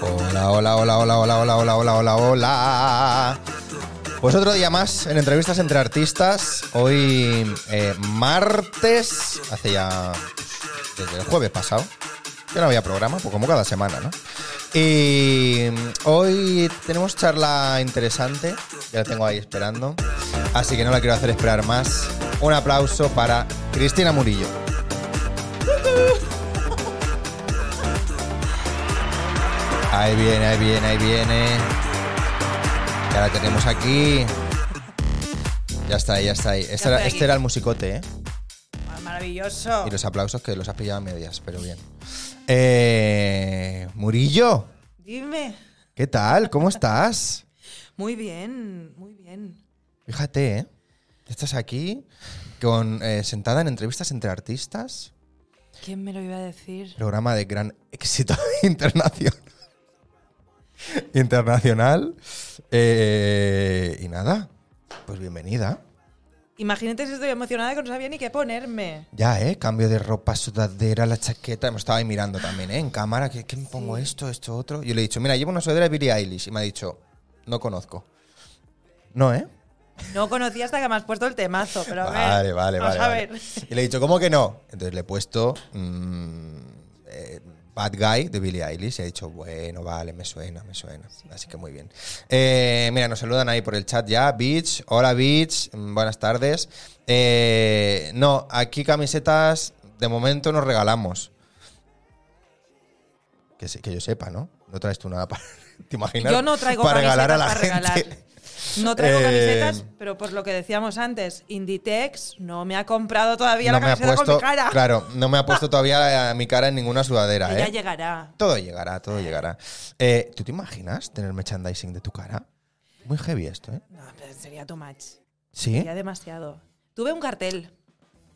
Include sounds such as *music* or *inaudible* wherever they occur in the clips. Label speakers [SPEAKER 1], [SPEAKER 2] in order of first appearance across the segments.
[SPEAKER 1] Hola, hola, hola, hola, hola, hola, hola, hola, hola, hola. Pues otro día más en entrevistas entre artistas. Hoy eh, martes, hace ya desde el jueves pasado. Ya no había programa, pues como cada semana, ¿no? Y hoy tenemos charla interesante, ya la tengo ahí esperando, así que no la quiero hacer esperar más. Un aplauso para Cristina Murillo. Ahí viene, ahí viene, ahí viene. Ya la tenemos aquí. Ya está ahí, ya está ahí. Este,
[SPEAKER 2] estoy
[SPEAKER 1] era,
[SPEAKER 2] aquí.
[SPEAKER 1] este era el musicote, ¿eh?
[SPEAKER 2] Ah, Maravilloso.
[SPEAKER 1] Y los aplausos que los has pillado a medias, pero bien. Eh, Murillo,
[SPEAKER 2] Dime.
[SPEAKER 1] ¿qué tal? ¿Cómo estás?
[SPEAKER 2] Muy bien, muy bien.
[SPEAKER 1] Fíjate, ¿eh? Estás aquí con, eh, sentada en entrevistas entre artistas,
[SPEAKER 2] ¿Quién me lo iba a decir?
[SPEAKER 1] programa de gran éxito *laughs* internacional. internacional. Eh, y nada, pues bienvenida.
[SPEAKER 2] Imagínate si estoy emocionada que no sabía ni qué ponerme.
[SPEAKER 1] Ya, ¿eh? Cambio de ropa, sudadera, la chaqueta. Me estaba ahí mirando también, ¿eh? En cámara, ¿qué, qué me pongo esto, esto, otro? Yo le he dicho, mira, llevo una sudadera de Billie Eilish. Y me ha dicho, no conozco. No, ¿eh?
[SPEAKER 2] No conocía hasta que me has puesto el temazo, pero a ver.
[SPEAKER 1] Vale, vale,
[SPEAKER 2] vamos
[SPEAKER 1] vale, vale.
[SPEAKER 2] a ver.
[SPEAKER 1] Y le he dicho, ¿cómo que no? Entonces le he puesto mm, eh, Bad Guy de Billie Eilish y ha dicho, bueno, vale, me suena, me suena. Así que muy bien. Eh, mira, nos saludan ahí por el chat ya. Beach, hola Beach, mm, buenas tardes. Eh, no, aquí camisetas de momento nos regalamos. Que, se- que yo sepa, ¿no? No traes tú nada para... *laughs* ¿Te imaginas?
[SPEAKER 2] Yo no traigo
[SPEAKER 1] para regalar a la
[SPEAKER 2] camisetas para
[SPEAKER 1] gente.
[SPEAKER 2] regalar. No traigo
[SPEAKER 1] Eh,
[SPEAKER 2] camisetas, pero por lo que decíamos antes, Inditex no me ha comprado todavía la
[SPEAKER 1] me ha
[SPEAKER 2] camiseta con mi cara.
[SPEAKER 1] Claro, no me ha
[SPEAKER 2] *laughs*
[SPEAKER 1] puesto todavía eh, mi cara en ninguna sudadera,
[SPEAKER 2] Que ya
[SPEAKER 1] ¿eh?
[SPEAKER 2] llegará.
[SPEAKER 1] Todo llegará, todo llegará. Eh, ¿Tú te imaginas tener merchandising de tu cara? Muy heavy esto, ¿eh?
[SPEAKER 2] No, pero sería too much.
[SPEAKER 1] Sí,
[SPEAKER 2] Sería demasiado. Tuve un cartel.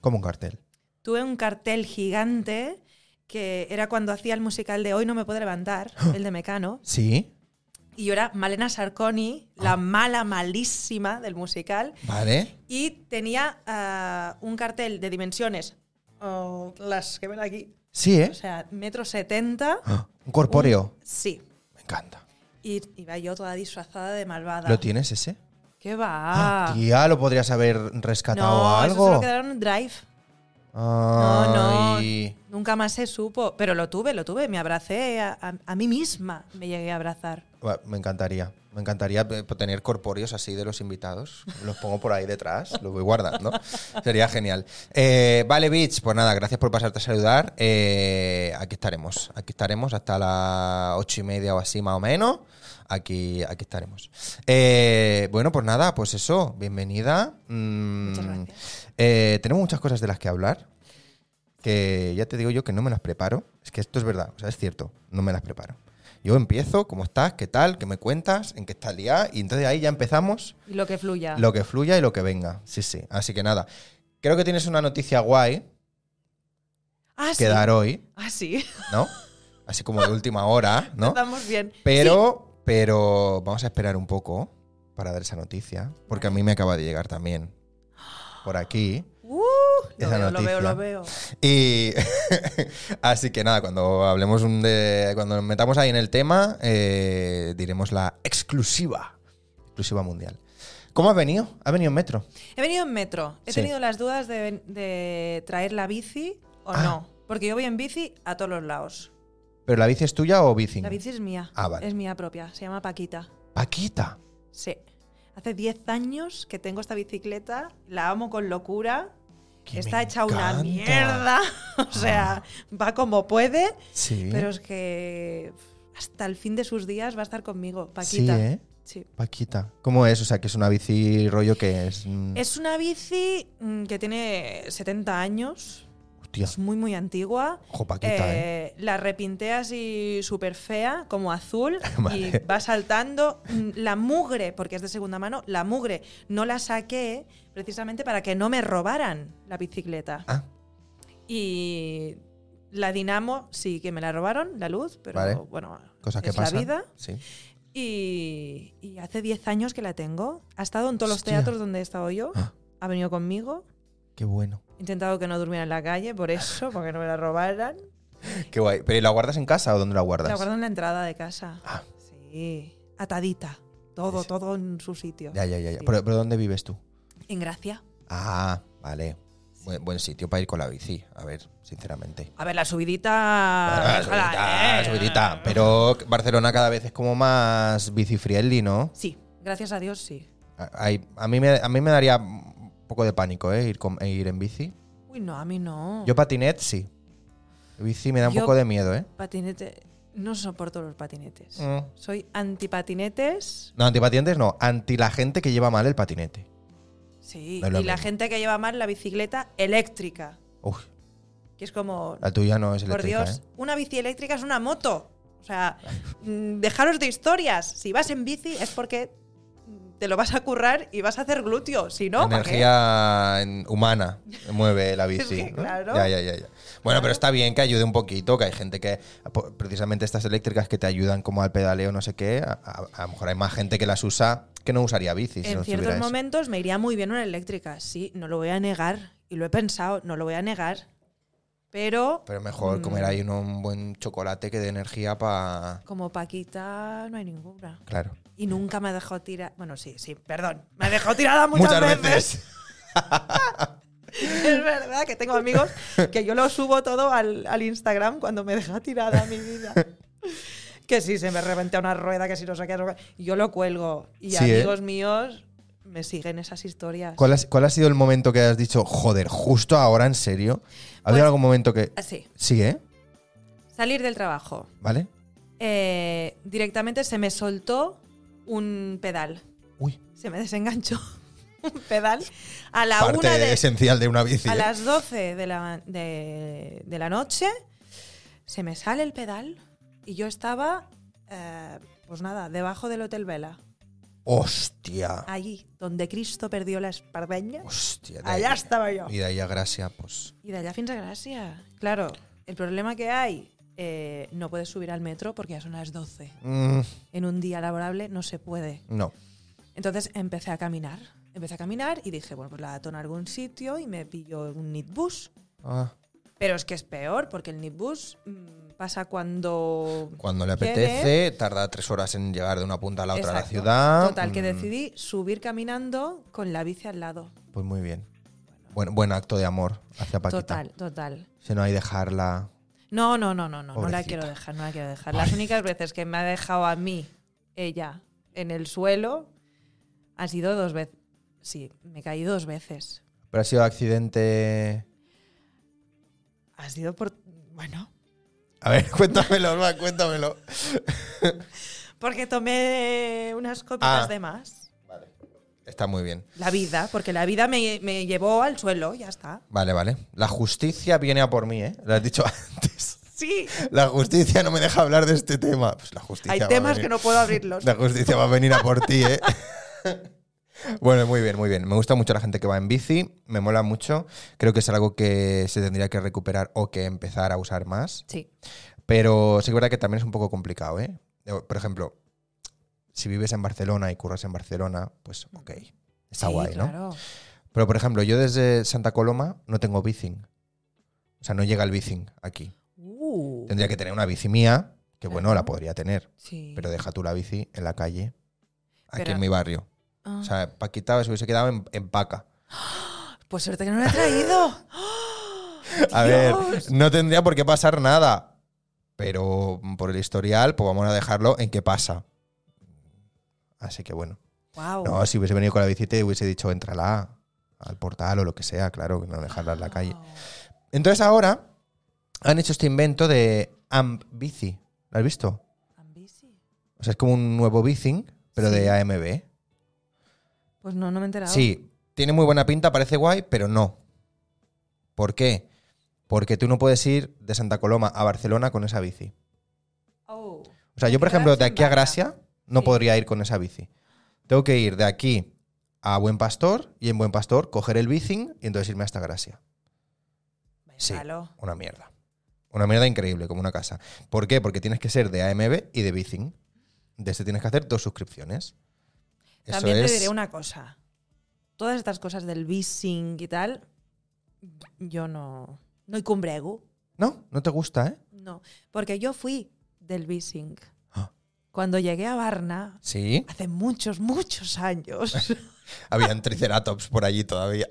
[SPEAKER 1] como un cartel.
[SPEAKER 2] tuve un cartel gigante que era cuando hacía el musical de Hoy no me puedo levantar,
[SPEAKER 1] ¡Ah!
[SPEAKER 2] el de Mecano,
[SPEAKER 1] Sí,
[SPEAKER 2] y yo era Malena Sarconi, la
[SPEAKER 1] Ah.
[SPEAKER 2] mala malísima del musical,
[SPEAKER 1] vale.
[SPEAKER 2] y tenía ah, un cartel de dimensiones, oh, las que ven aquí,
[SPEAKER 1] Sí, ¿eh?
[SPEAKER 2] o sea, metro setenta,
[SPEAKER 1] Ah, Un corpóreo.
[SPEAKER 2] sí,
[SPEAKER 1] Me encanta.
[SPEAKER 2] y iba yo toda disfrazada de malvada.
[SPEAKER 1] ¿Lo tienes ese?
[SPEAKER 2] ¿Qué va?
[SPEAKER 1] Tía, lo podrías haber rescatado
[SPEAKER 2] Ah. no,
[SPEAKER 1] a
[SPEAKER 2] eso se lo
[SPEAKER 1] algo.
[SPEAKER 2] quedaron en Drive. No, no,
[SPEAKER 1] Ay.
[SPEAKER 2] nunca más se supo. Pero lo tuve, lo tuve. Me abracé a, a- a mí misma, me llegué a abrazar.
[SPEAKER 1] Buah, Me encantaría. Me encantaría eh, tener corpóreos así de los invitados. Los pongo por ahí detrás, los voy guardando. Sería genial. Eh, vale, Beach, pues nada, gracias por pasarte a saludar. Eh, aquí estaremos. Aquí estaremos hasta las ocho y media o así, más o menos. Aquí, aquí estaremos. Eh, bueno, pues nada, pues eso. Bienvenida. Mm,
[SPEAKER 2] Muchas gracias.
[SPEAKER 1] eh, tenemos muchas cosas de las que hablar. Que ya te digo yo que no me las preparo. Es que esto es verdad, o sea, es cierto, no me las preparo. Yo empiezo, ¿cómo estás? ¿Qué tal? ¿Qué me cuentas? ¿En qué estás liada? Y entonces ahí ya empezamos
[SPEAKER 2] Y lo que fluya.
[SPEAKER 1] lo que fluya y lo que venga. Sí, sí. Así que nada. Creo que tienes una noticia guay
[SPEAKER 2] ah, sí.
[SPEAKER 1] que dar hoy,
[SPEAKER 2] Ah, sí.
[SPEAKER 1] ¿no? Así como de última hora,
[SPEAKER 2] *laughs*
[SPEAKER 1] ¿no?
[SPEAKER 2] Estamos bien.
[SPEAKER 1] Pero, pero vamos a esperar un poco para dar esa noticia, porque a mí me acaba de llegar también por aquí.
[SPEAKER 2] Uh, lo,
[SPEAKER 1] Esa
[SPEAKER 2] veo, lo veo,
[SPEAKER 1] noticia.
[SPEAKER 2] lo veo.
[SPEAKER 1] Y *laughs* así que nada, cuando hablemos un de, cuando nos metamos ahí en el tema, eh, diremos la exclusiva, exclusiva mundial. ¿Cómo has venido? ¿Has venido en metro?
[SPEAKER 2] He venido en metro. He
[SPEAKER 1] Sí.
[SPEAKER 2] tenido las dudas de, ven- de traer la bici o
[SPEAKER 1] Ah.
[SPEAKER 2] no. Porque yo voy en bici a todos los lados.
[SPEAKER 1] ¿Pero la bici es tuya o bici?
[SPEAKER 2] La bici es mía.
[SPEAKER 1] Ah, vale.
[SPEAKER 2] Es mía propia. Se llama Paquita.
[SPEAKER 1] Paquita.
[SPEAKER 2] Sí. Hace 10 años que tengo esta bicicleta, la amo con locura.
[SPEAKER 1] Que
[SPEAKER 2] Está
[SPEAKER 1] me
[SPEAKER 2] hecha una
[SPEAKER 1] encanta. Ah.
[SPEAKER 2] mierda. *laughs* O sea, va como puede,
[SPEAKER 1] Sí.
[SPEAKER 2] pero es que hasta el fin de sus días va a estar conmigo,
[SPEAKER 1] sí,
[SPEAKER 2] Paquita.
[SPEAKER 1] ¿eh?
[SPEAKER 2] Sí.
[SPEAKER 1] Paquita. ¿Cómo es? O sea, que es una bici rollo que es. mm,
[SPEAKER 2] Es una bici mm, que tiene 70 años,
[SPEAKER 1] Hostia.
[SPEAKER 2] es muy, muy antigua.
[SPEAKER 1] Ojo, Paquita, ¿eh?
[SPEAKER 2] Eh, La repinteas y súper fea, como
[SPEAKER 1] *laughs*
[SPEAKER 2] azul,
[SPEAKER 1] Vale.
[SPEAKER 2] y va saltando Mm, la mugre, porque es de segunda mano, la mugre. No la saqué precisamente para que no me robaran la bicicleta.
[SPEAKER 1] Ah,
[SPEAKER 2] Y la dinamo sí que me la robaron, la luz, pero
[SPEAKER 1] Vale.
[SPEAKER 2] bueno,
[SPEAKER 1] cosas que
[SPEAKER 2] es la
[SPEAKER 1] pasan.
[SPEAKER 2] vida.
[SPEAKER 1] Sí.
[SPEAKER 2] Y, y hace 10 años que la tengo. Ha estado en todos
[SPEAKER 1] Hostia.
[SPEAKER 2] los teatros donde he estado yo,
[SPEAKER 1] Ah,
[SPEAKER 2] ha venido conmigo.
[SPEAKER 1] qué
[SPEAKER 2] *laughs*
[SPEAKER 1] bueno.
[SPEAKER 2] He intentado que no durmiera en la calle, por eso, porque no me la robaran.
[SPEAKER 1] Qué guay. ¿Pero ¿y la guardas en casa o dónde la guardas?
[SPEAKER 2] La guardo en la entrada de casa.
[SPEAKER 1] Ah,
[SPEAKER 2] Sí, atadita. Todo,
[SPEAKER 1] Sí, sí.
[SPEAKER 2] todo en su sitio.
[SPEAKER 1] Ya, ya, ya. ya.
[SPEAKER 2] Sí.
[SPEAKER 1] Pero, pero ¿dónde vives tú?
[SPEAKER 2] En Gracia.
[SPEAKER 1] Ah, vale. Buen, buen sitio para ir con la bici, a ver, sinceramente.
[SPEAKER 2] A ver, la subidita.
[SPEAKER 1] Ah, subidita,
[SPEAKER 2] ojalá, eh.
[SPEAKER 1] subidita. Pero Barcelona cada vez es como más bici-friendly, ¿no?
[SPEAKER 2] Sí, gracias a Dios, sí.
[SPEAKER 1] A, hay- a mí, me, a mí me daría un poco de pánico, ¿eh? Ir, con- ir en bici.
[SPEAKER 2] Uy, no, a mí no.
[SPEAKER 1] Yo patinet, sí. Bici me da un
[SPEAKER 2] Mm. Yo-
[SPEAKER 1] poco de miedo, ¿eh?
[SPEAKER 2] Patinete. No soporto los patinetes.
[SPEAKER 1] Mm.
[SPEAKER 2] Soy antipatinetes.
[SPEAKER 1] No, antipatientes no. Anti la gente que lleva mal el patinete.
[SPEAKER 2] Sí.
[SPEAKER 1] No es lo
[SPEAKER 2] y la
[SPEAKER 1] mismo.
[SPEAKER 2] gente que lleva mal la bicicleta eléctrica.
[SPEAKER 1] Uy,
[SPEAKER 2] Que es como.
[SPEAKER 1] la tuya no es
[SPEAKER 2] Por
[SPEAKER 1] eléctrica,
[SPEAKER 2] Dios,
[SPEAKER 1] ¿eh?
[SPEAKER 2] una bici eléctrica es una moto. O sea, mm, dejaros de historias. Si vas en bici es porque te lo vas a currar y vas a hacer glúteo. Si no, ¿para qué?
[SPEAKER 1] Energía en- humana mueve la bici.
[SPEAKER 2] *laughs* que
[SPEAKER 1] ¿no?
[SPEAKER 2] claro.
[SPEAKER 1] Ya, ya, ya, ya. Bueno, pero está bien que ayude un poquito, que hay gente que, po- precisamente estas eléctricas que te ayudan como al pedaleo, no sé qué, a, a- a lo mejor hay más gente que las usa que no usaría bici. si
[SPEAKER 2] en
[SPEAKER 1] no
[SPEAKER 2] ciertos
[SPEAKER 1] estuviera eso.
[SPEAKER 2] momentos me iría muy bien una eléctrica. Sí, no lo voy a negar. Y lo he pensado, no lo voy a negar. Pero,
[SPEAKER 1] Pero mejor comer
[SPEAKER 2] Mm.
[SPEAKER 1] ahí uno- un buen chocolate que dé energía para...
[SPEAKER 2] como Paquita, no hay ninguna.
[SPEAKER 1] Claro.
[SPEAKER 2] Y nunca me ha dejado tirada. Bueno, sí, sí, perdón. Me ha dejado
[SPEAKER 1] *laughs*
[SPEAKER 2] tirada muchas, *laughs* Es verdad que tengo amigos que yo lo subo todo al, al Instagram cuando me deja tirada
[SPEAKER 1] *laughs*
[SPEAKER 2] mi vida. Que si se me reventa una rueda, que si no sé qué. no sé qué. Yo lo cuelgo. Y
[SPEAKER 1] Sí, ¿eh?
[SPEAKER 2] amigos míos me siguen esas historias.
[SPEAKER 1] ¿Cuál, has- cuál ha sido el momento que has dicho, joder, justo ahora, en serio? ¿Ha habido
[SPEAKER 2] Pues-
[SPEAKER 1] algún momento que...
[SPEAKER 2] Así,
[SPEAKER 1] Sí, ¿eh?
[SPEAKER 2] salir del trabajo.
[SPEAKER 1] ¿Vale?
[SPEAKER 2] Eh, directamente se me soltó un pedal.
[SPEAKER 1] Uy,
[SPEAKER 2] Se me desenganchó *laughs* un pedal a la
[SPEAKER 1] parte
[SPEAKER 2] una de,
[SPEAKER 1] esencial de una bici.
[SPEAKER 2] a
[SPEAKER 1] ¿eh?
[SPEAKER 2] las 12 de la, de, de la noche se me sale el pedal y yo estaba, eh, pues nada, debajo del Hotel Vela,
[SPEAKER 1] Hostia.
[SPEAKER 2] allí donde Cristo perdió la espardeña,
[SPEAKER 1] Hostia. Pues, de
[SPEAKER 2] allá
[SPEAKER 1] ahí-
[SPEAKER 2] estaba yo.
[SPEAKER 1] Y de ahí a Gracia, pues...
[SPEAKER 2] Y de allá fins a Gracia. Claro, el problema que hay, eh, no puedes subir al metro porque ya son las 12.
[SPEAKER 1] mm,
[SPEAKER 2] En un día laborable no se puede.
[SPEAKER 1] no.
[SPEAKER 2] Entonces empecé a caminar. Empecé a caminar y dije, bueno, pues la tono a algún sitio y me pillo un nitbus.
[SPEAKER 1] Ah,
[SPEAKER 2] Pero es que es peor, porque el Nitbus mm, pasa cuando...
[SPEAKER 1] cuando le
[SPEAKER 2] Quiere-
[SPEAKER 1] apetece, tarda tres horas en llegar de una punta a la otra de la
[SPEAKER 2] Exacto.
[SPEAKER 1] ciudad.
[SPEAKER 2] Total, que
[SPEAKER 1] Mm,
[SPEAKER 2] decidí subir caminando con la bici al lado.
[SPEAKER 1] Pues muy bien. Buen, buen acto de amor hacia Paquita.
[SPEAKER 2] Total, total.
[SPEAKER 1] Si no hay dejarla...
[SPEAKER 2] No, no, no, no, no, no la
[SPEAKER 1] Pobrecita.
[SPEAKER 2] quiero dejar, no la quiero dejar. Las únicas veces que me ha dejado a mí, ella, en el suelo, han sido dos veces. Sí, me caí dos veces.
[SPEAKER 1] Pero ha sido accidente...
[SPEAKER 2] Ha sido por... Bueno,
[SPEAKER 1] A ver, *laughs* cuéntamelo, Olga, cuéntamelo.
[SPEAKER 2] porque tomé unas copitas
[SPEAKER 1] Ah.
[SPEAKER 2] de más.
[SPEAKER 1] Vale. Está muy bien.
[SPEAKER 2] La vida, porque la vida me, me llevó al suelo, ya está.
[SPEAKER 1] Vale, vale. La justicia viene a por mí, ¿eh? Lo has dicho *laughs* antes.
[SPEAKER 2] Sí,
[SPEAKER 1] La justicia no me deja hablar de este tema. Pues la justicia.
[SPEAKER 2] hay
[SPEAKER 1] va a
[SPEAKER 2] temas
[SPEAKER 1] venir-
[SPEAKER 2] que no puedo abrirlos.
[SPEAKER 1] La justicia va a venir a por ti, ¿eh? *laughs* Bueno, muy bien, muy bien. Me gusta mucho la gente que va en bici, me mola mucho. Creo que es algo que se tendría que recuperar o que empezar a usar más.
[SPEAKER 2] *laughs* Sí.
[SPEAKER 1] Pero sí que es verdad que también es un poco complicado, ¿eh? Eh, Por ejemplo, si vives en Barcelona y curras en Barcelona, pues ok, está
[SPEAKER 2] Sí,
[SPEAKER 1] guay, ¿no?
[SPEAKER 2] claro.
[SPEAKER 1] Pero, por ejemplo, yo desde Santa Coloma no tengo bicing. O sea, no llega el bicing aquí.
[SPEAKER 2] Uh,
[SPEAKER 1] Tendría que tener una bici mía, que bueno, la
[SPEAKER 2] Claro.
[SPEAKER 1] podría tener.
[SPEAKER 2] sí.
[SPEAKER 1] Pero deja tú la bici en la calle, aquí
[SPEAKER 2] Pero-
[SPEAKER 1] en mi barrio.
[SPEAKER 2] Ah,
[SPEAKER 1] O sea, Paquita se hubiese quedado en, en
[SPEAKER 2] *laughs*
[SPEAKER 1] paca.
[SPEAKER 2] pues suerte que no la he traído.
[SPEAKER 1] *laughs*
[SPEAKER 2] *gasps*
[SPEAKER 1] A ver,
[SPEAKER 2] Dios.
[SPEAKER 1] no tendría por qué pasar nada. Pero mm, por el historial, pues vamos a dejarlo en que pasa. Así que bueno.
[SPEAKER 2] wow.
[SPEAKER 1] No, si hubiese venido con la bici te hubiese dicho, entrala al portal o lo que sea, claro, que no dejarla en la calle.
[SPEAKER 2] Oh,
[SPEAKER 1] Entonces ahora han hecho este invento de AMP bici. ¿Lo has visto? O sea, es como un nuevo bicing, pero
[SPEAKER 2] Sí.
[SPEAKER 1] de AMB.
[SPEAKER 2] Pues no, no me he enterado.
[SPEAKER 1] Sí, tiene muy buena pinta, parece guay, pero no. ¿Por qué? Porque tú no puedes ir de Santa Coloma a Barcelona con esa bici.
[SPEAKER 2] Oh,
[SPEAKER 1] O sea, yo, por
[SPEAKER 2] Te
[SPEAKER 1] ejemplo,
[SPEAKER 2] quedas
[SPEAKER 1] de
[SPEAKER 2] sin
[SPEAKER 1] aquí a
[SPEAKER 2] banda.
[SPEAKER 1] Gracia no
[SPEAKER 2] Sí.
[SPEAKER 1] podría ir con esa bici. Tengo que ir de aquí a Buen Pastor y en Buen Pastor coger el bicing y entonces irme hasta Gracia.
[SPEAKER 2] vaya
[SPEAKER 1] Sí.
[SPEAKER 2] palo.
[SPEAKER 1] Una mierda. Una mierda increíble, como una casa. ¿Por qué? Porque tienes que ser de AMB y de Bicing. De este tienes que hacer dos suscripciones. Eso
[SPEAKER 2] También te
[SPEAKER 1] es-
[SPEAKER 2] diré una cosa. Todas estas cosas del bising y tal, yo no. No hay cumbrego.
[SPEAKER 1] No, no te gusta, ¿eh?
[SPEAKER 2] No. Porque yo fui del bising.
[SPEAKER 1] Ah.
[SPEAKER 2] Cuando llegué a Varna,
[SPEAKER 1] Sí.
[SPEAKER 2] hace muchos, muchos años,
[SPEAKER 1] *laughs*
[SPEAKER 2] *laughs*
[SPEAKER 1] Habían triceratops por allí todavía.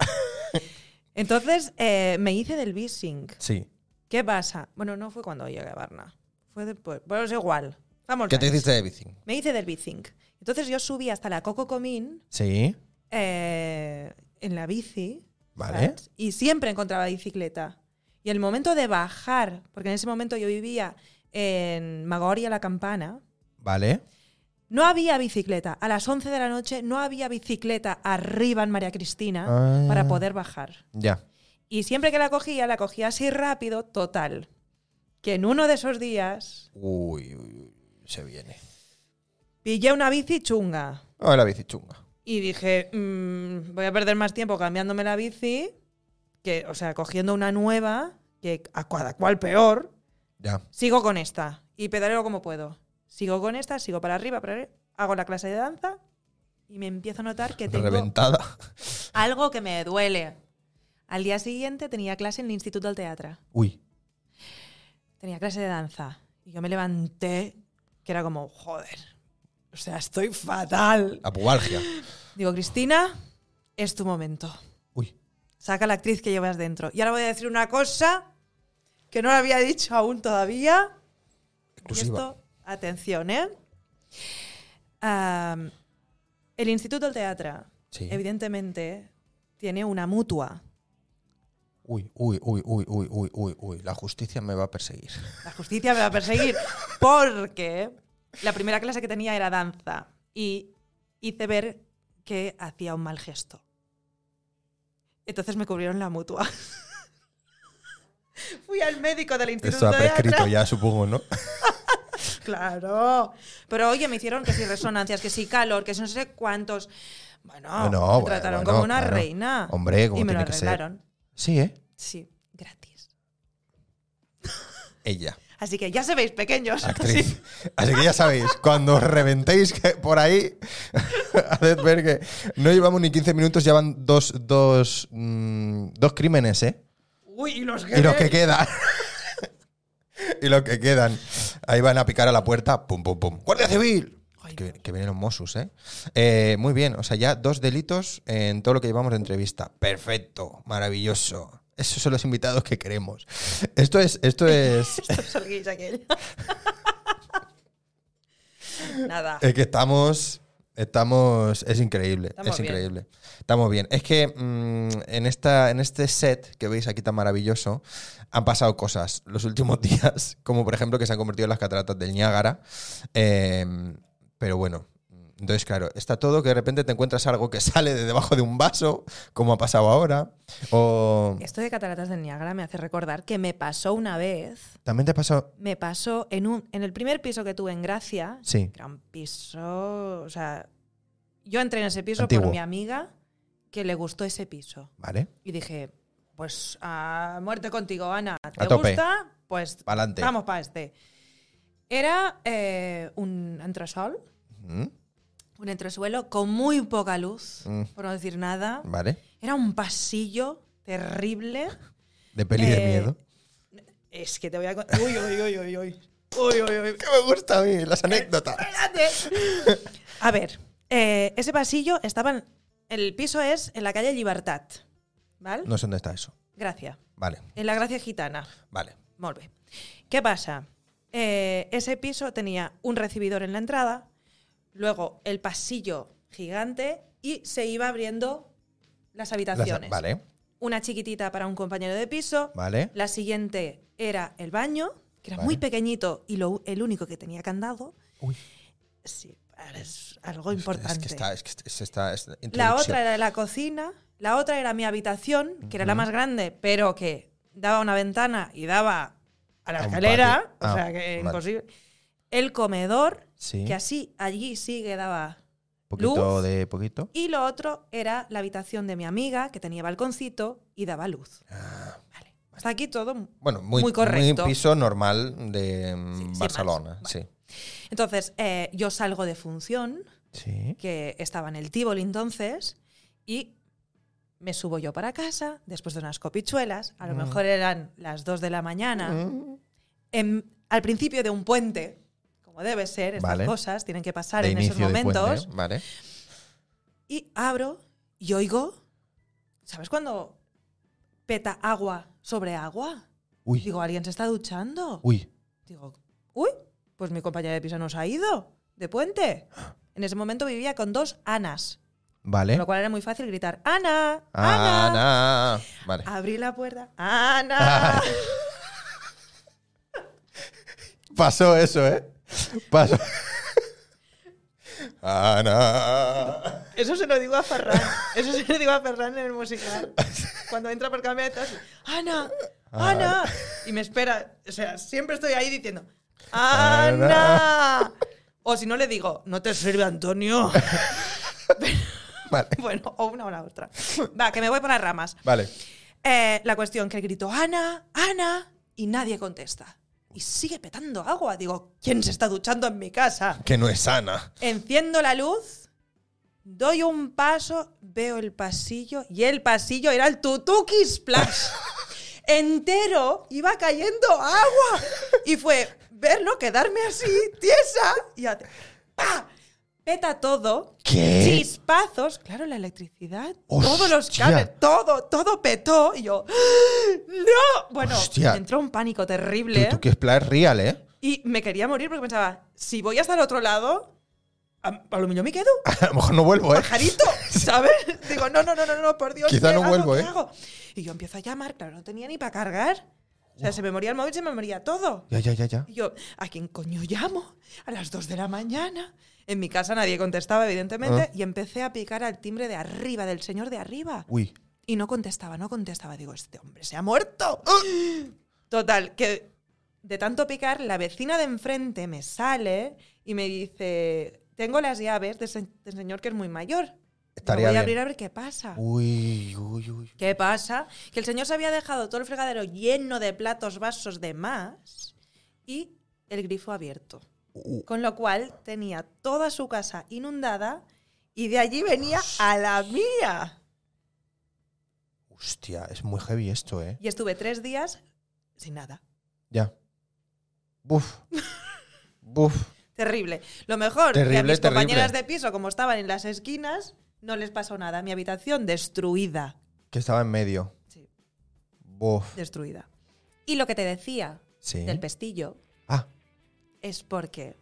[SPEAKER 2] entonces eh, me hice del bising.
[SPEAKER 1] Sí.
[SPEAKER 2] ¿Qué pasa? Bueno, no fue cuando llegué a Varna. Fue después. Pero es igual. Vamos.
[SPEAKER 1] ¿Qué te
[SPEAKER 2] bien.
[SPEAKER 1] hiciste de bici?
[SPEAKER 2] Me hice del Bicing. Entonces yo subí hasta la Coco Comín
[SPEAKER 1] Sí.
[SPEAKER 2] eh, en la bici.
[SPEAKER 1] Vale.
[SPEAKER 2] ¿sabes? Y siempre encontraba bicicleta. Y el momento de bajar, porque en ese momento yo vivía en Magoria la Campana,
[SPEAKER 1] Vale.
[SPEAKER 2] no había bicicleta. A las 11 de la noche no había bicicleta arriba en María Cristina
[SPEAKER 1] Ah.
[SPEAKER 2] para poder bajar.
[SPEAKER 1] Ya.
[SPEAKER 2] Y siempre que la cogía, la cogía así rápido, total. Que en uno de esos días
[SPEAKER 1] Uy, uy, uy, se viene.
[SPEAKER 2] pillé una bici chunga.
[SPEAKER 1] Ah, la bici chunga.
[SPEAKER 2] Y dije, "Mm, voy a perder más tiempo cambiándome la bici, que, o sea, cogiendo una nueva, que a cada cual peor,
[SPEAKER 1] Ya.
[SPEAKER 2] sigo con esta y pedaleo como puedo. Sigo con esta, sigo para arriba, para arriba, hago la clase de danza y me empiezo a notar que tengo
[SPEAKER 1] Reventada.
[SPEAKER 2] algo que me duele. Al día siguiente tenía clase en el Instituto del Teatro.
[SPEAKER 1] Uy.
[SPEAKER 2] Tenía clase de danza. Y yo me levanté, que era como, joder, o sea, estoy fatal.
[SPEAKER 1] Apubalgia.
[SPEAKER 2] Digo, Cristina, es tu momento.
[SPEAKER 1] Uy.
[SPEAKER 2] Saca la actriz que llevas dentro. Y ahora voy a decir una cosa que no la había dicho aún todavía.
[SPEAKER 1] Exclusiva.
[SPEAKER 2] Y esto, atención, ¿eh? Am, el Instituto del Teatro,
[SPEAKER 1] Sí.
[SPEAKER 2] evidentemente, tiene una mutua.
[SPEAKER 1] Uy, uy, uy, uy, uy, uy, uy, uy. La justicia me va a perseguir.
[SPEAKER 2] La justicia me va a perseguir porque la primera clase que tenía era danza y hice ver que hacía un mal gesto. Entonces me cubrieron la mutua. *laughs* Fui al médico del instituto
[SPEAKER 1] Esto ha
[SPEAKER 2] de Atra.
[SPEAKER 1] prescrito ya, supongo, ¿no?
[SPEAKER 2] Claro. Pero oye, me hicieron que si resonancias, que si calor, que si no sé cuántos. Bueno,
[SPEAKER 1] Bueno,
[SPEAKER 2] me
[SPEAKER 1] bueno,
[SPEAKER 2] trataron
[SPEAKER 1] bueno,
[SPEAKER 2] como una
[SPEAKER 1] claro.
[SPEAKER 2] reina.
[SPEAKER 1] Hombre, como
[SPEAKER 2] y me lo
[SPEAKER 1] tiene que ser.
[SPEAKER 2] arreglaron.
[SPEAKER 1] Sí, ¿eh?
[SPEAKER 2] Sí, gratis.
[SPEAKER 1] Ella,
[SPEAKER 2] Así que ya se veis pequeños. *laughs*
[SPEAKER 1] actriz. Así que ya sabéis, cuando os reventéis que por ahí, *laughs* haced ver que no llevamos ni 15 minutos, ya van dos, dos, mm, dos crímenes, ¿eh?
[SPEAKER 2] Uy, y los
[SPEAKER 1] Y los que
[SPEAKER 2] jefes.
[SPEAKER 1] quedan. *laughs* y los que quedan. Ahí van a picar a la puerta. Pum, pum, pum. ¡Guardia Civil!
[SPEAKER 2] Ay,
[SPEAKER 1] Que,
[SPEAKER 2] Dios.
[SPEAKER 1] que vienen los Mossos, ¿eh? ¿eh? Muy bien, o sea, ya dos delitos en todo lo que llevamos de entrevista. Perfecto, maravilloso. Esos son los invitados que queremos. Esto es, esto es,
[SPEAKER 2] Esto es el guis aquel. *laughs* Nada.
[SPEAKER 1] es que estamos, estamos, es increíble,
[SPEAKER 2] Estamos
[SPEAKER 1] es
[SPEAKER 2] bien.
[SPEAKER 1] increíble. Estamos bien. Es que mm, en esta, en este set que veis aquí tan maravilloso han pasado cosas los últimos *laughs* días, como por ejemplo que se han convertido en las cataratas del Niágara. Eh, pero bueno, entonces claro, está todo que de repente te encuentras algo que *laughs* sale de debajo de un vaso, como ha pasado ahora, o
[SPEAKER 2] Esto de cataratas del Niágara me hace recordar que me pasó una vez.
[SPEAKER 1] también te ha pasado,
[SPEAKER 2] Me pasó en un en el primer piso que tuve en Gracia.
[SPEAKER 1] sí,
[SPEAKER 2] Era un piso. O sea, yo entré en ese piso
[SPEAKER 1] Antiguo.
[SPEAKER 2] por mi amiga que le gustó ese piso.
[SPEAKER 1] vale,
[SPEAKER 2] Y dije, pues a muerte contigo, Ana. ¿Te
[SPEAKER 1] A tope.
[SPEAKER 2] gusta? Pues
[SPEAKER 1] pa'lante.
[SPEAKER 2] vamos para este. Era eh, un entresol,
[SPEAKER 1] Mm,
[SPEAKER 2] un entresuelo con muy poca luz,
[SPEAKER 1] Mm.
[SPEAKER 2] por no decir nada.
[SPEAKER 1] Vale,
[SPEAKER 2] Era un pasillo terrible.
[SPEAKER 1] de peli de
[SPEAKER 2] Eh,
[SPEAKER 1] miedo.
[SPEAKER 2] Es que te voy a... con- Uy, uy, uy, uy, uy. Uy, uy, uy.
[SPEAKER 1] *laughs*
[SPEAKER 2] Eh,
[SPEAKER 1] Que me gusta a mí las anécdotas.
[SPEAKER 2] Espérate. A ver, eh, ese pasillo estaba en- El piso es en la calle Libertad. ¿Vale?
[SPEAKER 1] No sé dónde está eso.
[SPEAKER 2] Gracia.
[SPEAKER 1] Vale,
[SPEAKER 2] En la Gracia Gitana.
[SPEAKER 1] vale.
[SPEAKER 2] Molt bé. ¿Qué pasa? Eh, ese piso tenía un recibidor en la entrada, luego el pasillo gigante y se iba abriendo las
[SPEAKER 1] Las-
[SPEAKER 2] habitaciones.
[SPEAKER 1] vale,
[SPEAKER 2] Una chiquitita para un compañero de piso,
[SPEAKER 1] vale.
[SPEAKER 2] la siguiente era el baño, que era
[SPEAKER 1] Vale.
[SPEAKER 2] muy pequeñito y lo, el único que tenía candado.
[SPEAKER 1] Uy.
[SPEAKER 2] Sí, es algo
[SPEAKER 1] Es que-
[SPEAKER 2] importante.
[SPEAKER 1] Es que está, es que est- es esta- es
[SPEAKER 2] La
[SPEAKER 1] introducción.
[SPEAKER 2] otra era la cocina, la otra era mi habitación, que era la más grande, pero que daba una ventana y daba a la
[SPEAKER 1] A un
[SPEAKER 2] escalera,
[SPEAKER 1] patio.
[SPEAKER 2] o
[SPEAKER 1] Ah,
[SPEAKER 2] sea que
[SPEAKER 1] vale.
[SPEAKER 2] imposible. El comedor,
[SPEAKER 1] Sí.
[SPEAKER 2] que así allí sí que daba.
[SPEAKER 1] Poquito
[SPEAKER 2] luz.
[SPEAKER 1] de poquito.
[SPEAKER 2] Y lo otro era la habitación de mi amiga, que tenía balconcito y daba luz.
[SPEAKER 1] Ah,
[SPEAKER 2] Vale. Hasta aquí todo.
[SPEAKER 1] Bueno, muy,
[SPEAKER 2] Muy correcto.
[SPEAKER 1] muy piso normal de mm,
[SPEAKER 2] Sí, sin más.
[SPEAKER 1] Barcelona.
[SPEAKER 2] Vale.
[SPEAKER 1] Sí.
[SPEAKER 2] Entonces, eh, yo salgo de función,
[SPEAKER 1] Sí.
[SPEAKER 2] que estaba en el Tívoli entonces, y me subo yo para casa, después de unas copichuelas, a lo
[SPEAKER 1] Mm.
[SPEAKER 2] mejor eran las 2 de la mañana,
[SPEAKER 1] Mm.
[SPEAKER 2] en- al principio de un puente, como como debe ser, estas
[SPEAKER 1] Vale.
[SPEAKER 2] cosas tienen que pasar
[SPEAKER 1] de
[SPEAKER 2] en esos
[SPEAKER 1] inicio de puente,
[SPEAKER 2] momentos.
[SPEAKER 1] ¿eh? Vale.
[SPEAKER 2] Y abro y oigo, ¿sabes cuando peta agua sobre agua?
[SPEAKER 1] Uy,
[SPEAKER 2] Digo, alguien se está duchando.
[SPEAKER 1] uy.
[SPEAKER 2] Digo, uy, pues mi compañera de piso nos ha ido de puente. En ese momento vivía con dos Anas,
[SPEAKER 1] Vale.
[SPEAKER 2] con lo cual era muy fácil gritar, Ana,
[SPEAKER 1] Ah,
[SPEAKER 2] ¿Eh? Ana. Ah.
[SPEAKER 1] Ana. Vale.
[SPEAKER 2] Abrí la puerta, *laughs* Ana.
[SPEAKER 1] Pasó eso, ¿eh?
[SPEAKER 2] *laughs*
[SPEAKER 1] Pasó. Ana.
[SPEAKER 2] Eso se lo digo a Ferran. Eso se lo digo a Ferran en el musical. Cuando entra por camionetas, Ana, Ana. Y me espera. O sea, siempre estoy ahí diciendo, Ana. O si no le digo, no te sirve Antonio. *laughs*
[SPEAKER 1] Vale.
[SPEAKER 2] Bueno, o una o la otra. Va, que me voy por las ramas.
[SPEAKER 1] Vale.
[SPEAKER 2] Eh, la cuestión que grito, Ana, Ana, y nadie contesta. Y sigue petando agua. Digo, ¿quién se está duchando en mi casa?
[SPEAKER 1] Que no es Ana.
[SPEAKER 2] Enciendo la luz, doy un paso, veo el pasillo y el pasillo era el
[SPEAKER 1] *laughs*
[SPEAKER 2] Tutuki Splash. Entero iba cayendo agua y fue verlo quedarme así, tiesa y hace ¡pa! Peta todo.
[SPEAKER 1] ¿Qué?
[SPEAKER 2] Chispazos, claro, la electricidad, todos los
[SPEAKER 1] Hostia.
[SPEAKER 2] cables, todo, todo petó y yo ¡ah! ¡No! Bueno,
[SPEAKER 1] Hostia.
[SPEAKER 2] me entró un pánico terrible.
[SPEAKER 1] Tú, tú que es plan real, ¿eh?
[SPEAKER 2] Y me quería morir porque pensaba, si voy hasta el otro lado, a, a lo mejor me quedo,
[SPEAKER 1] *laughs* A lo mejor no vuelvo, ¿eh? *laughs*
[SPEAKER 2] pajarito, ¿sabes? Digo, no, no, no, no, no, por Dios.
[SPEAKER 1] Quizá
[SPEAKER 2] ¿qué
[SPEAKER 1] no
[SPEAKER 2] hago?
[SPEAKER 1] vuelvo,
[SPEAKER 2] ¿Qué
[SPEAKER 1] ¿eh?
[SPEAKER 2] hago? Y yo empiezo a llamar, claro, no tenía ni para cargar. O sea, se me moría el móvil, se me moría todo.
[SPEAKER 1] Ya, ya, ya, ya.
[SPEAKER 2] Y yo, ¿a quién coño llamo? A las 2 de la mañana. En mi casa nadie contestaba,
[SPEAKER 1] Ah.
[SPEAKER 2] evidentemente, y empecé a picar al timbre de arriba, del señor de arriba.
[SPEAKER 1] Uy.
[SPEAKER 2] Y no contestaba, no contestaba. Digo, este hombre se ha muerto. *gasps* Total, que de tanto picar, la vecina de enfrente me sale y me dice, tengo las llaves de ese del señor que es muy mayor. Digo,
[SPEAKER 1] Estaría
[SPEAKER 2] voy a
[SPEAKER 1] bien. Uh.
[SPEAKER 2] abrir a ver qué pasa.
[SPEAKER 1] Uy, uy, uy.
[SPEAKER 2] ¿Qué pasa? Que el señor se había dejado todo el fregadero lleno de platos, vasos, de más y el grifo abierto.
[SPEAKER 1] Uh,
[SPEAKER 2] Con lo cual tenía toda su casa inundada y de allí venía a la mía.
[SPEAKER 1] hostia, es muy heavy esto, ¿eh?
[SPEAKER 2] Y estuve tres días sin nada.
[SPEAKER 1] Ya.
[SPEAKER 2] *laughs*
[SPEAKER 1] Buf. Buf.
[SPEAKER 2] Terrible. Lo mejor, que a
[SPEAKER 1] Terrible,
[SPEAKER 2] mis compañeras
[SPEAKER 1] terrible.
[SPEAKER 2] de piso, como estaban en las esquinas, no les pasó nada. Mi habitación destruida.
[SPEAKER 1] Que estaba en medio.
[SPEAKER 2] Sí,
[SPEAKER 1] Buf.
[SPEAKER 2] destruida. Y lo que te decía
[SPEAKER 1] Sí.
[SPEAKER 2] del pestillo
[SPEAKER 1] Ah,
[SPEAKER 2] es porque,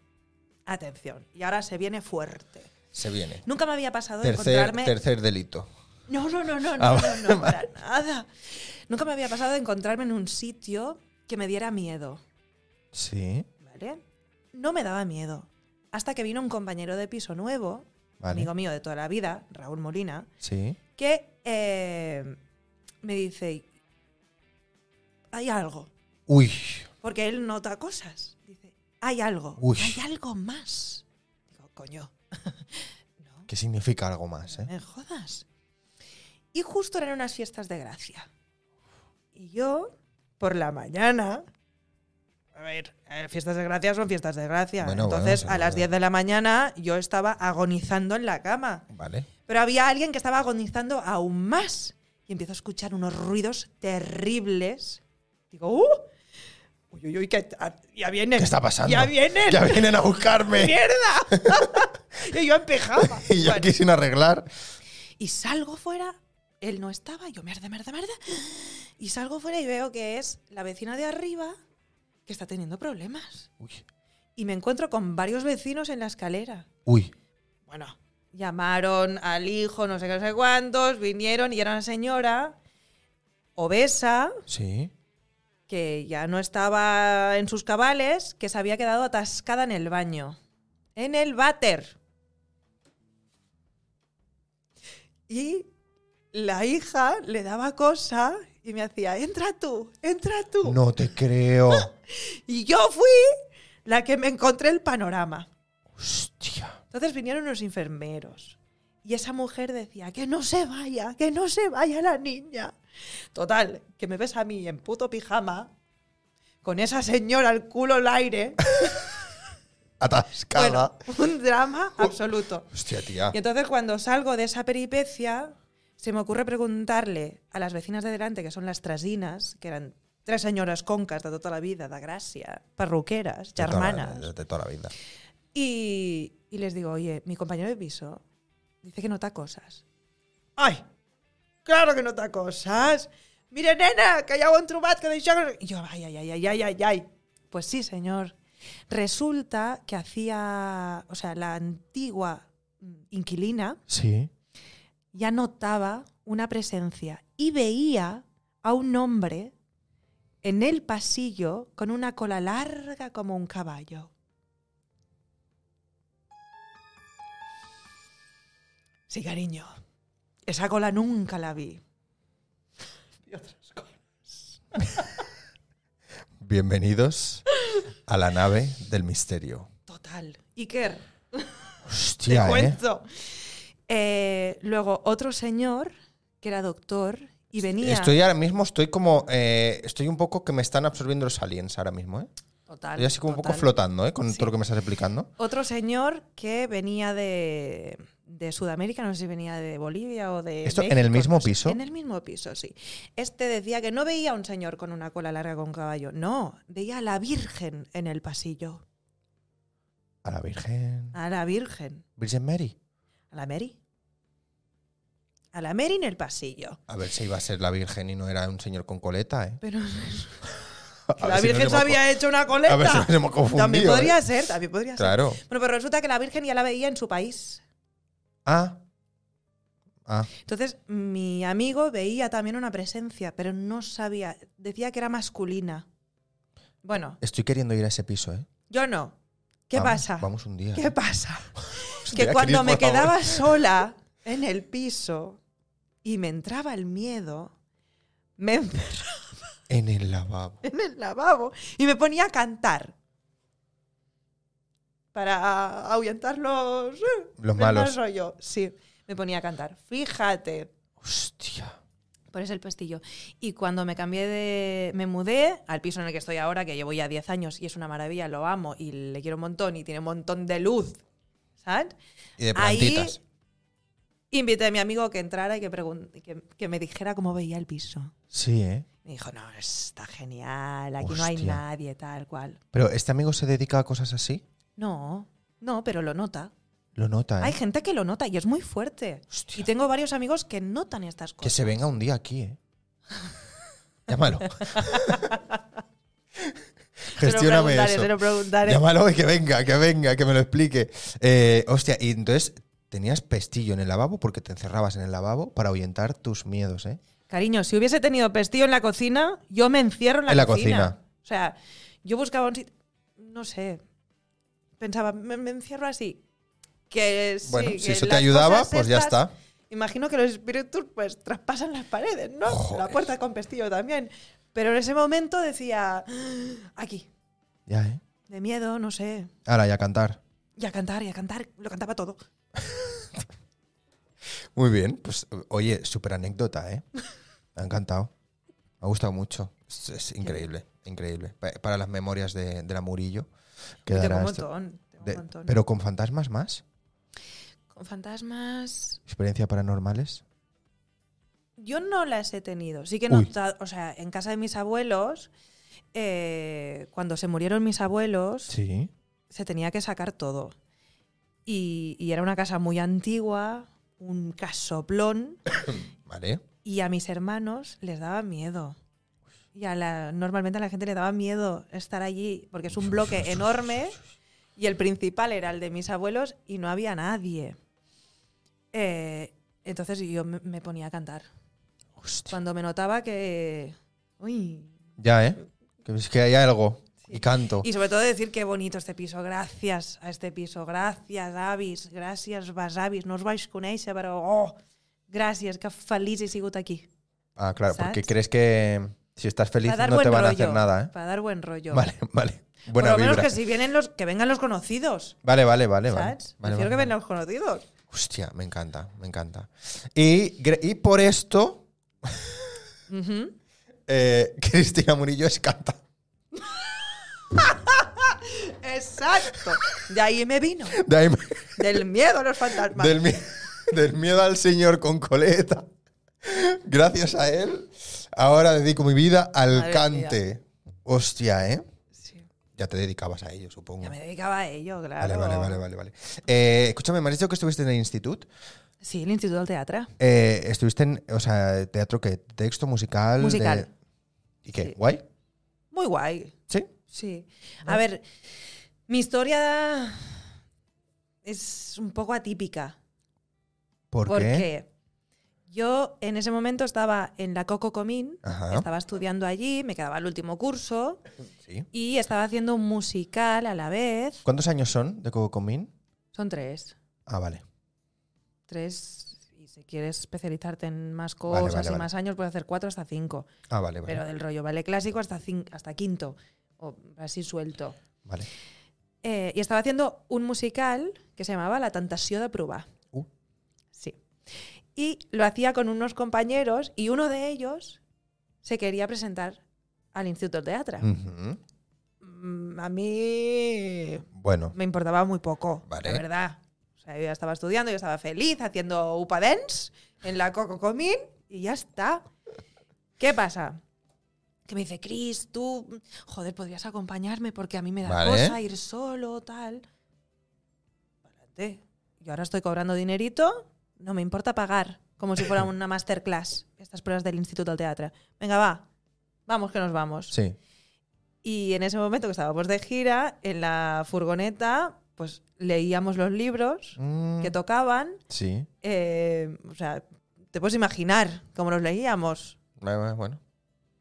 [SPEAKER 2] atención, y ahora se viene fuerte.
[SPEAKER 1] se viene.
[SPEAKER 2] Nunca me había pasado de
[SPEAKER 1] Tercer,
[SPEAKER 2] encontrarme.
[SPEAKER 1] tercer delito.
[SPEAKER 2] No, no, no, no, no,
[SPEAKER 1] Ah,
[SPEAKER 2] no,
[SPEAKER 1] *laughs*
[SPEAKER 2] no, para nada. Nunca me había pasado de encontrarme en un sitio que me diera miedo.
[SPEAKER 1] Sí.
[SPEAKER 2] ¿vale? No me daba miedo. Hasta que vino un compañero de piso nuevo,
[SPEAKER 1] Vale.
[SPEAKER 2] amigo mío de toda la vida, Raúl Molina,
[SPEAKER 1] Sí.
[SPEAKER 2] que eh, me dice, hay algo,
[SPEAKER 1] Uy.
[SPEAKER 2] porque él nota cosas. Dice, hay algo,
[SPEAKER 1] Uy.
[SPEAKER 2] hay algo más. Digo, coño, no,
[SPEAKER 1] Que significa algo más, ¿eh?
[SPEAKER 2] me jodas. Y justo eran unas fiestas de gracia. Y yo, por la mañana... A ver, eh, fiestas de gracia son fiestas de gracia.
[SPEAKER 1] Bueno, bueno,
[SPEAKER 2] Entonces,
[SPEAKER 1] sí,
[SPEAKER 2] a las
[SPEAKER 1] bueno.
[SPEAKER 2] 10 de la mañana yo estaba agonizando en la cama.
[SPEAKER 1] Vale.
[SPEAKER 2] Pero había alguien que estaba agonizando aún más. Y empiezo a escuchar unos ruidos terribles. Digo, ¡uh! ¡Uy, uy, uy! Que, ah, ¡Ya vienen!
[SPEAKER 1] ¿Qué está pasando?
[SPEAKER 2] ¡Ya vienen!
[SPEAKER 1] Ya vienen a *laughs* buscarme.
[SPEAKER 2] ¡Mierda!
[SPEAKER 1] *laughs*
[SPEAKER 2] *laughs* y yo en pijama.
[SPEAKER 1] Y yo
[SPEAKER 2] Bueno,
[SPEAKER 1] aquí sin arreglar.
[SPEAKER 2] y salgo fuera. Él no estaba. Yo, mierda, mierda, mierda. Y salgo fuera y veo que es la vecina de arriba que está teniendo problemas.
[SPEAKER 1] Uy.
[SPEAKER 2] Y me encuentro con varios vecinos en la escalera.
[SPEAKER 1] Uy.
[SPEAKER 2] bueno, llamaron al hijo, no sé qué, no sé cuántos, vinieron y era una señora obesa
[SPEAKER 1] Sí.
[SPEAKER 2] que ya no estaba en sus cabales, que se había quedado atascada en el baño, en el váter. Y la hija le daba cosa y me hacía, entra tú, entra tú.
[SPEAKER 1] No te creo.
[SPEAKER 2] Uh. Y yo fui la que me encontré el panorama.
[SPEAKER 1] Hostia.
[SPEAKER 2] Entonces vinieron unos enfermeros y esa mujer decía, que no se vaya, que no se vaya la niña. Total, que me ves a mí en puto pijama, con esa señora al culo al aire.
[SPEAKER 1] Atascada.
[SPEAKER 2] Bueno, un drama absoluto.
[SPEAKER 1] Hostia, tía.
[SPEAKER 2] Y entonces cuando salgo de esa peripecia, se me ocurre preguntarle a las vecinas de delante, que son las trasinas, que eran tres senyores conques de tota la vida, de Gràcia, perruqueres, germanes.
[SPEAKER 1] De toda la, de toda la vida.
[SPEAKER 2] Y, y les digo, oye, mi compañero de piso dice que nota cosas. ¡Ay! ¡Claro que nota cosas! ¡Mire, nena, que ja ho han trobat, que d'això... que no-". I jo, ai, ai, ai, ai, ai, ai, ai. Pues sí, señor. Resulta que hacía, o sea, la antigua inquilina
[SPEAKER 3] Sí.
[SPEAKER 2] ya notaba una presencia y veía a un hombre en el pasillo con una cola larga como un caballo. Sí, cariño. Esa cola nunca la vi.
[SPEAKER 1] Bienvenidos a la nave del misterio.
[SPEAKER 2] Total. Iker, te
[SPEAKER 1] Hostia, ¿eh?
[SPEAKER 2] cuento. Eh, luego otro señor que era doctor y venía.
[SPEAKER 1] Estoy ahora mismo, estoy como. eh, estoy un poco que me están absorbiendo los aliens ahora mismo, ¿eh?
[SPEAKER 2] Total,
[SPEAKER 1] Estoy así como un poco
[SPEAKER 2] total.
[SPEAKER 1] flotando, ¿eh? Con
[SPEAKER 2] Sí.
[SPEAKER 1] todo lo que me estás explicando.
[SPEAKER 2] Otro señor que venía de, de Sudamérica, no sé si venía de Bolivia o de.
[SPEAKER 1] ¿Esto en
[SPEAKER 2] México,
[SPEAKER 1] el mismo
[SPEAKER 2] no sé.
[SPEAKER 1] piso?
[SPEAKER 2] En el mismo piso, sí. Este decía que no veía a un señor con una cola larga con caballo. No, veía a la Virgen en el pasillo.
[SPEAKER 1] A la Virgen.
[SPEAKER 2] A la Virgen.
[SPEAKER 1] Virgen Mary.
[SPEAKER 2] A la Mary. A la Mary en el pasillo.
[SPEAKER 1] A ver si iba a ser la Virgen y no era un señor con coleta, ¿eh?
[SPEAKER 2] *laughs* Pero
[SPEAKER 1] A ver
[SPEAKER 2] la
[SPEAKER 1] si nos
[SPEAKER 2] Virgen se
[SPEAKER 1] hemos
[SPEAKER 2] había hecho una coleta.
[SPEAKER 1] A ver si nos hemos confundido.
[SPEAKER 2] También
[SPEAKER 1] ¿eh?
[SPEAKER 2] podría ser, también podría ser.
[SPEAKER 1] Claro.
[SPEAKER 2] Bueno, pero resulta que la Virgen ya la veía en su país.
[SPEAKER 1] Ah. Ah.
[SPEAKER 2] Entonces, mi amigo veía también una presencia, pero no sabía. Decía que era masculina. Bueno,
[SPEAKER 1] Estoy queriendo ir a ese piso, ¿eh?
[SPEAKER 2] yo no. ¿Qué
[SPEAKER 1] Vamos-
[SPEAKER 2] pasa?
[SPEAKER 1] Vamos un día.
[SPEAKER 2] ¿Qué
[SPEAKER 1] *laughs*
[SPEAKER 2] pasa?
[SPEAKER 1] Hostia,
[SPEAKER 2] Que cuando
[SPEAKER 1] Cris,
[SPEAKER 2] me
[SPEAKER 1] por favor.
[SPEAKER 2] quedaba sola en el piso y me entraba el miedo, me *laughs* encerraba
[SPEAKER 1] En el lavabo.
[SPEAKER 2] en el lavabo y me ponía a cantar. Para ahuyentar los,
[SPEAKER 1] Los
[SPEAKER 2] el mal
[SPEAKER 1] malos.
[SPEAKER 2] rollo. Sí, me ponía a cantar. Fíjate.
[SPEAKER 1] Hostia.
[SPEAKER 2] Pones el pestillo. Y cuando me cambié de. Me mudé al piso en el que estoy ahora, que llevo ya 10 años y es una maravilla, lo amo y le quiero un montón y tiene un montón de luz. ¿Sabes?
[SPEAKER 1] Y de
[SPEAKER 2] Ahí-
[SPEAKER 1] plantitas.
[SPEAKER 2] Invité a mi amigo que entrara y que, pregun- que, que me dijera cómo veía el piso.
[SPEAKER 1] Sí, ¿eh?
[SPEAKER 2] Me dijo, no, está genial, aquí no hay
[SPEAKER 1] Hostia.
[SPEAKER 2] nadie, tal cual.
[SPEAKER 1] Pero este amigo se dedica a cosas así.
[SPEAKER 2] No, no, pero lo nota.
[SPEAKER 1] Lo nota,
[SPEAKER 2] Hay
[SPEAKER 1] ¿eh?
[SPEAKER 2] gente que lo nota y es muy fuerte.
[SPEAKER 1] Hostia.
[SPEAKER 2] Y tengo varios amigos que notan estas
[SPEAKER 1] Que
[SPEAKER 2] cosas.
[SPEAKER 1] se venga un día aquí, ¿eh?
[SPEAKER 2] *laughs*
[SPEAKER 1] Llámalo.
[SPEAKER 2] Se lo
[SPEAKER 1] *laughs* Gestióname
[SPEAKER 2] preguntaré,
[SPEAKER 1] eso.
[SPEAKER 2] se lo preguntaré.
[SPEAKER 1] Llámalo y que venga, que venga, que me lo explique. Eh, hostia, y entonces tenías pestillo en el lavabo porque te encerrabas en el lavabo para ahuyentar tus miedos, ¿eh?
[SPEAKER 2] Cariño, si hubiese tenido pestillo en la cocina, yo me encierro en la,
[SPEAKER 1] En la
[SPEAKER 2] cocina.
[SPEAKER 1] cocina.
[SPEAKER 2] O sea, yo buscaba un sitio. No sé. Pensaba, me, me encierro así. Que sí,
[SPEAKER 1] bueno,
[SPEAKER 2] que
[SPEAKER 1] si eso te
[SPEAKER 2] las
[SPEAKER 1] ayudaba,
[SPEAKER 2] cosas
[SPEAKER 1] pues ya
[SPEAKER 2] estas-
[SPEAKER 1] está.
[SPEAKER 2] Imagino que los espíritus pues traspasan las paredes, ¿no?
[SPEAKER 1] Joder.
[SPEAKER 2] La puerta con pestillo también. Pero en ese momento decía, "Ah, aquí,
[SPEAKER 1] Ya, ¿eh?
[SPEAKER 2] de miedo, no sé.
[SPEAKER 1] Ahora ya cantar.
[SPEAKER 2] Y a cantar, y a cantar, lo cantaba todo.
[SPEAKER 1] Muy bien, pues oye, súper anécdota, ¿eh? Me ha encantado. Me ha gustado mucho. Es, es increíble, increíble. Pa- Para las memorias de, de la Murillo.
[SPEAKER 2] tengo
[SPEAKER 1] Quedará
[SPEAKER 2] un
[SPEAKER 1] esto.
[SPEAKER 2] montón, tengo
[SPEAKER 1] De-
[SPEAKER 2] un montón.
[SPEAKER 1] pero con fantasmas más.
[SPEAKER 2] Con fantasmas,
[SPEAKER 1] Experiencia paranormales.
[SPEAKER 2] Yo no las he tenido. Sí que he
[SPEAKER 1] Uy.
[SPEAKER 2] notado, o sea, en casa de mis abuelos, eh, cuando se murieron mis abuelos,
[SPEAKER 1] Sí.
[SPEAKER 2] se tenía que sacar todo. Y, y era una casa muy antigua, un casoplón,
[SPEAKER 1] Vale.
[SPEAKER 2] y a mis hermanos les daba miedo. Y a la, normalmente a la gente le daba miedo estar allí, porque es un
[SPEAKER 1] *laughs*
[SPEAKER 2] bloque enorme, y el principal era el de mis abuelos, y no había nadie. Eh, entonces yo me- me ponía a cantar
[SPEAKER 1] Hostia.
[SPEAKER 2] cuando me notaba que. Uy.
[SPEAKER 1] Ya, ¿eh? Que es que hay algo. Y canto.
[SPEAKER 2] Y sobre todo decir qué bonito este piso, gracias a este piso, gracias Avis, gràcies Basavis, no us vaig conèixer, però oh, gràcies, que feliç he sigut aquí.
[SPEAKER 1] Ah, claro, porque
[SPEAKER 2] ¿Sabes?
[SPEAKER 1] crees que si estás feliz
[SPEAKER 2] Para dar
[SPEAKER 1] no
[SPEAKER 2] buen
[SPEAKER 1] te van a
[SPEAKER 2] rollo,
[SPEAKER 1] hacer nada, ¿eh?
[SPEAKER 2] Para dar buen rollo.
[SPEAKER 1] Vale, vale.
[SPEAKER 2] Por
[SPEAKER 1] Buena
[SPEAKER 2] lo menos
[SPEAKER 1] vibra.
[SPEAKER 2] que si vienen los, que vengan los conocidos,
[SPEAKER 1] Vale, vale, vale. vale.
[SPEAKER 2] ¿sabes?
[SPEAKER 1] Vale, vale,
[SPEAKER 2] Prefiero que
[SPEAKER 1] vale.
[SPEAKER 2] vengan los conocidos.
[SPEAKER 1] Hostia, me encanta, me encanta. Y, gre- y por esto,
[SPEAKER 2] Ujú.
[SPEAKER 1] eh, *laughs* Cristina Murillo es canta.
[SPEAKER 2] Exacto. De ahí me vino.
[SPEAKER 1] De ahí me-
[SPEAKER 2] Del miedo a los fantasmas.
[SPEAKER 1] del, mi- del miedo al señor con coleta. Gracias a él Ahora dedico mi vida al
[SPEAKER 2] Madre
[SPEAKER 1] cante. Hostia, ¿eh?
[SPEAKER 2] Sí.
[SPEAKER 1] Ya te dedicabas a ello, supongo.
[SPEAKER 2] Ya me dedicaba a ello, claro.
[SPEAKER 1] Vale, vale, vale, vale. vale. Eh, escúchame, me has dicho que estuviste en el instituto.
[SPEAKER 2] Sí, el Instituto del Teatro.
[SPEAKER 1] Eh, estuviste en, o sea, teatro que texto musical. de-
[SPEAKER 2] Musical.
[SPEAKER 1] ¿Y qué?
[SPEAKER 2] Sí.
[SPEAKER 1] ¿Guay?
[SPEAKER 2] Muy guay.
[SPEAKER 1] ¿Sí?
[SPEAKER 2] Sí. A ver, mi historia es un poco atípica.
[SPEAKER 1] ¿Por,
[SPEAKER 2] porque
[SPEAKER 1] qué?
[SPEAKER 2] yo en ese momento estaba en la Coco Comín,
[SPEAKER 1] Ajá.
[SPEAKER 2] estaba estudiando allí, me quedaba el último curso
[SPEAKER 1] Sí.
[SPEAKER 2] y estaba haciendo un musical a la vez.
[SPEAKER 1] ¿Cuántos años son de Coco Comín?
[SPEAKER 2] Son tres.
[SPEAKER 1] Ah, vale.
[SPEAKER 2] Tres. Y si quieres especializarte en más
[SPEAKER 1] Vale,
[SPEAKER 2] cosas
[SPEAKER 1] vale,
[SPEAKER 2] y
[SPEAKER 1] vale.
[SPEAKER 2] más años, puedes hacer cuatro hasta cinco.
[SPEAKER 1] Ah, vale, vale.
[SPEAKER 2] Pero del rollo vale clásico hasta, cin- hasta quinto. O así suelto.
[SPEAKER 1] vale.
[SPEAKER 2] Eh, y estaba haciendo un musical que se llamaba La Tentació de Probar.
[SPEAKER 1] Uh.
[SPEAKER 2] Sí. Y lo hacía con unos compañeros y uno de ellos se quería presentar al Instituto de Teatro.
[SPEAKER 1] Ujú.
[SPEAKER 2] Mm, A mí
[SPEAKER 1] Bueno,
[SPEAKER 2] me importaba muy poco,
[SPEAKER 1] Vale.
[SPEAKER 2] la verdad. O sea, yo ya estaba estudiando, yo estaba feliz haciendo UPA Dance en la Coco Comín y ya está. ¿Qué pasa? Que me dice, Cris, tú, joder, podrías acompañarme porque a mí me da
[SPEAKER 1] Vale.
[SPEAKER 2] cosa ir solo, tal. Párate. Yo ahora estoy cobrando dinerito, no me importa pagar, como si
[SPEAKER 1] *coughs*
[SPEAKER 2] fuera una masterclass, estas pruebas del Instituto del Teatro. Venga, va, vamos que nos vamos.
[SPEAKER 1] sí.
[SPEAKER 2] Y en ese momento que estábamos de gira, en la furgoneta, pues leíamos los libros
[SPEAKER 1] Mm,
[SPEAKER 2] que tocaban.
[SPEAKER 1] sí.
[SPEAKER 2] eh, o sea, te puedes imaginar cómo los leíamos.
[SPEAKER 1] Vale, vale, Bueno.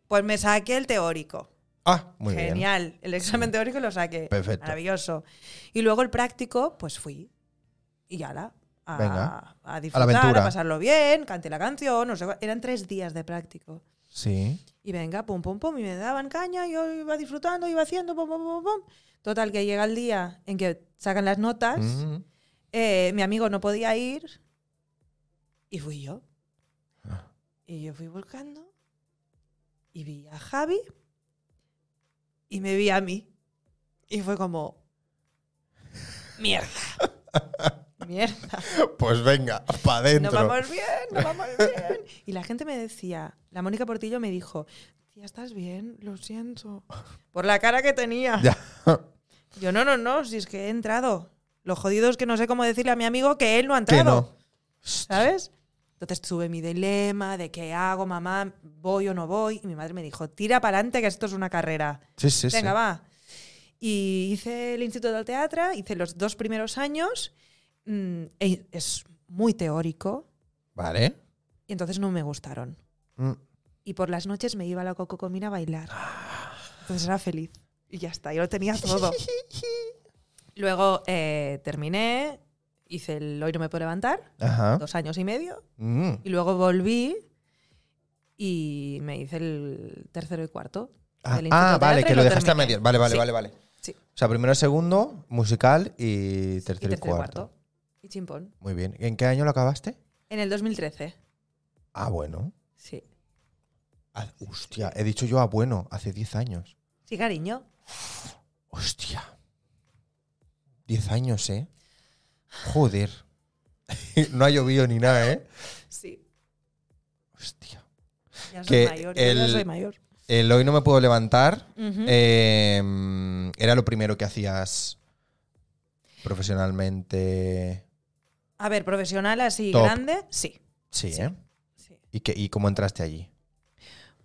[SPEAKER 2] Pues me saqué el teórico.
[SPEAKER 1] Ah, muy bien.
[SPEAKER 2] Genial. El examen teórico lo saqué.
[SPEAKER 1] Perfecto.
[SPEAKER 2] Maravilloso. Y luego el práctico, pues fui. Y ya la.
[SPEAKER 1] Venga.
[SPEAKER 2] A, a disfrutar, a,
[SPEAKER 1] aventura.
[SPEAKER 2] pasarlo bien, canté la canción. No sé, cuál. eran tres días de práctico.
[SPEAKER 1] Sí.
[SPEAKER 2] Y venga, pum, pum, pum, y me daban caña, yo iba disfrutando, iba haciendo, pum, pum, pum, pum. Total, que llega el día en que sacan las notas,
[SPEAKER 1] Mm.
[SPEAKER 2] eh, mi amigo no podía ir y fui yo. Y yo fui buscando y vi a Javi y me vi a mí. Y fue como, mierda. mierda.
[SPEAKER 1] Pues venga, para
[SPEAKER 2] No
[SPEAKER 1] adentro.
[SPEAKER 2] vamos bien, no vamos bien. Y la gente me decía, la Mónica Portillo me dijo, tía, ¿estás bien? Lo siento. Por la cara que tenía.
[SPEAKER 1] Ya.
[SPEAKER 2] Yo, no, no, no, si es que he entrado. Lo jodido es que no sé cómo decirle a mi amigo que él no ha
[SPEAKER 1] que
[SPEAKER 2] entrado.
[SPEAKER 1] no.
[SPEAKER 2] ¿Sabes? Entonces tuve mi dilema de qué hago, mamá, voy o no voy. Y mi madre me dijo, tira para adelante que esto es una carrera.
[SPEAKER 1] Sí, sí, sí.
[SPEAKER 2] Venga, va. Y hice el Instituto del Teatro, hice los dos primeros años. mm, e- es muy teórico,
[SPEAKER 1] Vale.
[SPEAKER 2] y entonces no me gustaron.
[SPEAKER 1] Mm.
[SPEAKER 2] Y por las noches me iba a la Coco Comina a bailar. Entonces era feliz. Y ya está, yo lo tenía todo. *laughs* Luego eh, terminé, hice el Hoy no me puedo levantar,
[SPEAKER 1] Ajá.
[SPEAKER 2] dos años y medio.
[SPEAKER 1] Mm.
[SPEAKER 2] Y luego volví y me hice el tercero y cuarto.
[SPEAKER 1] Ah,
[SPEAKER 2] del
[SPEAKER 1] ah,
[SPEAKER 2] Instituto
[SPEAKER 1] vale,
[SPEAKER 2] Teatro
[SPEAKER 1] que
[SPEAKER 2] y
[SPEAKER 1] lo dejaste a
[SPEAKER 2] terminé.
[SPEAKER 1] medias. Vale, vale,
[SPEAKER 2] Sí,
[SPEAKER 1] vale, vale.
[SPEAKER 2] Sí,
[SPEAKER 1] O sea, primero, segundo, musical y
[SPEAKER 2] y
[SPEAKER 1] tercero y,
[SPEAKER 2] tercero
[SPEAKER 1] cuarto.
[SPEAKER 2] Y chimpón.
[SPEAKER 1] Muy bien. ¿En qué año lo acabaste?
[SPEAKER 2] En el 2013.
[SPEAKER 1] Ah, bueno.
[SPEAKER 2] Sí.
[SPEAKER 1] Ah, hostia, he dicho yo ah, bueno, hace 10 años.
[SPEAKER 2] Sí, cariño.
[SPEAKER 1] Hostia. 10 años, ¿eh? Joder. *laughs* no ha llovido ni nada, ¿eh?
[SPEAKER 2] Sí.
[SPEAKER 1] Hostia.
[SPEAKER 2] Ya soy
[SPEAKER 1] Que
[SPEAKER 2] mayor. yo ya
[SPEAKER 1] el-
[SPEAKER 2] soy mayor.
[SPEAKER 1] El hoy no me puedo levantar.
[SPEAKER 2] Ujú.
[SPEAKER 1] eh, era lo primero que hacías profesionalmente.
[SPEAKER 2] A ver, profesional así
[SPEAKER 1] Top.
[SPEAKER 2] grande, sí.
[SPEAKER 1] Sí,
[SPEAKER 2] Sí.
[SPEAKER 1] ¿eh?
[SPEAKER 2] sí.
[SPEAKER 1] ¿Y, qué- ¿Y cómo entraste allí?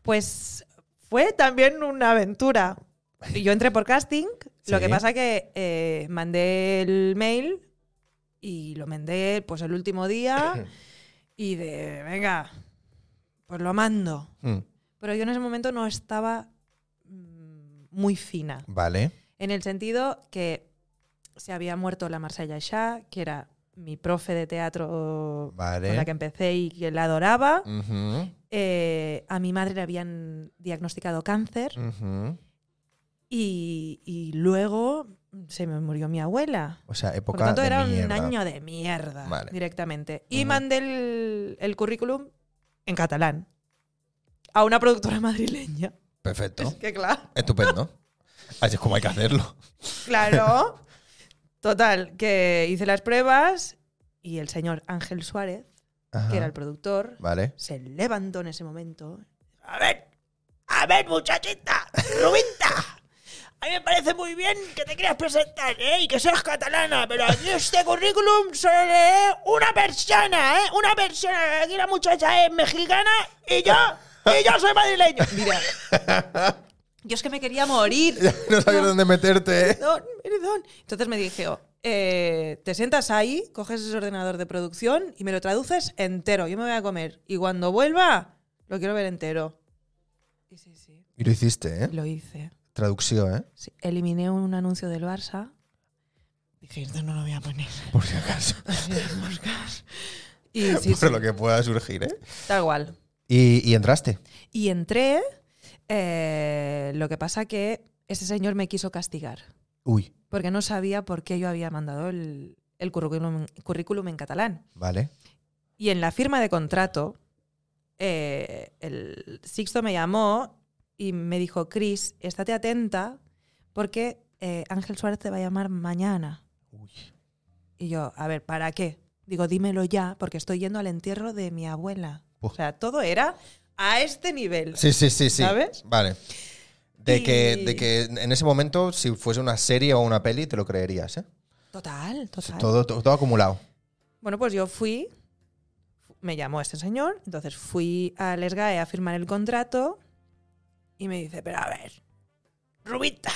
[SPEAKER 2] Pues fue también una aventura. Yo entré por casting, lo
[SPEAKER 1] Sí.
[SPEAKER 2] que pasa que eh, mandé el mail y lo mandé pues el último día y de, venga, pues lo mando.
[SPEAKER 1] Mm,
[SPEAKER 2] Pero yo en ese momento no estaba mm, muy fina,
[SPEAKER 1] Vale.
[SPEAKER 2] en el sentido que se había muerto la Marsella Shah, que era mi profe de teatro con la
[SPEAKER 1] Vale.
[SPEAKER 2] que empecé y que la adoraba.
[SPEAKER 1] Ujú,
[SPEAKER 2] Eh, a mi madre le habían diagnosticado cáncer
[SPEAKER 1] Mm. ujú.
[SPEAKER 2] y, y luego se me murió mi abuela.
[SPEAKER 1] O sea,
[SPEAKER 2] Por
[SPEAKER 1] época
[SPEAKER 2] lo tanto,
[SPEAKER 1] de
[SPEAKER 2] era un
[SPEAKER 1] mierda.
[SPEAKER 2] año de mierda
[SPEAKER 1] Vale.
[SPEAKER 2] directamente. Y
[SPEAKER 1] Ujú.
[SPEAKER 2] mandé el, el currículum en catalán a una productora *laughs* madrileña.
[SPEAKER 1] Perfecto.
[SPEAKER 2] Es que claro,
[SPEAKER 1] Estupendo. Así es como hay que hacerlo. *laughs*
[SPEAKER 2] claro. Total, que hice las pruebas y el señor Ángel Suárez,
[SPEAKER 1] Ajá.
[SPEAKER 2] que era el productor,
[SPEAKER 1] Vale. *laughs*
[SPEAKER 2] se levantó en ese momento.
[SPEAKER 3] A ver, a ver, muchachita, Rubinta. A mí me parece muy bien que te quieras presentar, ¿eh? Y que seas catalana, pero aquí este currículum se lee una persona, ¿eh? Una persona. Aquí la muchacha es mexicana y yo, y yo soy madrileño. Mira.
[SPEAKER 2] Yo es que me quería morir.
[SPEAKER 1] no sabías dónde meterte, ¿eh?
[SPEAKER 2] Perdón, perdón. Entonces me dije, oh, eh, te sientas ahí, coges ese ordenador de producción y me lo traduces entero. Yo me voy a comer. Y cuando vuelva, lo quiero ver entero. Y sí, sí.
[SPEAKER 1] Y lo hiciste, ¿eh?
[SPEAKER 2] Lo hice.
[SPEAKER 1] Traducción, ¿eh? *laughs*
[SPEAKER 2] Sí, eliminé un anuncio del Barça. Dije, esto no lo voy a poner. *laughs*
[SPEAKER 1] Por si acaso.
[SPEAKER 2] Y sí, sí,
[SPEAKER 1] Por lo que pueda surgir, ¿eh?
[SPEAKER 2] tal cual.
[SPEAKER 1] Y, y entraste.
[SPEAKER 2] Y entré. eh, lo que pasa que ese señor me quiso castigar.
[SPEAKER 1] Uy,
[SPEAKER 2] Porque no sabía por qué yo había mandado el, el currículum, currículum en catalán.
[SPEAKER 1] vale.
[SPEAKER 2] Y en la firma de contrato, eh, el Sixto me llamó y me dijo, Cris, estate atenta porque eh, Ángel Suárez te va a llamar mañana.
[SPEAKER 1] Uy.
[SPEAKER 2] Y yo, a ver, ¿para qué? Digo, dímelo ya porque estoy yendo al entierro de mi abuela.
[SPEAKER 1] Buah.
[SPEAKER 2] O sea, todo era a este nivel.
[SPEAKER 1] Sí, sí, sí, sí.
[SPEAKER 2] ¿Sabes?
[SPEAKER 1] Vale. De,
[SPEAKER 2] Y-
[SPEAKER 1] que, de que en ese momento, si fuese una serie o una peli, te lo creerías, ¿eh?
[SPEAKER 2] Total, total.
[SPEAKER 1] Todo, todo, todo acumulado.
[SPEAKER 2] Bueno, pues yo fui, me llamó este señor, entonces fui al ESGAE a firmar el contrato y me dice, pero a ver,
[SPEAKER 3] Rubita.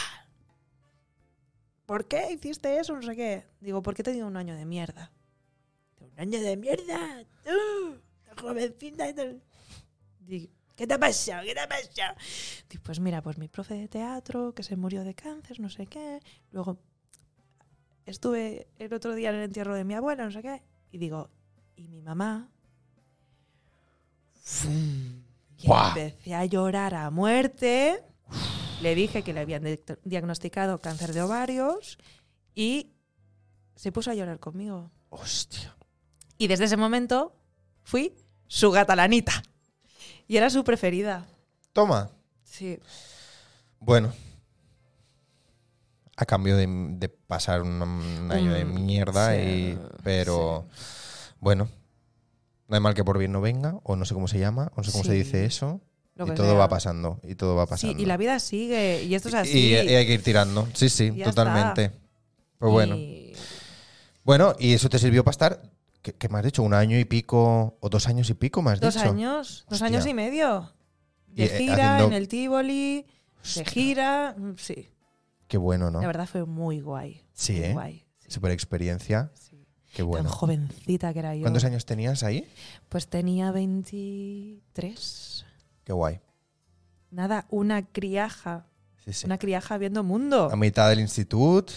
[SPEAKER 2] ¿por qué hiciste eso? No sé qué. Digo, ¿por qué te dio un año de mierda?
[SPEAKER 3] Un año de mierda. Tú, la jovencita. y tal. ¿Qué te ha pasado? ¿Qué te ha pasado?
[SPEAKER 2] Digo, pues mira, pues mi profe de teatro que se murió de cáncer, no sé qué. Luego estuve el otro día en el entierro de mi abuela, no sé qué. Y digo, ¿y mi mamá? Y
[SPEAKER 1] Guau.
[SPEAKER 2] empecé a llorar a muerte. Le dije que le habían di- diagnosticado cáncer de ovarios y se puso a llorar conmigo.
[SPEAKER 1] Hostia.
[SPEAKER 2] Y desde ese momento fui su gatalanita. Y era su preferida.
[SPEAKER 1] Toma.
[SPEAKER 2] Sí.
[SPEAKER 1] Bueno. A cambio de, de pasar un, un año de
[SPEAKER 2] Mm,
[SPEAKER 1] mierda,
[SPEAKER 2] sí,
[SPEAKER 1] y, pero bueno, no hay mal que por bien no venga, o no sé cómo se llama, o no sé cómo se
[SPEAKER 2] Sí.
[SPEAKER 1] dice eso,
[SPEAKER 2] Lo
[SPEAKER 1] y
[SPEAKER 2] que
[SPEAKER 1] todo
[SPEAKER 2] sea.
[SPEAKER 1] va pasando, y todo va
[SPEAKER 2] Sí,
[SPEAKER 1] pasando.
[SPEAKER 2] y la vida sigue, y esto es así.
[SPEAKER 1] Y- y hay que ir tirando, sí, sí,
[SPEAKER 2] Ya
[SPEAKER 1] totalmente. Pues bueno.
[SPEAKER 2] Y-
[SPEAKER 1] Bueno, y eso te sirvió para estar, ¿qué, qué me has dicho? ¿Un año y pico, o dos años y pico, me has
[SPEAKER 2] Dos
[SPEAKER 1] dicho?
[SPEAKER 2] años, dos
[SPEAKER 1] Hostia.
[SPEAKER 2] años y medio. De
[SPEAKER 1] Y, eh,
[SPEAKER 2] gira
[SPEAKER 1] haciendo-
[SPEAKER 2] en el Tivoli,
[SPEAKER 1] Hostia,
[SPEAKER 2] de gira, mm, sí.
[SPEAKER 1] Qué bueno, ¿no?
[SPEAKER 2] La verdad fue muy guay.
[SPEAKER 1] Sí,
[SPEAKER 2] muy
[SPEAKER 1] ¿eh?
[SPEAKER 2] guay, sí,
[SPEAKER 1] Super experiencia,
[SPEAKER 2] sí.
[SPEAKER 1] qué
[SPEAKER 2] Tan
[SPEAKER 1] bueno.
[SPEAKER 2] jovencita que era yo.
[SPEAKER 1] ¿Cuántos años tenías ahí?
[SPEAKER 2] Pues tenía 23.
[SPEAKER 1] Qué guay.
[SPEAKER 2] Nada, una criaja.
[SPEAKER 1] Sí, sí.
[SPEAKER 2] Una criaja viendo mundo.
[SPEAKER 1] a mitad del instituto.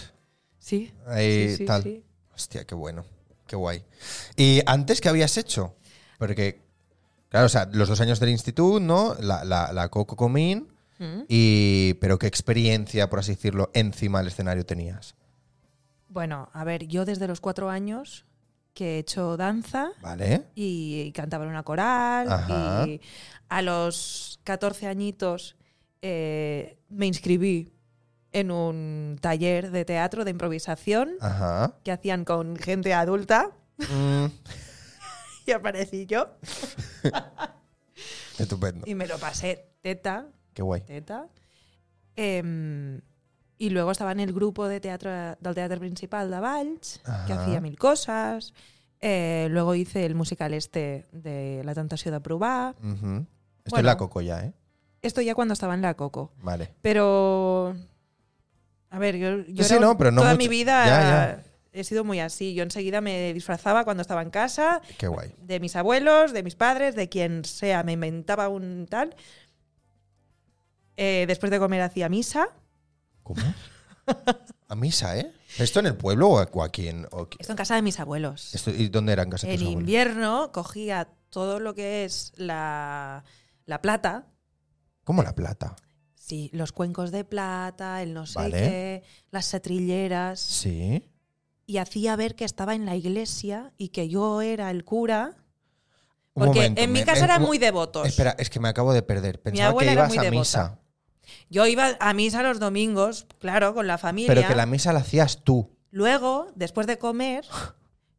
[SPEAKER 2] Sí.
[SPEAKER 1] Ahí,
[SPEAKER 2] Oh. sí, sí,
[SPEAKER 1] Eh, tal.
[SPEAKER 2] sí.
[SPEAKER 1] Hostia, qué bueno, qué guay. ¿Y antes qué habías hecho? Porque, claro, o sea, los dos años del instituto, ¿no? La, la, la Coco Comín,
[SPEAKER 2] Mm.
[SPEAKER 1] y, pero qué experiencia, por así decirlo, encima del escenario tenías.
[SPEAKER 2] Bueno, a ver, yo desde los cuatro años que he hecho danza.
[SPEAKER 1] ¿Vale?
[SPEAKER 2] y cantaba en una coral.
[SPEAKER 1] Ajá.
[SPEAKER 2] Y a los 14 añitos eh, me inscribí en un taller de teatro de improvisación
[SPEAKER 1] Ajá.
[SPEAKER 2] que hacían con gente adulta *laughs*
[SPEAKER 1] Mm,
[SPEAKER 2] y aparecí yo
[SPEAKER 1] estupendo.
[SPEAKER 2] y me lo pasé teta,
[SPEAKER 1] Qué guay.
[SPEAKER 2] teta. Em, y luego estaba en el grupo de teatro del Teatre Principal de Valls, que
[SPEAKER 1] Ajá.
[SPEAKER 2] hacía mil cosas. Eh, luego hice el musical este de La tentació de probar.
[SPEAKER 1] Ujú. Esto es
[SPEAKER 2] Bueno.
[SPEAKER 1] la Coco ya, ¿eh?
[SPEAKER 2] Esto ya cuando estaba en la Coco.
[SPEAKER 1] Vale.
[SPEAKER 2] Pero. A ver, yo, yo
[SPEAKER 1] Sí,
[SPEAKER 2] era-
[SPEAKER 1] no, pero no
[SPEAKER 2] toda
[SPEAKER 1] mucho.
[SPEAKER 2] mi vida
[SPEAKER 1] Ya,
[SPEAKER 2] he sido muy así. Yo enseguida me disfrazaba cuando estaba en casa,
[SPEAKER 1] Qué guay.
[SPEAKER 2] de mis abuelos, de mis padres, de quien sea. Me inventaba un tal. Eh, después de comer hacía misa.
[SPEAKER 1] ¿Cómo? *laughs* A misa, ¿eh? ¿Esto en el pueblo o o aquí en.? o aquí?
[SPEAKER 2] Esto en casa de mis abuelos.
[SPEAKER 1] Esto- ¿Y dónde era en casa de
[SPEAKER 2] en
[SPEAKER 1] tus abuelos?
[SPEAKER 2] invierno cogía todo lo que es la, la plata.
[SPEAKER 1] ¿Cómo la plata?
[SPEAKER 2] Sí, los cuencos de plata, el no sé
[SPEAKER 1] Vale.
[SPEAKER 2] qué, las setrilleras.
[SPEAKER 1] Sí.
[SPEAKER 2] y hacía ver que estaba en la iglesia y que yo era el cura.
[SPEAKER 1] Un
[SPEAKER 2] Porque
[SPEAKER 1] momento,
[SPEAKER 2] en mi
[SPEAKER 1] me-
[SPEAKER 2] casa
[SPEAKER 1] me-
[SPEAKER 2] eran
[SPEAKER 1] un-
[SPEAKER 2] muy devotos.
[SPEAKER 1] Espera, es que me acabo de perder. Pensaba que
[SPEAKER 2] abuela era
[SPEAKER 1] ibas
[SPEAKER 2] muy
[SPEAKER 1] a
[SPEAKER 2] devota.
[SPEAKER 1] misa.
[SPEAKER 2] Yo iba a misa los domingos, claro, con la familia.
[SPEAKER 1] Pero que la misa
[SPEAKER 2] *laughs*
[SPEAKER 1] la hacías tú.
[SPEAKER 2] Luego, después de comer,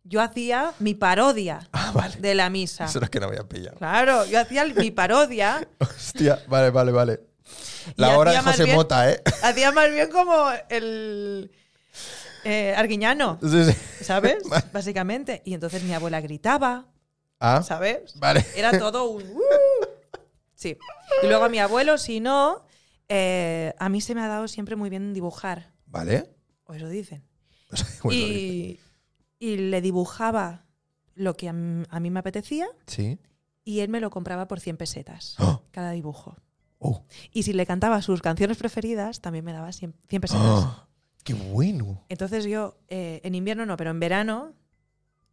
[SPEAKER 2] yo hacía mi parodia.
[SPEAKER 1] Ah, vale.
[SPEAKER 2] de la misa.
[SPEAKER 1] Eso es que no había pillado.
[SPEAKER 2] Claro, yo hacía el- mi parodia,
[SPEAKER 1] Hostia, vale, vale, vale.
[SPEAKER 2] Y
[SPEAKER 1] La hora de
[SPEAKER 2] hacía más
[SPEAKER 1] José
[SPEAKER 2] bien-
[SPEAKER 1] Mota, ¿eh? *laughs*
[SPEAKER 2] hacía más bien como el eh, arguiñano,
[SPEAKER 1] Sí, sí. *laughs*
[SPEAKER 2] ¿sabes? Básicamente. Y entonces mi abuela gritaba,
[SPEAKER 1] Ah,
[SPEAKER 2] ¿sabes?
[SPEAKER 1] vale.
[SPEAKER 2] Era todo un... "Uh". Sí. Y luego a mi abuelo, si no, eh, a mí se me ha dado siempre muy bien dibujar,
[SPEAKER 1] Vale. *laughs*
[SPEAKER 2] o eso dicen.
[SPEAKER 1] Bueno, dice.
[SPEAKER 2] y, y le dibujaba lo que a m- a mí me apetecía
[SPEAKER 1] Sí.
[SPEAKER 2] y él me lo compraba por 100 pesetas
[SPEAKER 1] ¡Oh!
[SPEAKER 2] cada dibujo.
[SPEAKER 1] Oh.
[SPEAKER 2] Y si le cantaba sus canciones preferidas, también me daba 100, 100
[SPEAKER 1] *gasps*
[SPEAKER 2] pesetas.
[SPEAKER 1] Ah, ¡Qué bueno!
[SPEAKER 2] Entonces yo, eh, en invierno no, pero en verano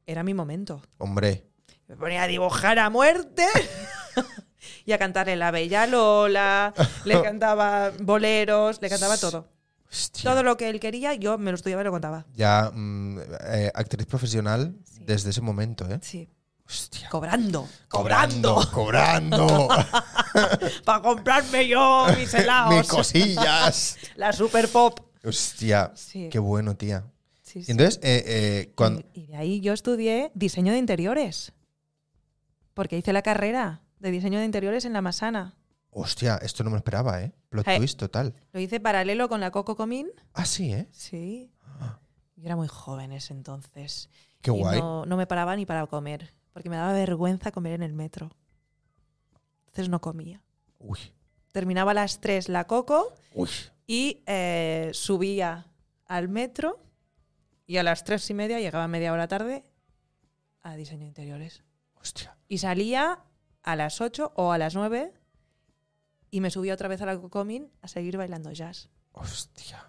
[SPEAKER 2] era mi momento.
[SPEAKER 1] Hombre.
[SPEAKER 2] Me ponía a dibujar a muerte *laughs* y a cantarle La Bella Lola,
[SPEAKER 1] *laughs*
[SPEAKER 2] le cantaba boleros, le cantaba todo.
[SPEAKER 1] Hostia.
[SPEAKER 2] Todo lo que él quería, yo me lo estudiaba y lo contaba.
[SPEAKER 1] Ya, mm, eh, actriz profesional desde ese momento, ¿eh?
[SPEAKER 2] Sí.
[SPEAKER 1] Hostia.
[SPEAKER 2] Cobrando. *laughs*
[SPEAKER 1] Cobrando.
[SPEAKER 2] Para
[SPEAKER 1] *laughs*
[SPEAKER 2] comprarme yo mis
[SPEAKER 1] Mis
[SPEAKER 2] helados. *laughs*
[SPEAKER 1] cosillas.
[SPEAKER 2] la super pop.
[SPEAKER 1] Hostia.
[SPEAKER 2] Sí.
[SPEAKER 1] Qué bueno, tía.
[SPEAKER 2] Sí,
[SPEAKER 1] Y Entonces, eh, eh, cuando.
[SPEAKER 2] Y, y de ahí yo estudié diseño de interiores. Porque hice la carrera de diseño de interiores en la Masana.
[SPEAKER 1] Hostia, esto no me lo esperaba, ¿eh? Plot
[SPEAKER 2] Eh.
[SPEAKER 1] twist total.
[SPEAKER 2] Lo hice paralelo con la Coco Comín.
[SPEAKER 1] Ah, sí, ¿eh?
[SPEAKER 2] Sí.
[SPEAKER 1] Ah.
[SPEAKER 2] Yo era muy joven ese entonces.
[SPEAKER 1] Qué
[SPEAKER 2] y
[SPEAKER 1] guay.
[SPEAKER 2] No, no me paraba ni para comer. Porque me daba vergüenza comer en el metro. Entonces no comía.
[SPEAKER 1] Uy.
[SPEAKER 2] Terminaba a las 3 la Coco
[SPEAKER 1] Uy.
[SPEAKER 2] y eh, subía al metro y a las 3 y media, llegaba media hora tarde, a diseño de interiores.
[SPEAKER 1] Hostia.
[SPEAKER 2] Y salía a las 8 o a las 9 y me subía otra vez a la Cocomin a seguir bailando jazz.
[SPEAKER 1] Hostia.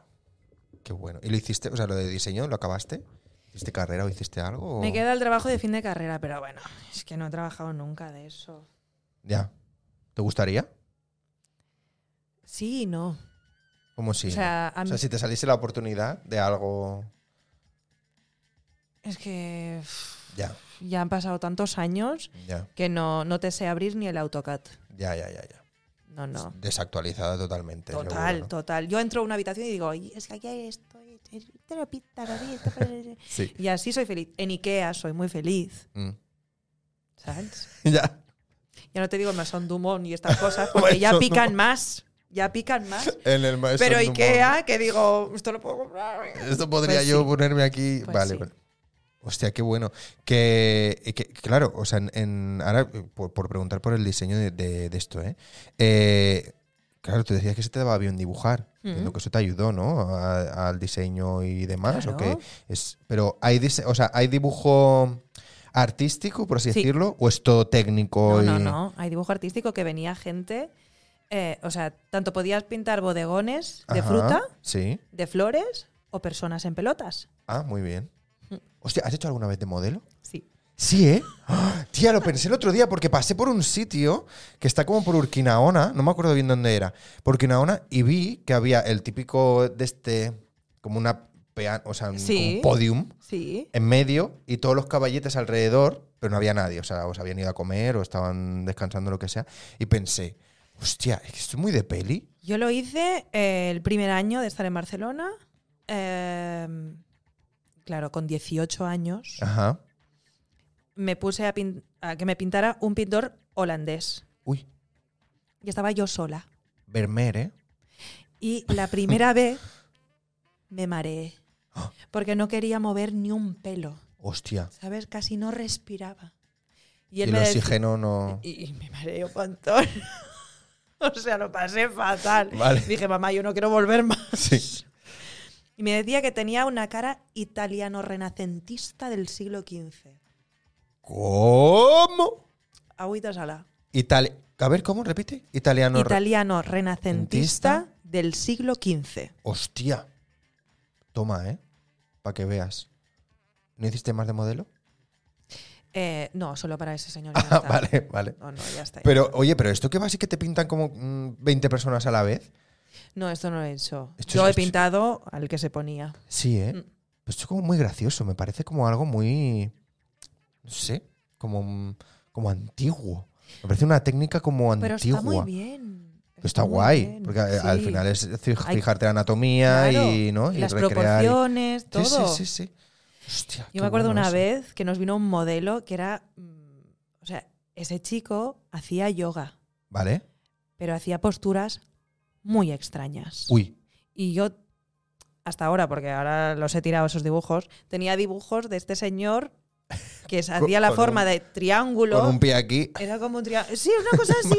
[SPEAKER 1] Qué bueno. ¿Y lo hiciste? O sea, lo de diseño, ¿lo acabaste? ¿Hiciste carrera o hiciste algo? o-
[SPEAKER 2] Me queda el trabajo de fin de carrera, pero bueno, es que no he trabajado nunca de eso.
[SPEAKER 1] Ya. ¿Te gustaría?
[SPEAKER 2] Sí y no.
[SPEAKER 1] Como si.
[SPEAKER 2] O sea, a
[SPEAKER 1] O
[SPEAKER 2] mí-
[SPEAKER 1] sea, si te saliese la oportunidad de algo.
[SPEAKER 2] es que uf,
[SPEAKER 1] Ya,
[SPEAKER 2] ya han pasado tantos años
[SPEAKER 1] ya,
[SPEAKER 2] que no, no te sé abrir ni el AutoCAD.
[SPEAKER 1] ya, ya, ya. ya.
[SPEAKER 2] No, no.
[SPEAKER 1] Desactualizada totalmente.
[SPEAKER 2] Total,
[SPEAKER 1] seguro, ¿no?
[SPEAKER 2] total. Yo entro a una habitación y digo, "Ay, es que aquí hay esto, y te- te lo pintan así, esto, pero-".
[SPEAKER 1] Sí.
[SPEAKER 2] Y así soy feliz. En Ikea soy muy feliz,
[SPEAKER 1] Mm. *laughs*
[SPEAKER 2] ¿sabes?
[SPEAKER 1] ya.
[SPEAKER 2] Ya no te digo el masón Dumont y
[SPEAKER 1] *laughs*
[SPEAKER 2] estas cosas, porque ya
[SPEAKER 1] Mason
[SPEAKER 2] pican más. Ya pican más.
[SPEAKER 1] En el maestro
[SPEAKER 2] Pero
[SPEAKER 1] Dumont.
[SPEAKER 2] Ikea, que digo, esto lo puedo comprar.
[SPEAKER 1] Esto podría
[SPEAKER 2] Pues
[SPEAKER 1] yo
[SPEAKER 2] sí.
[SPEAKER 1] ponerme aquí.
[SPEAKER 2] Pues
[SPEAKER 1] vale,
[SPEAKER 2] sí.
[SPEAKER 1] vale. Hostia, qué bueno. Que, eh, que- claro, o sea, en, en- ahora eh, por, por preguntar por el diseño de, de- de esto, ¿eh? Eh, Claro, tú decías que se te daba bien dibujar. Entiendo
[SPEAKER 2] Mm.
[SPEAKER 1] que eso te ayudó, ¿no? A- al diseño y demás. ¿o
[SPEAKER 2] Claro.
[SPEAKER 1] qué? Es, pero hay, dise- o sea, hay dibujo artístico, por así
[SPEAKER 2] Sí.
[SPEAKER 1] decirlo, o es todo técnico
[SPEAKER 2] No,
[SPEAKER 1] y-
[SPEAKER 2] no, no. Hay dibujo artístico que venía gente. eh, o sea, tanto podías pintar bodegones de
[SPEAKER 1] Ajá,
[SPEAKER 2] fruta,
[SPEAKER 1] Sí.
[SPEAKER 2] de flores o personas en pelotas.
[SPEAKER 1] Ah, muy bien.
[SPEAKER 2] Mm.
[SPEAKER 1] Hostia, ¿has hecho alguna vez de modelo?
[SPEAKER 2] Sí.
[SPEAKER 1] Sí, ¿eh? *gasps* ¡Ah! Tía, lo pensé el otro día porque pasé por un sitio que está como por Urquinaona, no me acuerdo bien dónde era, por Urquinaona, y vi que había el típico de este, como una, pea- o sea, un,
[SPEAKER 2] Sí.
[SPEAKER 1] como un podium
[SPEAKER 2] Sí.
[SPEAKER 1] en medio y todos los caballetes alrededor, pero no había nadie, o sea, o se habían ido a comer o estaban descansando, lo que sea, y pensé, hostia, es que estoy muy de peli.
[SPEAKER 2] Yo lo hice eh, el primer año de estar en Barcelona. eh, claro, con 18 años
[SPEAKER 1] Ajá.
[SPEAKER 2] me puse a, pin- a que me pintara un pintor holandés.
[SPEAKER 1] Uy,
[SPEAKER 2] Y estaba yo sola.
[SPEAKER 1] Vermeer, ¿eh?
[SPEAKER 2] Y la
[SPEAKER 1] *laughs*
[SPEAKER 2] primera vez me mareé. Porque no quería mover ni un pelo.
[SPEAKER 1] Hostia.
[SPEAKER 2] ¿Sabes? Casi no respiraba.
[SPEAKER 1] Y el
[SPEAKER 2] me decía-
[SPEAKER 1] oxígeno no...
[SPEAKER 2] Y, y me mareé un montón. *laughs* o sea, lo pasé fatal.
[SPEAKER 1] Vale.
[SPEAKER 2] Dije, mamá, yo no quiero volver más.
[SPEAKER 1] Sí.
[SPEAKER 2] Y me decía que tenía una cara italiano-renacentista del siglo XV.
[SPEAKER 1] ¿Cómo?
[SPEAKER 2] Agüita sala.
[SPEAKER 1] Itali a ver, ¿cómo? Repite. Italiano.
[SPEAKER 2] Italiano-renacentista
[SPEAKER 1] ¿Renacentista?
[SPEAKER 2] del siglo XV.
[SPEAKER 1] Hostia. Toma, ¿eh? Para que veas. ¿No hiciste más de
[SPEAKER 2] *laughs*
[SPEAKER 1] modelo?
[SPEAKER 2] Eh, no, solo para ese señor. ya
[SPEAKER 1] Ah,
[SPEAKER 2] está.
[SPEAKER 1] vale, vale.
[SPEAKER 2] No, no, ya está. ya
[SPEAKER 1] Pero, oye, pero esto que va así que te pintan como mm, 20 personas a la vez.
[SPEAKER 2] No, esto no lo he hecho.
[SPEAKER 1] Esto
[SPEAKER 2] Yo
[SPEAKER 1] es-
[SPEAKER 2] he pintado al que se ponía.
[SPEAKER 1] Sí, ¿eh?
[SPEAKER 2] Mm.
[SPEAKER 1] Pues esto es como muy gracioso. Me parece como algo muy. No sé. Como, mm, como antiguo. Me parece una técnica como antigua.
[SPEAKER 2] Pero está muy bien.
[SPEAKER 1] Pero está
[SPEAKER 2] muy
[SPEAKER 1] guay,
[SPEAKER 2] bien,
[SPEAKER 1] porque a- al
[SPEAKER 2] sí.
[SPEAKER 1] final es fij-
[SPEAKER 2] Hay-
[SPEAKER 1] fijarte la anatomía
[SPEAKER 2] Claro,
[SPEAKER 1] y, ¿no? y
[SPEAKER 2] las
[SPEAKER 1] recrear. y-
[SPEAKER 2] proporciones, todo.
[SPEAKER 1] Sí, sí, sí, sí. Hostia, qué
[SPEAKER 2] Yo me acuerdo
[SPEAKER 1] bueno
[SPEAKER 2] una
[SPEAKER 1] eso.
[SPEAKER 2] vez que nos vino un modelo que era. mm, O sea, ese chico hacía yoga,
[SPEAKER 1] Vale.
[SPEAKER 2] pero hacía posturas muy extrañas.
[SPEAKER 1] Uy.
[SPEAKER 2] Y yo, hasta ahora, porque ahora los he tirado esos dibujos, tenía dibujos de este señor
[SPEAKER 1] *laughs*
[SPEAKER 2] que se hacía la
[SPEAKER 1] con
[SPEAKER 2] forma
[SPEAKER 1] un-
[SPEAKER 2] de triángulo.
[SPEAKER 1] Con un pie aquí.
[SPEAKER 2] Era como un triángulo. Sí, una cosa
[SPEAKER 1] *laughs*
[SPEAKER 2] así.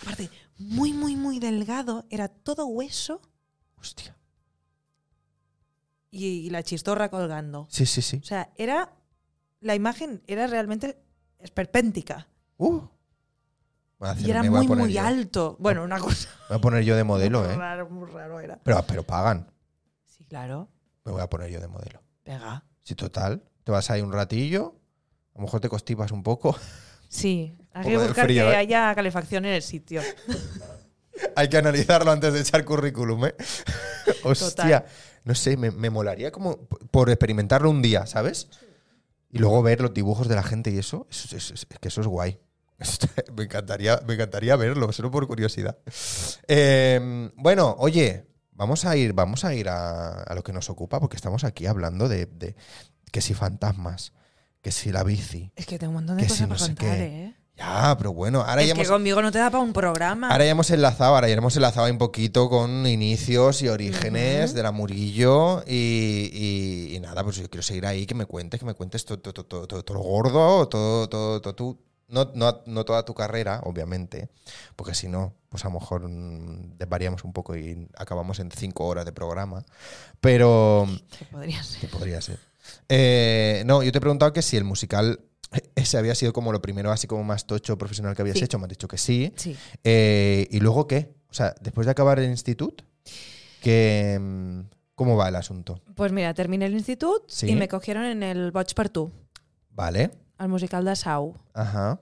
[SPEAKER 2] Aparte, muy, muy, muy delgado. Era todo hueso
[SPEAKER 1] Hostia.
[SPEAKER 2] y, y la chistorra colgando.
[SPEAKER 1] Sí, sí, sí.
[SPEAKER 2] O sea, era. La imagen era realmente esperpéntica.
[SPEAKER 1] Uh. Voy a hacer-
[SPEAKER 2] Y era
[SPEAKER 1] me voy a
[SPEAKER 2] muy,
[SPEAKER 1] poner
[SPEAKER 2] muy
[SPEAKER 1] yo.
[SPEAKER 2] alto. Bueno, una cosa.
[SPEAKER 1] Me voy a poner yo de *laughs* modelo,
[SPEAKER 2] muy
[SPEAKER 1] ¿eh?
[SPEAKER 2] raro, muy raro era.
[SPEAKER 1] Pero, ah, pero pagan.
[SPEAKER 2] Sí, claro.
[SPEAKER 1] Me voy a poner yo de modelo.
[SPEAKER 2] Venga.
[SPEAKER 1] Si total, te vas ahí un ratillo, a lo mejor te costipas un poco.
[SPEAKER 2] Sí,
[SPEAKER 1] poco
[SPEAKER 2] hay que
[SPEAKER 1] de
[SPEAKER 2] buscar
[SPEAKER 1] frío,
[SPEAKER 2] que
[SPEAKER 1] ¿eh?
[SPEAKER 2] haya calefacción en el sitio.
[SPEAKER 1] Hay que analizarlo antes de echar currículum, ¿eh? Hostia,
[SPEAKER 2] *laughs* Total.
[SPEAKER 1] no sé, me, me molaría como p- por experimentarlo un día, ¿sabes? Y luego ver los dibujos de la gente y eso, eso- eso- eso- es que eso es guay. *laughs* me, encantaría, me encantaría verlo, solo por curiosidad. Eh, bueno, oye, vamos a ir, vamos a, ir a, a lo que nos ocupa, porque estamos aquí hablando de, de que si fantasmas, que si la bici.
[SPEAKER 2] Es que tengo un montón de
[SPEAKER 1] Que
[SPEAKER 2] cosas
[SPEAKER 1] sí, no
[SPEAKER 2] para
[SPEAKER 1] sé
[SPEAKER 2] contar,
[SPEAKER 1] qué.
[SPEAKER 2] ¿eh?
[SPEAKER 1] Ya, pero bueno, ahora
[SPEAKER 2] Es
[SPEAKER 1] ya
[SPEAKER 2] que
[SPEAKER 1] hemos-
[SPEAKER 2] conmigo no te da para un programa.
[SPEAKER 1] Ahora ya hemos enlazado, ahora ya hemos enlazado ahí un poquito con inicios y orígenes de la Murillo y, y- y nada, pues yo quiero seguir ahí, que me cuentes, que me cuentes todo, todo, todo, todo, todo lo gordo, todo, todo, todo tú. No, no, no toda tu carrera, obviamente, porque si no, pues a lo mejor mm, desvariamos un poco y acabamos en cinco horas de programa, pero
[SPEAKER 2] Que podría ser.
[SPEAKER 1] que podría ser. Eh, no, yo te he preguntado que si el musical eh, ese había sido como lo primero, así como más tocho profesional que habías
[SPEAKER 2] Sí.
[SPEAKER 1] hecho, me has dicho que sí.
[SPEAKER 2] Sí.
[SPEAKER 1] Eh, ¿Y luego qué? O sea, después de acabar el instituto, que, mm, ¿cómo va el asunto?
[SPEAKER 2] Pues mira, terminé el instituto
[SPEAKER 1] Sí.
[SPEAKER 2] y me cogieron en el Boig per tu,
[SPEAKER 1] Vale,
[SPEAKER 2] al musical de Sau.
[SPEAKER 1] ajá.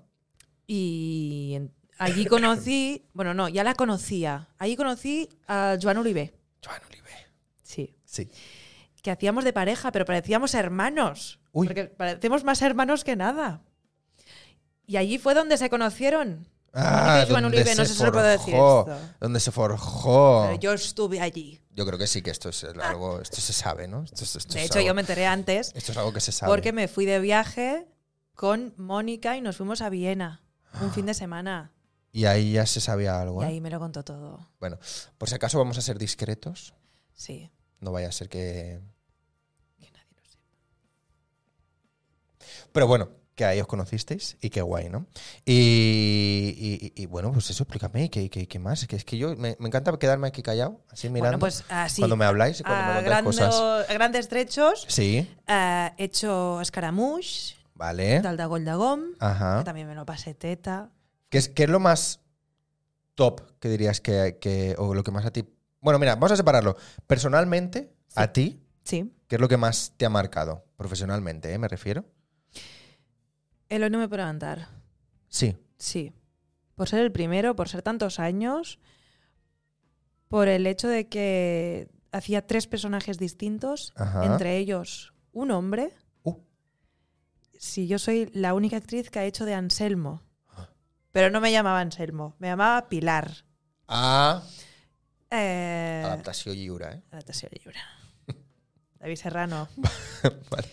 [SPEAKER 2] Y en- allí conocí, *coughs* bueno, no, ya la conocía. Allí conocí a Joan Uribe.
[SPEAKER 1] Joan Olive.
[SPEAKER 2] Sí.
[SPEAKER 1] Sí.
[SPEAKER 2] Que hacíamos de pareja, pero parecíamos hermanos.
[SPEAKER 1] Uy.
[SPEAKER 2] Porque parecemos más hermanos que nada. Y allí fue donde se conocieron. Así que
[SPEAKER 1] Ah,
[SPEAKER 2] Joan
[SPEAKER 1] donde
[SPEAKER 2] Uribe,
[SPEAKER 1] se
[SPEAKER 2] no sé si se puede decir
[SPEAKER 1] forjó,
[SPEAKER 2] esto.
[SPEAKER 1] Donde se forjó.
[SPEAKER 2] Pero
[SPEAKER 1] Yo,
[SPEAKER 2] yo estuve allí.
[SPEAKER 1] creo que sí, que esto es algo, esto se sabe, ¿no? Esto, es- esto
[SPEAKER 2] De
[SPEAKER 1] es
[SPEAKER 2] hecho,
[SPEAKER 1] algo,
[SPEAKER 2] yo me enteré antes
[SPEAKER 1] esto es algo que se sabe.
[SPEAKER 2] porque me fui de viaje con Mónica y nos fuimos a Viena un fin de semana.
[SPEAKER 1] Y ahí ya se sabía algo. ¿eh?
[SPEAKER 2] Y ahí me lo contó todo.
[SPEAKER 1] Bueno, por si acaso vamos a ser discretos,
[SPEAKER 2] Sí.
[SPEAKER 1] no vaya a ser que...
[SPEAKER 2] Que nadie lo sepa.
[SPEAKER 1] Pero bueno, que ahí os conocisteis y qué guay, ¿no? Y, y- y- y bueno, pues eso, explícame, ¿qué, qué, qué más? Que es que yo me, me encanta quedarme aquí callado, así mirando.
[SPEAKER 2] Bueno, pues así.
[SPEAKER 1] cuando me habláis y cuando me
[SPEAKER 2] a,
[SPEAKER 1] contáis
[SPEAKER 2] grando-
[SPEAKER 1] cosas.
[SPEAKER 2] a grandes trechos
[SPEAKER 1] Sí,
[SPEAKER 2] eh, he hecho escaramouche,
[SPEAKER 1] vale.
[SPEAKER 2] tal Dagol Dagom,
[SPEAKER 1] Ajá.
[SPEAKER 2] que también me lo pasé teta.
[SPEAKER 1] ¿Qué es, qué es lo más top que dirías que, que- o lo que más a ti... Bueno, mira, vamos a separarlo. Personalmente, a ti,
[SPEAKER 2] Sí.
[SPEAKER 1] ¿qué es lo que más te ha marcado? Profesionalmente, ¿eh? Me refiero.
[SPEAKER 2] El hoy no me puedo levantar.
[SPEAKER 1] Sí.
[SPEAKER 2] Sí. Por ser el primero, por ser tantos años, por el hecho de que hacía tres personajes distintos,
[SPEAKER 1] Ajá.
[SPEAKER 2] entre ellos un hombre.
[SPEAKER 1] Uh.
[SPEAKER 2] Si yo soy la única actriz que ha hecho de Anselmo. Pero no me llamaba Anselmo, me llamaba Pilar.
[SPEAKER 1] A...
[SPEAKER 2] Eh,
[SPEAKER 1] Ah, Adaptación Yura, ¿eh?
[SPEAKER 2] Adaptación Libra. *laughs* David Serrano.
[SPEAKER 1] *laughs* Vale.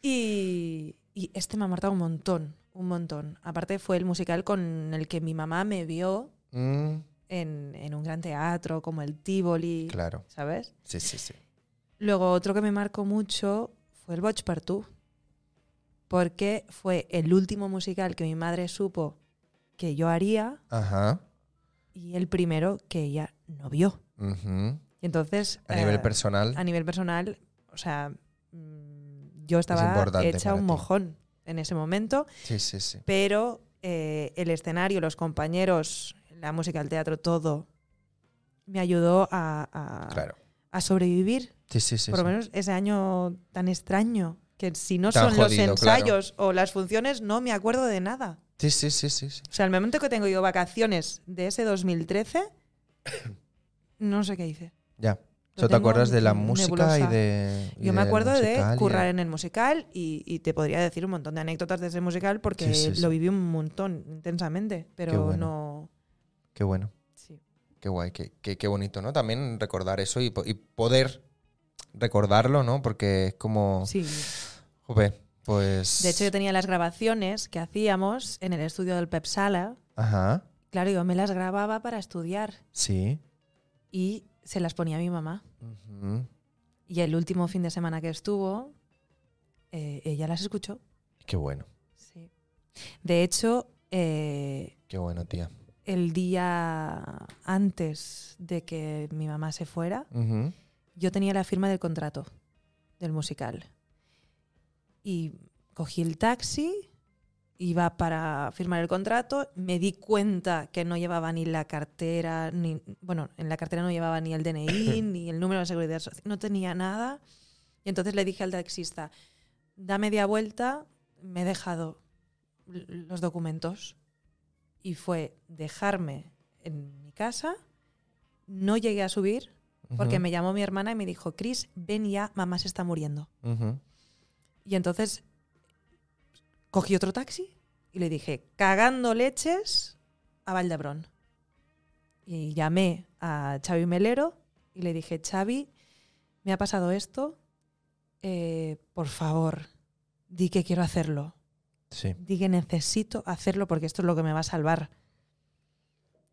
[SPEAKER 2] Y, y este me ha marcado un montón, un montón. Aparte fue el musical con el que mi mamá me vio
[SPEAKER 1] Mm,
[SPEAKER 2] en, en un gran teatro como el Tivoli,
[SPEAKER 1] claro.
[SPEAKER 2] ¿sabes?
[SPEAKER 1] Sí, sí, sí.
[SPEAKER 2] Luego otro que me marcó mucho fue el Botch Partú, porque fue el último musical que mi madre supo que yo haría
[SPEAKER 1] Ajá.
[SPEAKER 2] y el primero que ella no vio.
[SPEAKER 1] Ujú.
[SPEAKER 2] Y entonces
[SPEAKER 1] A nivel
[SPEAKER 2] eh,
[SPEAKER 1] personal.
[SPEAKER 2] a nivel personal, o sea, mm, yo estaba
[SPEAKER 1] importante
[SPEAKER 2] hecha
[SPEAKER 1] para
[SPEAKER 2] un
[SPEAKER 1] ti.
[SPEAKER 2] mojón en ese momento,
[SPEAKER 1] Sí, sí, sí.
[SPEAKER 2] pero eh, el escenario, los compañeros, la música, el teatro, todo me ayudó a, a-
[SPEAKER 1] Claro.
[SPEAKER 2] a sobrevivir,
[SPEAKER 1] Sí, sí, sí.
[SPEAKER 2] Ah. por lo
[SPEAKER 1] sí.
[SPEAKER 2] menos ese año tan extraño, que si no
[SPEAKER 1] Tan
[SPEAKER 2] son
[SPEAKER 1] jodido,
[SPEAKER 2] los ensayos o las funciones, no me acuerdo de nada.
[SPEAKER 1] Sí, sí, sí, sí, sí.
[SPEAKER 2] O sea, el momento que tengo yo vacaciones de ese 2013, *coughs* no sé qué hice.
[SPEAKER 1] Ya.
[SPEAKER 2] Lo
[SPEAKER 1] Solo te
[SPEAKER 2] tengo
[SPEAKER 1] acuerdas de la
[SPEAKER 2] nebulosa.
[SPEAKER 1] música y de. y
[SPEAKER 2] Yo me
[SPEAKER 1] del
[SPEAKER 2] acuerdo
[SPEAKER 1] musical
[SPEAKER 2] de
[SPEAKER 1] y
[SPEAKER 2] currar en el musical y, y te podría decir un montón de anécdotas de ese musical porque
[SPEAKER 1] Sí, sí, sí.
[SPEAKER 2] lo viví un montón intensamente, pero
[SPEAKER 1] bueno.
[SPEAKER 2] no.
[SPEAKER 1] Qué bueno.
[SPEAKER 2] sí.
[SPEAKER 1] Qué guay. Qué, qué, qué bonito, ¿no? También recordar eso y, po- y poder recordarlo, ¿no? Porque es como.
[SPEAKER 2] Sí.
[SPEAKER 1] Jope, pues.
[SPEAKER 2] De hecho, yo tenía las grabaciones que hacíamos en el estudio del Pep Sala.
[SPEAKER 1] Ajá.
[SPEAKER 2] Claro, yo me las grababa para estudiar
[SPEAKER 1] Sí.
[SPEAKER 2] y se las ponía a mi mamá.
[SPEAKER 1] Ujú.
[SPEAKER 2] Y el último fin de semana que estuvo, eh, ella las escuchó.
[SPEAKER 1] Qué bueno.
[SPEAKER 2] Sí. De hecho, eh,
[SPEAKER 1] Qué bueno, tía.
[SPEAKER 2] el día antes de que mi mamá se fuera,
[SPEAKER 1] Ujú.
[SPEAKER 2] yo tenía la firma del contrato del musical. Y cogí el taxi, iba para firmar el contrato, me di cuenta que no llevaba ni la cartera, ni bueno, en la cartera no llevaba ni el DNI, ni el número de seguridad social, no tenía nada. Y entonces le dije al taxista, da media vuelta, me he dejado l- los documentos. Y fue dejarme en mi casa, no llegué a subir, porque
[SPEAKER 1] Ujú.
[SPEAKER 2] me llamó mi hermana y me dijo, Cris, ven ya, mamá se está muriendo.
[SPEAKER 1] Ujú.
[SPEAKER 2] Y entonces cogí otro taxi y le dije, cagando leches a Valdebrón. Y llamé a Xavi Melero y le dije, Xavi, me ha pasado esto, eh, por favor, di que quiero hacerlo,
[SPEAKER 1] Sí.
[SPEAKER 2] di que necesito hacerlo porque esto es lo que me va a salvar.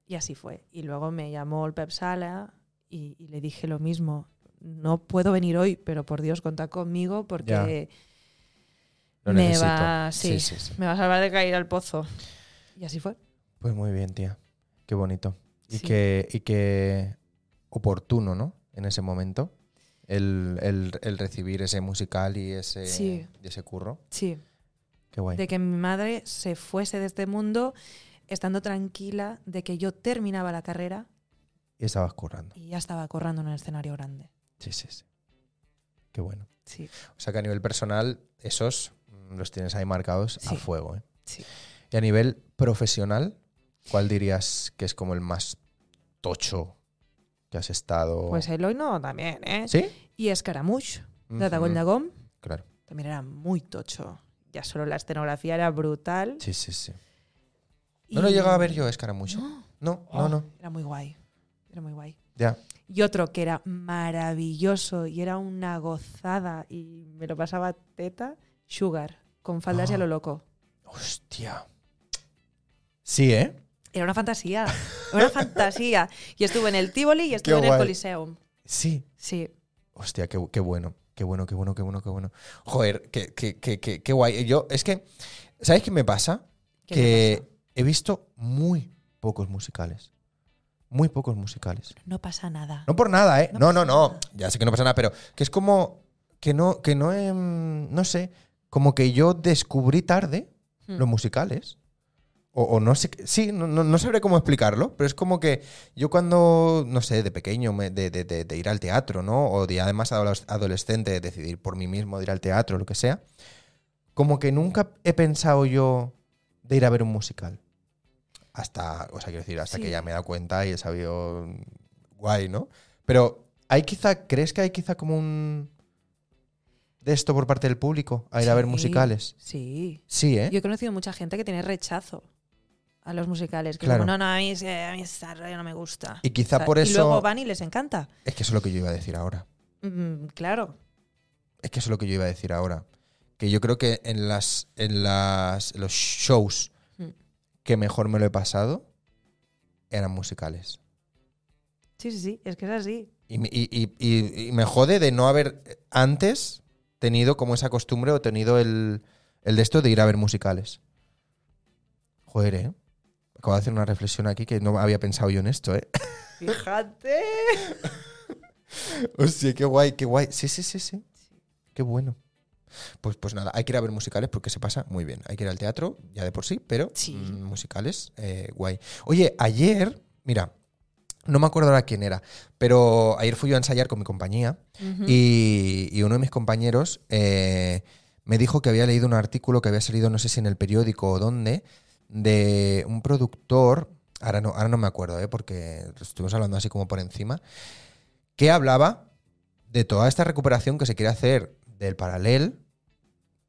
[SPEAKER 2] Y así fue. Y luego me llamó el Pep Sala y, y le dije lo mismo. No puedo venir hoy, pero por Dios, contad conmigo porque
[SPEAKER 1] Lo
[SPEAKER 2] me
[SPEAKER 1] necesito.
[SPEAKER 2] va, sí,
[SPEAKER 1] sí, sí.
[SPEAKER 2] me va a salvar de caer al pozo. Y así fue.
[SPEAKER 1] Pues muy bien, tía. Qué bonito. Y,
[SPEAKER 2] Sí.
[SPEAKER 1] que, y que oportuno, ¿no? En ese momento. El, el- el recibir ese musical y ese,
[SPEAKER 2] Sí.
[SPEAKER 1] y ese curro.
[SPEAKER 2] Sí,
[SPEAKER 1] Qué guay.
[SPEAKER 2] de que mi madre se fuese de este mundo estando tranquila de que yo terminaba la carrera
[SPEAKER 1] Y estabas currando.
[SPEAKER 2] y ya estaba corriendo en un escenario grande.
[SPEAKER 1] Sí, sí, sí. Qué bueno.
[SPEAKER 2] Sí,
[SPEAKER 1] O sea que a nivel personal, esos mm, los tienes ahí marcados a
[SPEAKER 2] Sí.
[SPEAKER 1] fuego. ¿eh?
[SPEAKER 2] sí.
[SPEAKER 1] Y a nivel profesional, ¿cuál dirías que es como el más tocho que has estado?
[SPEAKER 2] Pues el hoy no también, ¿eh?
[SPEAKER 1] Oh. ¿Sí?
[SPEAKER 2] Y Escaramouche, de
[SPEAKER 1] Ujú.
[SPEAKER 2] Atagón Dagón,
[SPEAKER 1] Claro.
[SPEAKER 2] también era muy tocho. Ya solo la escenografía era brutal.
[SPEAKER 1] Sí, sí, sí.
[SPEAKER 2] y-
[SPEAKER 1] No lo he llegado a ver yo, Escaramucho.
[SPEAKER 2] No. Ah.
[SPEAKER 1] No, no, no.
[SPEAKER 2] Era muy guay. Era muy guay.
[SPEAKER 1] Ya.
[SPEAKER 2] Y otro que era maravilloso y era una gozada y me lo pasaba teta, Sugar, con faldas y
[SPEAKER 1] Ah.
[SPEAKER 2] a lo loco.
[SPEAKER 1] Hostia. Sí, ¿eh?
[SPEAKER 2] Era una fantasía, era una fantasía. Y estuve en el Tivoli y estuve en el
[SPEAKER 1] guay.
[SPEAKER 2] Coliseum.
[SPEAKER 1] Sí.
[SPEAKER 2] Sí,
[SPEAKER 1] Hostia, qué, bu- qué bueno. Qué bueno, qué bueno, qué bueno, qué bueno. Joder, qué, qué, qué, qué- qué guay. Yo, es que, ¿sabes qué me pasa?
[SPEAKER 2] ¿Qué te
[SPEAKER 1] que he visto muy pocos musicales. Muy pocos musicales.
[SPEAKER 2] no pasa nada.
[SPEAKER 1] No por nada, ¿eh? No,
[SPEAKER 2] No
[SPEAKER 1] no,
[SPEAKER 2] pasa
[SPEAKER 1] no.
[SPEAKER 2] nada.
[SPEAKER 1] Ya sé que no pasa nada, pero que es como que no, que no, em, no sé, como que yo descubrí tarde
[SPEAKER 2] Hmm.
[SPEAKER 1] los musicales. O, o no sé, sí, no, no, no sabré cómo explicarlo, pero es como que yo cuando, no sé, de pequeño, me- de, de- de- de ir al teatro, ¿no? O de además adoles- adolescente, de decidir por mí mismo, de ir al teatro, lo que sea, como que nunca he pensado yo de ir a ver un musical. Hasta, o sea, quiero decir, hasta
[SPEAKER 2] Sí.
[SPEAKER 1] que ya me he dado cuenta y he sabido mm, guay, ¿no? Pero hay quizá, ¿crees que hay quizá como un de esto por parte del público a ir a ver
[SPEAKER 2] Sí,
[SPEAKER 1] musicales?
[SPEAKER 2] Sí.
[SPEAKER 1] Sí, ¿eh?
[SPEAKER 2] Yo he conocido mucha gente que tiene rechazo a los musicales. Que
[SPEAKER 1] Claro.
[SPEAKER 2] como, no, no, a mí, es que a mí esa rollo no me gusta.
[SPEAKER 1] Y quizá
[SPEAKER 2] O sea,
[SPEAKER 1] por
[SPEAKER 2] Y luego
[SPEAKER 1] eso
[SPEAKER 2] van y les encanta.
[SPEAKER 1] es que eso es lo que yo iba a decir ahora.
[SPEAKER 2] Mm, claro.
[SPEAKER 1] Es que eso es lo que yo iba a decir ahora. Que yo creo que en las en las los shows
[SPEAKER 2] Mm.
[SPEAKER 1] que mejor me lo he pasado eran musicales.
[SPEAKER 2] Sí, sí, sí, es que es así.
[SPEAKER 1] Y, me- y- y- y- y me jode de no haber antes tenido como esa costumbre o tenido el, el de esto de ir a ver musicales. Joder, ¿eh? Acabo de hacer una reflexión aquí que no había pensado yo en esto, ¿eh?
[SPEAKER 2] Fíjate.
[SPEAKER 1] *laughs* Hostia, qué guay, qué guay. Sí, sí, sí, sí. Qué bueno. Pues, pues nada, hay que ir a ver musicales porque se pasa muy bien. Hay que ir al teatro, ya de por sí, pero
[SPEAKER 2] Sí.
[SPEAKER 1] mm, musicales, eh, guay. Oye, ayer, mira, no me acuerdo ahora quién era, pero ayer fui yo a ensayar con mi compañía
[SPEAKER 2] Ujú.
[SPEAKER 1] y, y uno de mis compañeros eh, me dijo que había leído un artículo que había salido, no sé si en el periódico o dónde, de un productor, ahora no, ahora no me acuerdo, eh, porque estuvimos hablando así como por encima, que hablaba de toda esta recuperación que se quiere hacer del paralel,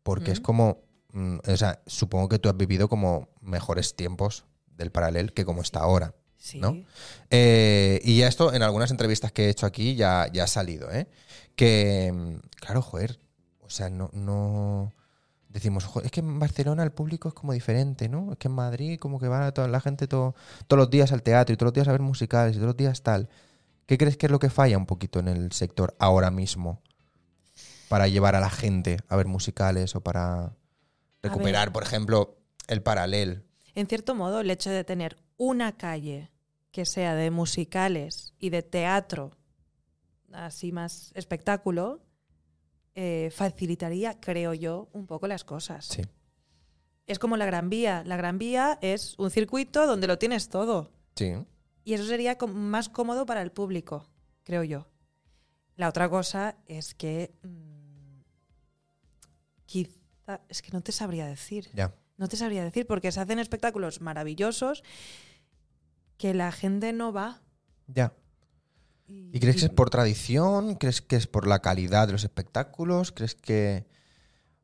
[SPEAKER 1] porque es
[SPEAKER 2] Mm.
[SPEAKER 1] como, mm, o sea, supongo que tú has vivido como mejores tiempos del paralel que como está ahora.
[SPEAKER 2] Sí.
[SPEAKER 1] ¿no? Eh, y ya esto en algunas entrevistas que he hecho aquí ya, ya ha salido, ¿eh? Que, mm, claro, joder, o sea, no, no decimos, "Jo, es que en Barcelona el público es como diferente, ¿no? Es que en Madrid como que va toda la gente to- todos los días al teatro y todos los días a ver musicales y todos los días tal. ¿Qué crees que es lo que falla un poquito en el sector ahora mismo para llevar a la gente a ver musicales o para recuperar, por ejemplo, el paralel?
[SPEAKER 2] En cierto modo, el hecho de tener una calle que sea de musicales y de teatro, así más espectáculo, eh, facilitaría, creo yo, un poco las cosas.
[SPEAKER 1] Sí.
[SPEAKER 2] Es como la Gran Vía. La Gran Vía es un circuito donde lo tienes todo.
[SPEAKER 1] Sí.
[SPEAKER 2] Y eso sería com- más cómodo para el público, creo yo. La otra cosa es que mm, quizá... Es que no te sabría decir.
[SPEAKER 1] Ya.
[SPEAKER 2] No te sabría decir, porque se hacen espectáculos maravillosos que la gente no va.
[SPEAKER 1] Ya. ¿Y crees que es por tradición? ¿Crees que es por la calidad de los espectáculos? ¿Crees que.?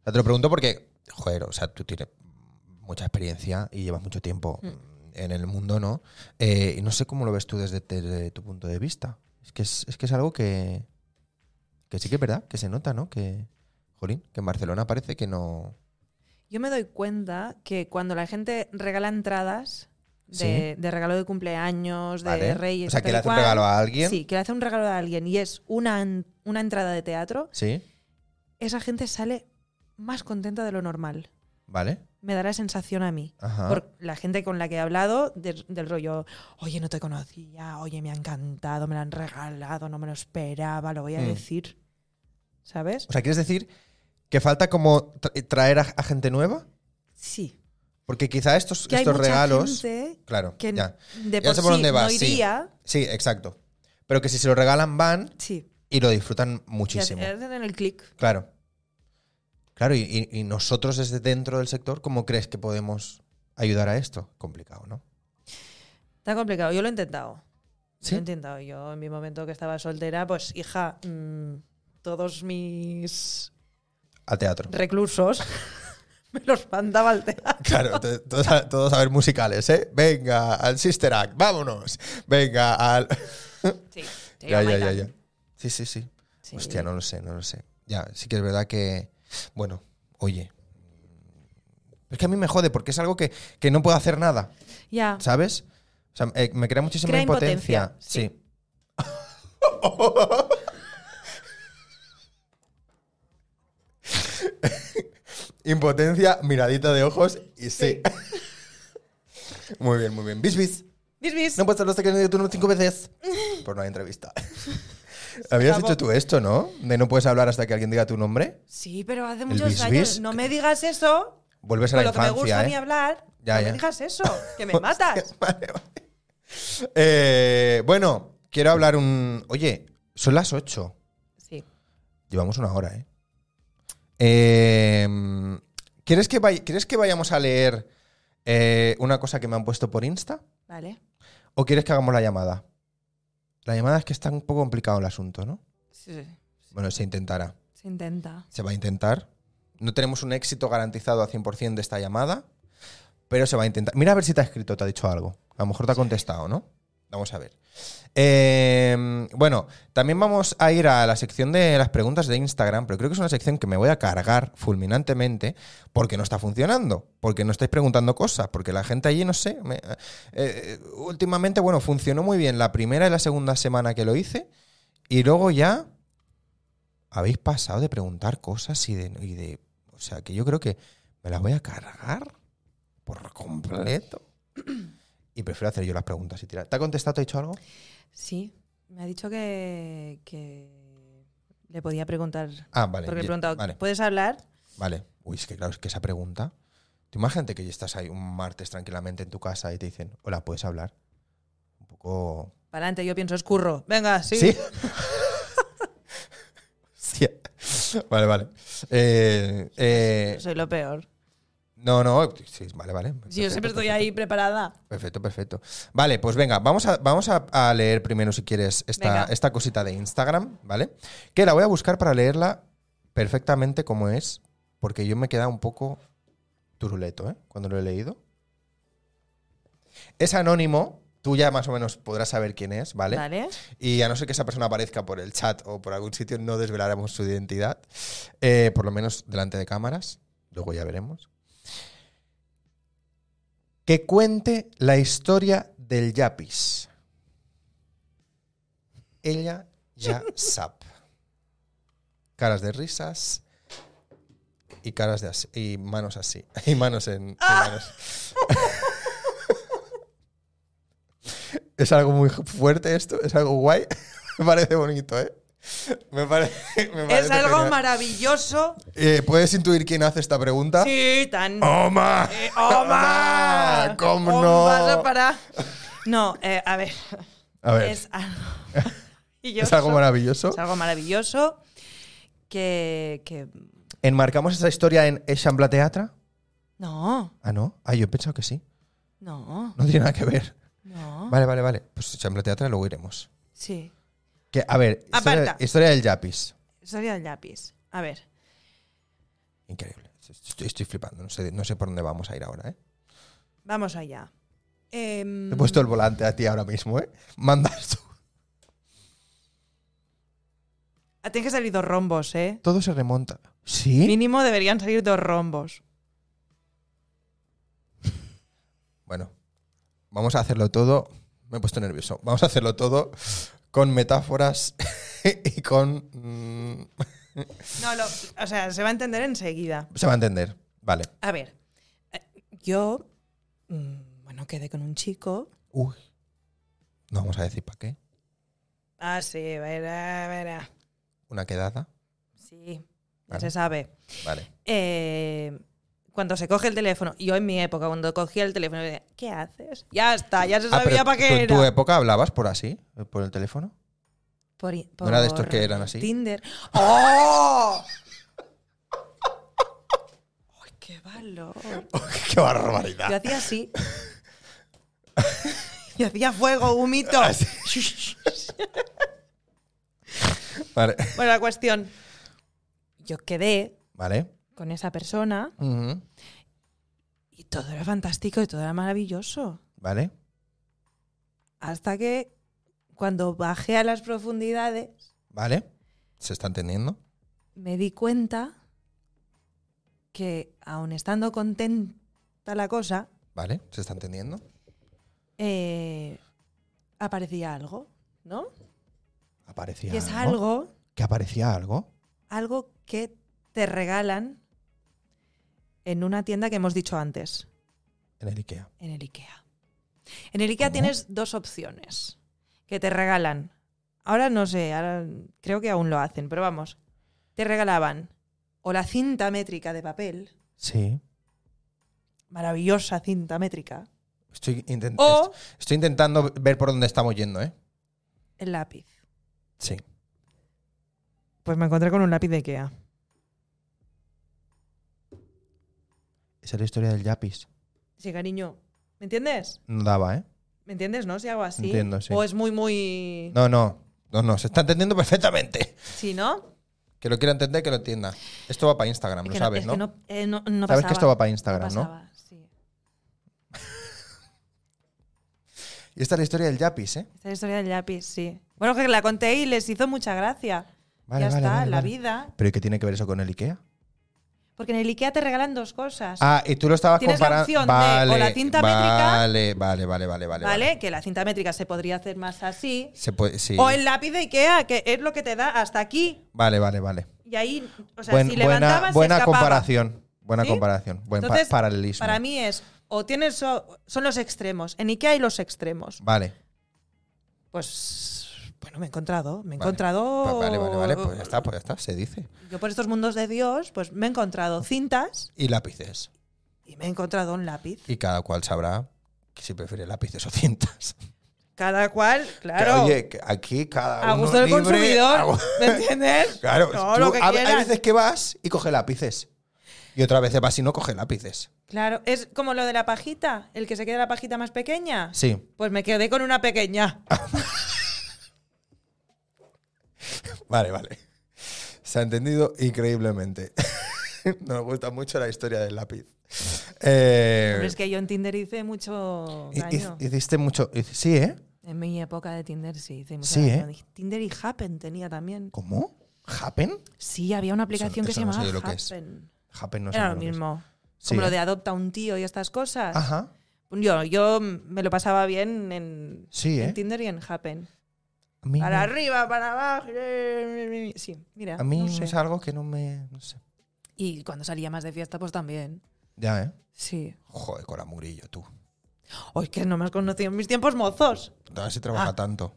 [SPEAKER 1] O sea, te lo pregunto porque, joder, o sea, tú tienes mucha experiencia y llevas mucho tiempo mm, en el mundo, ¿no? Eh, y no sé cómo lo ves tú desde, desde tu punto de vista. Es que es, es que es algo que. Que sí que es verdad, que se nota, ¿no? Que. Jolín, que en Barcelona parece que no.
[SPEAKER 2] Yo me doy cuenta que cuando la gente regala entradas de, de regalo de cumpleaños, de
[SPEAKER 1] Vale. ¿eh?
[SPEAKER 2] reyes...
[SPEAKER 1] O sea, que
[SPEAKER 2] tal
[SPEAKER 1] le
[SPEAKER 2] y
[SPEAKER 1] hace un
[SPEAKER 2] cual,
[SPEAKER 1] regalo a alguien.
[SPEAKER 2] Sí, que le hace un regalo a alguien y es una, en- una entrada de teatro,
[SPEAKER 1] Sí,
[SPEAKER 2] esa gente sale más contenta de lo normal.
[SPEAKER 1] vale.
[SPEAKER 2] Me da la sensación a mí.
[SPEAKER 1] Ajá.
[SPEAKER 2] Por la gente con la que he hablado, de- del rollo, oye, no te conocía, oye, me ha encantado, me lo han regalado, no me lo esperaba, lo voy a
[SPEAKER 1] Mm.
[SPEAKER 2] decir. ¿Sabes?
[SPEAKER 1] O sea, ¿quieres decir que falta como tra- traer a, a gente nueva?
[SPEAKER 2] Sí.
[SPEAKER 1] Porque quizá estos,
[SPEAKER 2] Que hay
[SPEAKER 1] estos
[SPEAKER 2] mucha
[SPEAKER 1] regalos.
[SPEAKER 2] gente
[SPEAKER 1] Claro,
[SPEAKER 2] que
[SPEAKER 1] ya.
[SPEAKER 2] de
[SPEAKER 1] Ya
[SPEAKER 2] por
[SPEAKER 1] sé por
[SPEAKER 2] sí
[SPEAKER 1] dónde vas,
[SPEAKER 2] no
[SPEAKER 1] sí.
[SPEAKER 2] iría.
[SPEAKER 1] Sí, exacto. Pero que si se lo regalan van
[SPEAKER 2] Sí.
[SPEAKER 1] y lo disfrutan
[SPEAKER 2] y hace-
[SPEAKER 1] muchísimo.
[SPEAKER 2] hacen en el clic.
[SPEAKER 1] Claro. Claro, y, y- y nosotros desde dentro del sector, ¿cómo crees que podemos ayudar a esto? Complicado, ¿no?
[SPEAKER 2] Está complicado, yo lo he intentado.
[SPEAKER 1] Sí.
[SPEAKER 2] Lo he intentado. Yo en mi momento que estaba soltera, pues hija, mm, todos mis
[SPEAKER 1] Al teatro.
[SPEAKER 2] reclusos *laughs* me los mandaba al teatro.
[SPEAKER 1] Claro, to- todos a, todos a ver musicales, ¿eh? Venga, al Sister Act, vámonos. Venga, al...
[SPEAKER 2] Sí, sí,
[SPEAKER 1] Ya,
[SPEAKER 2] oh
[SPEAKER 1] ya,
[SPEAKER 2] my
[SPEAKER 1] ya,
[SPEAKER 2] God.
[SPEAKER 1] ya. Sí, sí, sí.
[SPEAKER 2] Sí.
[SPEAKER 1] Hostia, no lo sé, no lo sé. Ya, sí que es verdad que. Bueno, oye. Es que a mí me jode porque es algo que, que no puedo hacer nada,
[SPEAKER 2] Ya.
[SPEAKER 1] ¿sabes? O sea, eh, me crea muchísima
[SPEAKER 2] Crea
[SPEAKER 1] impotencia.
[SPEAKER 2] impotencia, sí.
[SPEAKER 1] sí. *laughs* impotencia, miradita de ojos y sí. *laughs* muy bien, muy bien. Bis, bis.
[SPEAKER 2] Bis, bis.
[SPEAKER 1] No puedes hablar hasta que de turno cinco
[SPEAKER 2] *laughs*
[SPEAKER 1] veces. Por una entrevista. Habías
[SPEAKER 2] acabó.
[SPEAKER 1] hecho tú esto, ¿no? De no puedes hablar hasta que alguien diga tu nombre.
[SPEAKER 2] Sí, pero hace muchos
[SPEAKER 1] bis,
[SPEAKER 2] años.
[SPEAKER 1] bis?
[SPEAKER 2] No me digas eso.
[SPEAKER 1] Vuelves a
[SPEAKER 2] Con
[SPEAKER 1] la
[SPEAKER 2] lo que me gusta
[SPEAKER 1] infancia,
[SPEAKER 2] a mí
[SPEAKER 1] ¿eh?
[SPEAKER 2] hablar.
[SPEAKER 1] Ya,
[SPEAKER 2] no
[SPEAKER 1] ya.
[SPEAKER 2] me digas eso. Que me matas.
[SPEAKER 1] *laughs* Vale, vale. Eh, bueno, quiero hablar un... Oye, son las 8.
[SPEAKER 2] Sí.
[SPEAKER 1] Llevamos una hora, ¿eh? Eh, ¿quieres, que vay- ¿Quieres que vayamos a leer eh, una cosa que me han puesto por Insta?
[SPEAKER 2] Vale.
[SPEAKER 1] ¿O quieres que hagamos la llamada? La llamada es que está un poco complicado el asunto, ¿no?
[SPEAKER 2] Sí, sí.
[SPEAKER 1] Bueno, se intentará.
[SPEAKER 2] Se intenta.
[SPEAKER 1] Se va a intentar. No tenemos un éxito garantizado a 100% de esta llamada, pero se va a intentar. Mira a ver si te ha escrito, te ha dicho algo. A lo mejor te ha contestado, ¿no? Vamos a ver. Eh, bueno, también vamos a ir a la sección de las preguntas de Instagram, pero creo que es una sección que me voy a cargar fulminantemente porque no está funcionando, porque no estáis preguntando cosas, porque la gente allí, no sé, me- eh, últimamente, bueno, funcionó muy bien la primera y la segunda semana que lo hice y luego ya habéis pasado de preguntar cosas y de, y de- O sea, que yo creo que me las voy a cargar por completo. Y prefiero hacer yo las preguntas y tirar. ¿Te ha contestado? ¿Te ha dicho algo?
[SPEAKER 2] Sí. Me ha dicho que, que le podía preguntar.
[SPEAKER 1] Ah, vale.
[SPEAKER 2] porque le he
[SPEAKER 1] ya-
[SPEAKER 2] preguntado,
[SPEAKER 1] Vale,
[SPEAKER 2] ¿puedes hablar?
[SPEAKER 1] vale. Uy, es que claro, es que esa pregunta. Tú imagínate que ya estás ahí un martes tranquilamente en tu casa y te dicen, hola, ¿puedes hablar? Un poco.
[SPEAKER 2] Para adelante, yo pienso, escurro. Venga, sí.
[SPEAKER 1] *laughs* Sí. Vale, vale. Eh, eh,
[SPEAKER 2] Soy lo peor.
[SPEAKER 1] no, no, sí, vale, vale.
[SPEAKER 2] Si yo
[SPEAKER 1] Perfecto,
[SPEAKER 2] siempre estoy
[SPEAKER 1] perfecto.
[SPEAKER 2] ahí preparada.
[SPEAKER 1] Perfecto, perfecto. Vale, pues venga, vamos a, vamos a, a leer primero, si quieres, esta,
[SPEAKER 2] Venga.
[SPEAKER 1] esta cosita de Instagram, ¿vale? Que la voy a buscar para leerla perfectamente como es, porque yo me he quedado un poco turuleto, ¿eh? Cuando lo he leído. Es anónimo, tú ya más o menos podrás saber quién es, ¿vale?
[SPEAKER 2] Vale.
[SPEAKER 1] Y a no ser que esa persona aparezca por el chat o por algún sitio, no desvelaremos su identidad, eh, por lo menos delante de cámaras, luego ya veremos. Que cuente la historia del Yapis. Ella
[SPEAKER 2] *laughs*
[SPEAKER 1] ya sap. Caras de risas y caras de así, y manos así, *laughs* y manos en... y
[SPEAKER 2] Ah.
[SPEAKER 1] manos. *laughs* es algo muy fuerte esto, es algo guay. *laughs* me parece bonito, ¿eh? Me pare- *laughs* me parece
[SPEAKER 2] Es algo
[SPEAKER 1] genial.
[SPEAKER 2] maravilloso.
[SPEAKER 1] Eh, ¿Puedes intuir quién hace esta pregunta?
[SPEAKER 2] Sí, tan.
[SPEAKER 1] ¡Oma!
[SPEAKER 2] Eh, ¡Oma!
[SPEAKER 1] ¡Oma! Oh. *laughs* Ah, ¿Cómo
[SPEAKER 2] Oma,
[SPEAKER 1] no?
[SPEAKER 2] vas a parar. No, eh, a ver.
[SPEAKER 1] A ver,
[SPEAKER 2] Es algo
[SPEAKER 1] *laughs* es algo maravilloso.
[SPEAKER 2] Es algo maravilloso que. que-
[SPEAKER 1] ¿Enmarcamos esa historia en Eixample Teatra?
[SPEAKER 2] no,
[SPEAKER 1] Ah, no. Ah, yo he pensado que sí.
[SPEAKER 2] no,
[SPEAKER 1] No tiene nada que ver.
[SPEAKER 2] no.
[SPEAKER 1] Vale, vale, vale. Pues Eixample Teatra luego iremos.
[SPEAKER 2] Sí.
[SPEAKER 1] Que, a ver, historia,
[SPEAKER 2] Aparta.
[SPEAKER 1] historia del Yapis.
[SPEAKER 2] Historia del lápiz. A ver.
[SPEAKER 1] Increíble. Estoy, estoy flipando. No sé, no sé por dónde vamos a ir ahora, ¿eh?
[SPEAKER 2] Vamos allá. Em,
[SPEAKER 1] Te he puesto el volante a ti ahora mismo, ¿eh? Mandas tú.
[SPEAKER 2] ah, Tienen que salir dos rombos, ¿eh?
[SPEAKER 1] Todo se remonta. ¿Sí?
[SPEAKER 2] Mínimo deberían salir dos rombos.
[SPEAKER 1] Bueno, vamos a hacerlo todo. Me he puesto nervioso. Vamos a hacerlo todo con metáforas *laughs* y con. mm,
[SPEAKER 2] No, lo- o sea, se va a entender enseguida.
[SPEAKER 1] se va a entender. Vale.
[SPEAKER 2] A ver. eh, Yo. mm, Bueno, quedé con un chico.
[SPEAKER 1] Uy. No vamos a decir para qué.
[SPEAKER 2] Ah, sí, verá, verá.
[SPEAKER 1] Una quedada.
[SPEAKER 2] Sí, ya
[SPEAKER 1] Vale.
[SPEAKER 2] se sabe.
[SPEAKER 1] Vale.
[SPEAKER 2] Eh, cuando se coge el teléfono, yo en mi época, cuando cogía el teléfono, decía, ¿qué haces? Ya está, ya se
[SPEAKER 1] Ah, pero
[SPEAKER 2] sabía para
[SPEAKER 1] ¿tú
[SPEAKER 2] qué
[SPEAKER 1] ¿En tu
[SPEAKER 2] era.
[SPEAKER 1] época hablabas por así? eh, ¿Por el teléfono?
[SPEAKER 2] Por,
[SPEAKER 1] ¿No era de estos que eran así?
[SPEAKER 2] Tinder.
[SPEAKER 1] *laughs*
[SPEAKER 2] ¡Oh! ¡Ay, qué valor!
[SPEAKER 1] ¡Qué
[SPEAKER 2] Yo
[SPEAKER 1] barbaridad! *laughs*
[SPEAKER 2] hacía así. Yo hacía fuego, humito.
[SPEAKER 1] Ah, Vale.
[SPEAKER 2] bueno, la cuestión. Yo quedé
[SPEAKER 1] Vale.
[SPEAKER 2] con esa persona
[SPEAKER 1] Ujú.
[SPEAKER 2] y todo era fantástico y todo era maravilloso.
[SPEAKER 1] Vale.
[SPEAKER 2] Hasta que cuando bajé a las profundidades
[SPEAKER 1] Vale. ¿Se está entendiendo?
[SPEAKER 2] me di cuenta que aun estando contenta la cosa,
[SPEAKER 1] Vale. ¿Se está entendiendo?
[SPEAKER 2] eh, aparecía algo, ¿no?
[SPEAKER 1] Aparecía
[SPEAKER 2] Que es algo,
[SPEAKER 1] ¿Que aparecía algo?
[SPEAKER 2] algo que te regalan en una tienda que hemos dicho antes,
[SPEAKER 1] En el Ikea.
[SPEAKER 2] en el IKEA. En el IKEA
[SPEAKER 1] ¿Cómo?
[SPEAKER 2] tienes dos opciones que te regalan. Ahora no sé, ahora creo que aún lo hacen, pero vamos. Te regalaban o la cinta métrica de papel,
[SPEAKER 1] Sí.
[SPEAKER 2] maravillosa cinta métrica,
[SPEAKER 1] Estoy, intent-
[SPEAKER 2] o
[SPEAKER 1] est- estoy intentando ver por dónde estamos yendo, ¿eh?
[SPEAKER 2] el lápiz.
[SPEAKER 1] Sí.
[SPEAKER 2] Pues me encontré con un lápiz de IKEA.
[SPEAKER 1] Esa es la historia del Yapis.
[SPEAKER 2] Sí, cariño. ¿Me entiendes?
[SPEAKER 1] No daba, ¿eh?
[SPEAKER 2] ¿Me entiendes, no? Si hago así.
[SPEAKER 1] Entiendo, sí.
[SPEAKER 2] O es muy, muy.
[SPEAKER 1] No, no. No, no. Se está entendiendo perfectamente.
[SPEAKER 2] Sí, ¿no?
[SPEAKER 1] Que lo quiera entender, que lo entienda. Esto va para Instagram,
[SPEAKER 2] Es
[SPEAKER 1] lo
[SPEAKER 2] que
[SPEAKER 1] sabes,
[SPEAKER 2] es
[SPEAKER 1] ¿no?
[SPEAKER 2] que no, eh, no- no
[SPEAKER 1] sabes
[SPEAKER 2] pasaba.
[SPEAKER 1] que esto va para
[SPEAKER 2] No
[SPEAKER 1] Instagram, ¿no?
[SPEAKER 2] pasaba, sí.
[SPEAKER 1] Y esta es la historia del Yapis, ¿eh?
[SPEAKER 2] Esta es la historia del lápiz, sí. Bueno, que la conté y les hizo mucha gracia.
[SPEAKER 1] Vale, vale,
[SPEAKER 2] ya está,
[SPEAKER 1] vale,
[SPEAKER 2] la
[SPEAKER 1] vale.
[SPEAKER 2] vida.
[SPEAKER 1] ¿Pero y qué tiene que ver eso con el E? Ikea?
[SPEAKER 2] Porque en el IKEA te regalan dos cosas.
[SPEAKER 1] Ah, y tú lo estabas
[SPEAKER 2] Tienes la
[SPEAKER 1] comparando.
[SPEAKER 2] opción de
[SPEAKER 1] vale,
[SPEAKER 2] o la cinta métrica-
[SPEAKER 1] vale, vale, vale, vale, vale,
[SPEAKER 2] ¿vale? Que la cinta métrica se podría hacer más así.
[SPEAKER 1] Se puede, sí.
[SPEAKER 2] O el lápiz de IKEA, que es lo que te da hasta aquí.
[SPEAKER 1] Vale, vale, vale.
[SPEAKER 2] Y ahí, o sea,
[SPEAKER 1] Buen-
[SPEAKER 2] si
[SPEAKER 1] buena
[SPEAKER 2] levantabas, se
[SPEAKER 1] buena
[SPEAKER 2] escapaba.
[SPEAKER 1] comparación. Buena
[SPEAKER 2] ¿Sí?
[SPEAKER 1] comparación. Buen pa-
[SPEAKER 2] Entonces,
[SPEAKER 1] paralelismo.
[SPEAKER 2] Para mí es, o tienes, o- son los extremos. En Ikea hay los extremos.
[SPEAKER 1] Vale.
[SPEAKER 2] Pues, bueno, me he encontrado, me he
[SPEAKER 1] Vale.
[SPEAKER 2] encontrado.
[SPEAKER 1] Pues vale, vale, vale. Pues ya está, pues ya está. Se dice.
[SPEAKER 2] Yo por estos mundos de Dios, pues me he encontrado cintas
[SPEAKER 1] Y lápices.
[SPEAKER 2] y me he encontrado un lápiz.
[SPEAKER 1] Y cada cual sabrá que si prefiere lápices o cintas. *laughs*
[SPEAKER 2] Cada cual,
[SPEAKER 1] Que,
[SPEAKER 2] claro,
[SPEAKER 1] oye, que aquí cada uno.
[SPEAKER 2] a gusto del
[SPEAKER 1] libre,
[SPEAKER 2] consumidor,
[SPEAKER 1] a gu-
[SPEAKER 2] ¿me entiendes?
[SPEAKER 1] *laughs* Claro,
[SPEAKER 2] Todo
[SPEAKER 1] tú-
[SPEAKER 2] lo que
[SPEAKER 1] hab- hay
[SPEAKER 2] quieras.
[SPEAKER 1] veces que vas y coge lápices. Y otras veces vas y no coge lápices.
[SPEAKER 2] Claro, es como lo de la pajita, el que se queda la pajita más pequeña.
[SPEAKER 1] Sí.
[SPEAKER 2] Pues me quedé con una pequeña.
[SPEAKER 1] Vale, vale. *laughs* Se ha entendido increíblemente. Nos gusta mucho la historia del lápiz. Eh,
[SPEAKER 2] Hombre, es que yo en Tinder hice mucho
[SPEAKER 1] hi-
[SPEAKER 2] daño.
[SPEAKER 1] hi- Hiciste mucho. hici- Sí, ¿eh?
[SPEAKER 2] en mi época de Tinder sí hice mucho
[SPEAKER 1] Sí,
[SPEAKER 2] daño.
[SPEAKER 1] ¿eh?
[SPEAKER 2] Tinder y Happen tenía también.
[SPEAKER 1] ¿Cómo? ¿Happen?
[SPEAKER 2] Sí, había una aplicación
[SPEAKER 1] eso
[SPEAKER 2] que
[SPEAKER 1] no
[SPEAKER 2] se
[SPEAKER 1] sé
[SPEAKER 2] llamaba
[SPEAKER 1] yo lo que es.
[SPEAKER 2] Happen.
[SPEAKER 1] Happen no sé
[SPEAKER 2] Era
[SPEAKER 1] yo
[SPEAKER 2] lo
[SPEAKER 1] que es.
[SPEAKER 2] mismo.
[SPEAKER 1] Sí,
[SPEAKER 2] Como
[SPEAKER 1] ¿eh? Ah.
[SPEAKER 2] lo de adopta un tío y estas cosas.
[SPEAKER 1] Ajá.
[SPEAKER 2] Yo, yo me lo pasaba bien en,
[SPEAKER 1] Sí,
[SPEAKER 2] en
[SPEAKER 1] ¿eh?
[SPEAKER 2] Tinder y en Happen.
[SPEAKER 1] A mí,
[SPEAKER 2] Para
[SPEAKER 1] no-
[SPEAKER 2] arriba, para abajo. eh, Sí, mira.
[SPEAKER 1] a mí
[SPEAKER 2] no
[SPEAKER 1] es
[SPEAKER 2] sé.
[SPEAKER 1] algo que no me. No sé.
[SPEAKER 2] Y cuando salía más de fiesta, pues también.
[SPEAKER 1] Ya, ¿eh?
[SPEAKER 2] Sí.
[SPEAKER 1] Joder, Cora Murillo, tú.
[SPEAKER 2] Hoy que no me has conocido en mis tiempos mozos.
[SPEAKER 1] A ver si trabaja
[SPEAKER 2] Ah. *laughs*
[SPEAKER 1] tanto.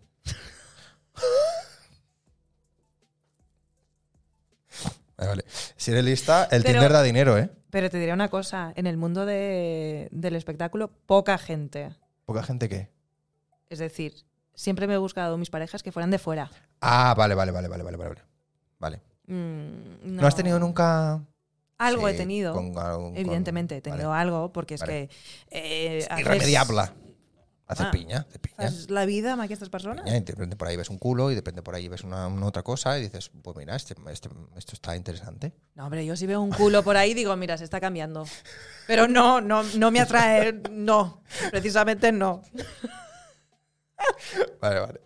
[SPEAKER 1] vale, vale. Si eres lista, el
[SPEAKER 2] Pero-
[SPEAKER 1] Tinder da dinero, ¿eh?
[SPEAKER 2] Pero te diré una cosa, en el mundo de- del espectáculo, poca gente.
[SPEAKER 1] Poca gente que.
[SPEAKER 2] Es decir, siempre me he buscado mis parejas que fueran de fuera.
[SPEAKER 1] Ah, vale, vale, vale, vale, vale, vale. Vale.
[SPEAKER 2] Mm, no.
[SPEAKER 1] ¿No, has tenido nunca.
[SPEAKER 2] Algo
[SPEAKER 1] Sí,
[SPEAKER 2] he tenido.
[SPEAKER 1] con algún- con-
[SPEAKER 2] Evidentemente, he tenido
[SPEAKER 1] vale.
[SPEAKER 2] algo, porque es
[SPEAKER 1] Vale.
[SPEAKER 2] que. eh, haces-
[SPEAKER 1] Irremediable. Haces
[SPEAKER 2] Ah.
[SPEAKER 1] piña, haces piña.
[SPEAKER 2] haces la vida más que estas personas.
[SPEAKER 1] piña, Y de repente por ahí ves un culo y de repente por ahí ves una, una otra cosa y dices, pues mira, este, este- esto está interesante.
[SPEAKER 2] No, hombre, yo si veo un culo por ahí digo, mira, se está cambiando. Pero no, no, no me atrae, no. Precisamente no.
[SPEAKER 1] Vale, *laughs* vale.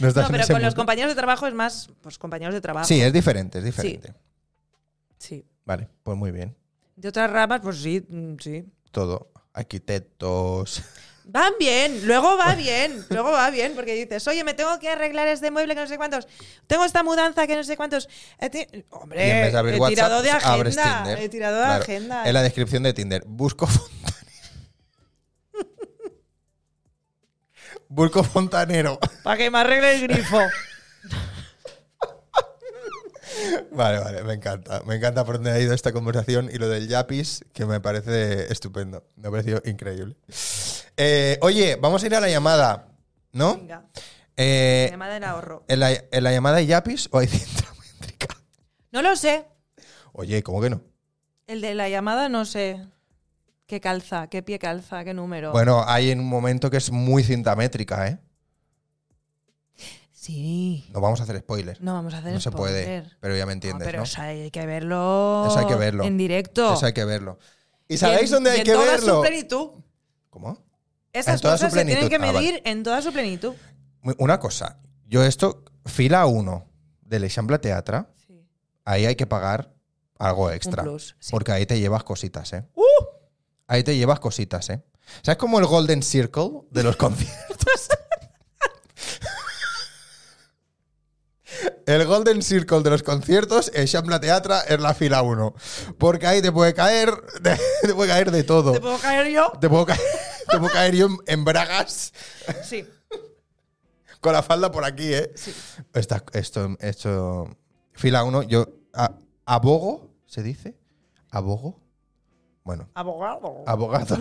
[SPEAKER 1] No estás
[SPEAKER 2] No,
[SPEAKER 1] en
[SPEAKER 2] pero
[SPEAKER 1] ese
[SPEAKER 2] con los
[SPEAKER 1] mundo.
[SPEAKER 2] compañeros de trabajo es más, pues compañeros de trabajo.
[SPEAKER 1] Sí, es diferente, es diferente.
[SPEAKER 2] Sí.
[SPEAKER 1] Vale, pues muy bien.
[SPEAKER 2] De otras ramas, pues sí, mm, sí.
[SPEAKER 1] Todo. Arquitectos. *laughs*
[SPEAKER 2] Van bien, luego va bien, luego va bien, porque dices, oye, me tengo que arreglar este mueble que no sé cuántos, tengo esta mudanza que no sé cuántos. He ti- Hombre,
[SPEAKER 1] y en vez de abrir
[SPEAKER 2] Eh, he
[SPEAKER 1] WhatsApp,
[SPEAKER 2] tirado de
[SPEAKER 1] abres
[SPEAKER 2] agenda,
[SPEAKER 1] Tinder.
[SPEAKER 2] he tirado de
[SPEAKER 1] Claro,
[SPEAKER 2] agenda.
[SPEAKER 1] En la descripción de Tinder. Busco fontanero. *laughs* Busco fontanero.
[SPEAKER 2] Para que me arregle el
[SPEAKER 1] *laughs*
[SPEAKER 2] grifo.
[SPEAKER 1] Vale, vale, me encanta. Me encanta por dónde ha ido esta conversación y lo del yapis, que me parece estupendo. Me ha parecido increíble. Eh, oye, vamos a ir a la llamada, ¿no?
[SPEAKER 2] Venga,
[SPEAKER 1] Eh,
[SPEAKER 2] tema del ahorro.
[SPEAKER 1] ¿en, la, en la llamada hay yapis o hay *laughs* centrométrica?
[SPEAKER 2] No lo sé,
[SPEAKER 1] Oye, ¿cómo que no?
[SPEAKER 2] el de la llamada no sé qué calza, qué pie calza, qué número.
[SPEAKER 1] Bueno, hay en un momento que es muy cintamétrica, ¿eh?
[SPEAKER 2] Sí,
[SPEAKER 1] No vamos a hacer spoilers.
[SPEAKER 2] no vamos a hacer
[SPEAKER 1] No se
[SPEAKER 2] spoiler.
[SPEAKER 1] puede, pero ya me
[SPEAKER 2] No,
[SPEAKER 1] entiendes,
[SPEAKER 2] pero
[SPEAKER 1] ¿no?
[SPEAKER 2] eso hay que verlo.
[SPEAKER 1] Eso hay que verlo.
[SPEAKER 2] En directo.
[SPEAKER 1] Eso hay que verlo. ¿Y
[SPEAKER 2] Y
[SPEAKER 1] sabéis
[SPEAKER 2] en-
[SPEAKER 1] dónde
[SPEAKER 2] y
[SPEAKER 1] hay
[SPEAKER 2] en
[SPEAKER 1] que
[SPEAKER 2] toda su
[SPEAKER 1] verlo?
[SPEAKER 2] plenitud.
[SPEAKER 1] ¿Cómo?
[SPEAKER 2] Esas
[SPEAKER 1] En toda su
[SPEAKER 2] cosas se tienen
[SPEAKER 1] plenitud.
[SPEAKER 2] que
[SPEAKER 1] Ah, vale.
[SPEAKER 2] medir en toda su plenitud.
[SPEAKER 1] Mu- Una cosa. Yo esto, fila 1 del Eixample Teatre, ahí hay que pagar algo extra.
[SPEAKER 2] plus, sí.
[SPEAKER 1] Porque ahí te llevas cositas, ¿eh?
[SPEAKER 2] Uh,
[SPEAKER 1] Ahí te llevas cositas, ¿eh? ¿Sabes como el Golden Circle de los *laughs* conciertos? El Golden Circle de los conciertos, el Shambla Teatra es la fila 1. Porque ahí te puede caer, te, puede caer de *laughs* todo.
[SPEAKER 2] ¿Te puedo caer
[SPEAKER 1] *laughs*
[SPEAKER 2] yo?
[SPEAKER 1] Te puedo caer, te puedo caer yo en, en bragas
[SPEAKER 2] Sí.
[SPEAKER 1] con la falda por aquí, ¿eh? Esta- esto, esto. Fila 1, yo. a- abogo, ¿se dice? Abogo. Bueno,
[SPEAKER 2] Abogado.
[SPEAKER 1] Ah,
[SPEAKER 2] *laughs*
[SPEAKER 1] abogado.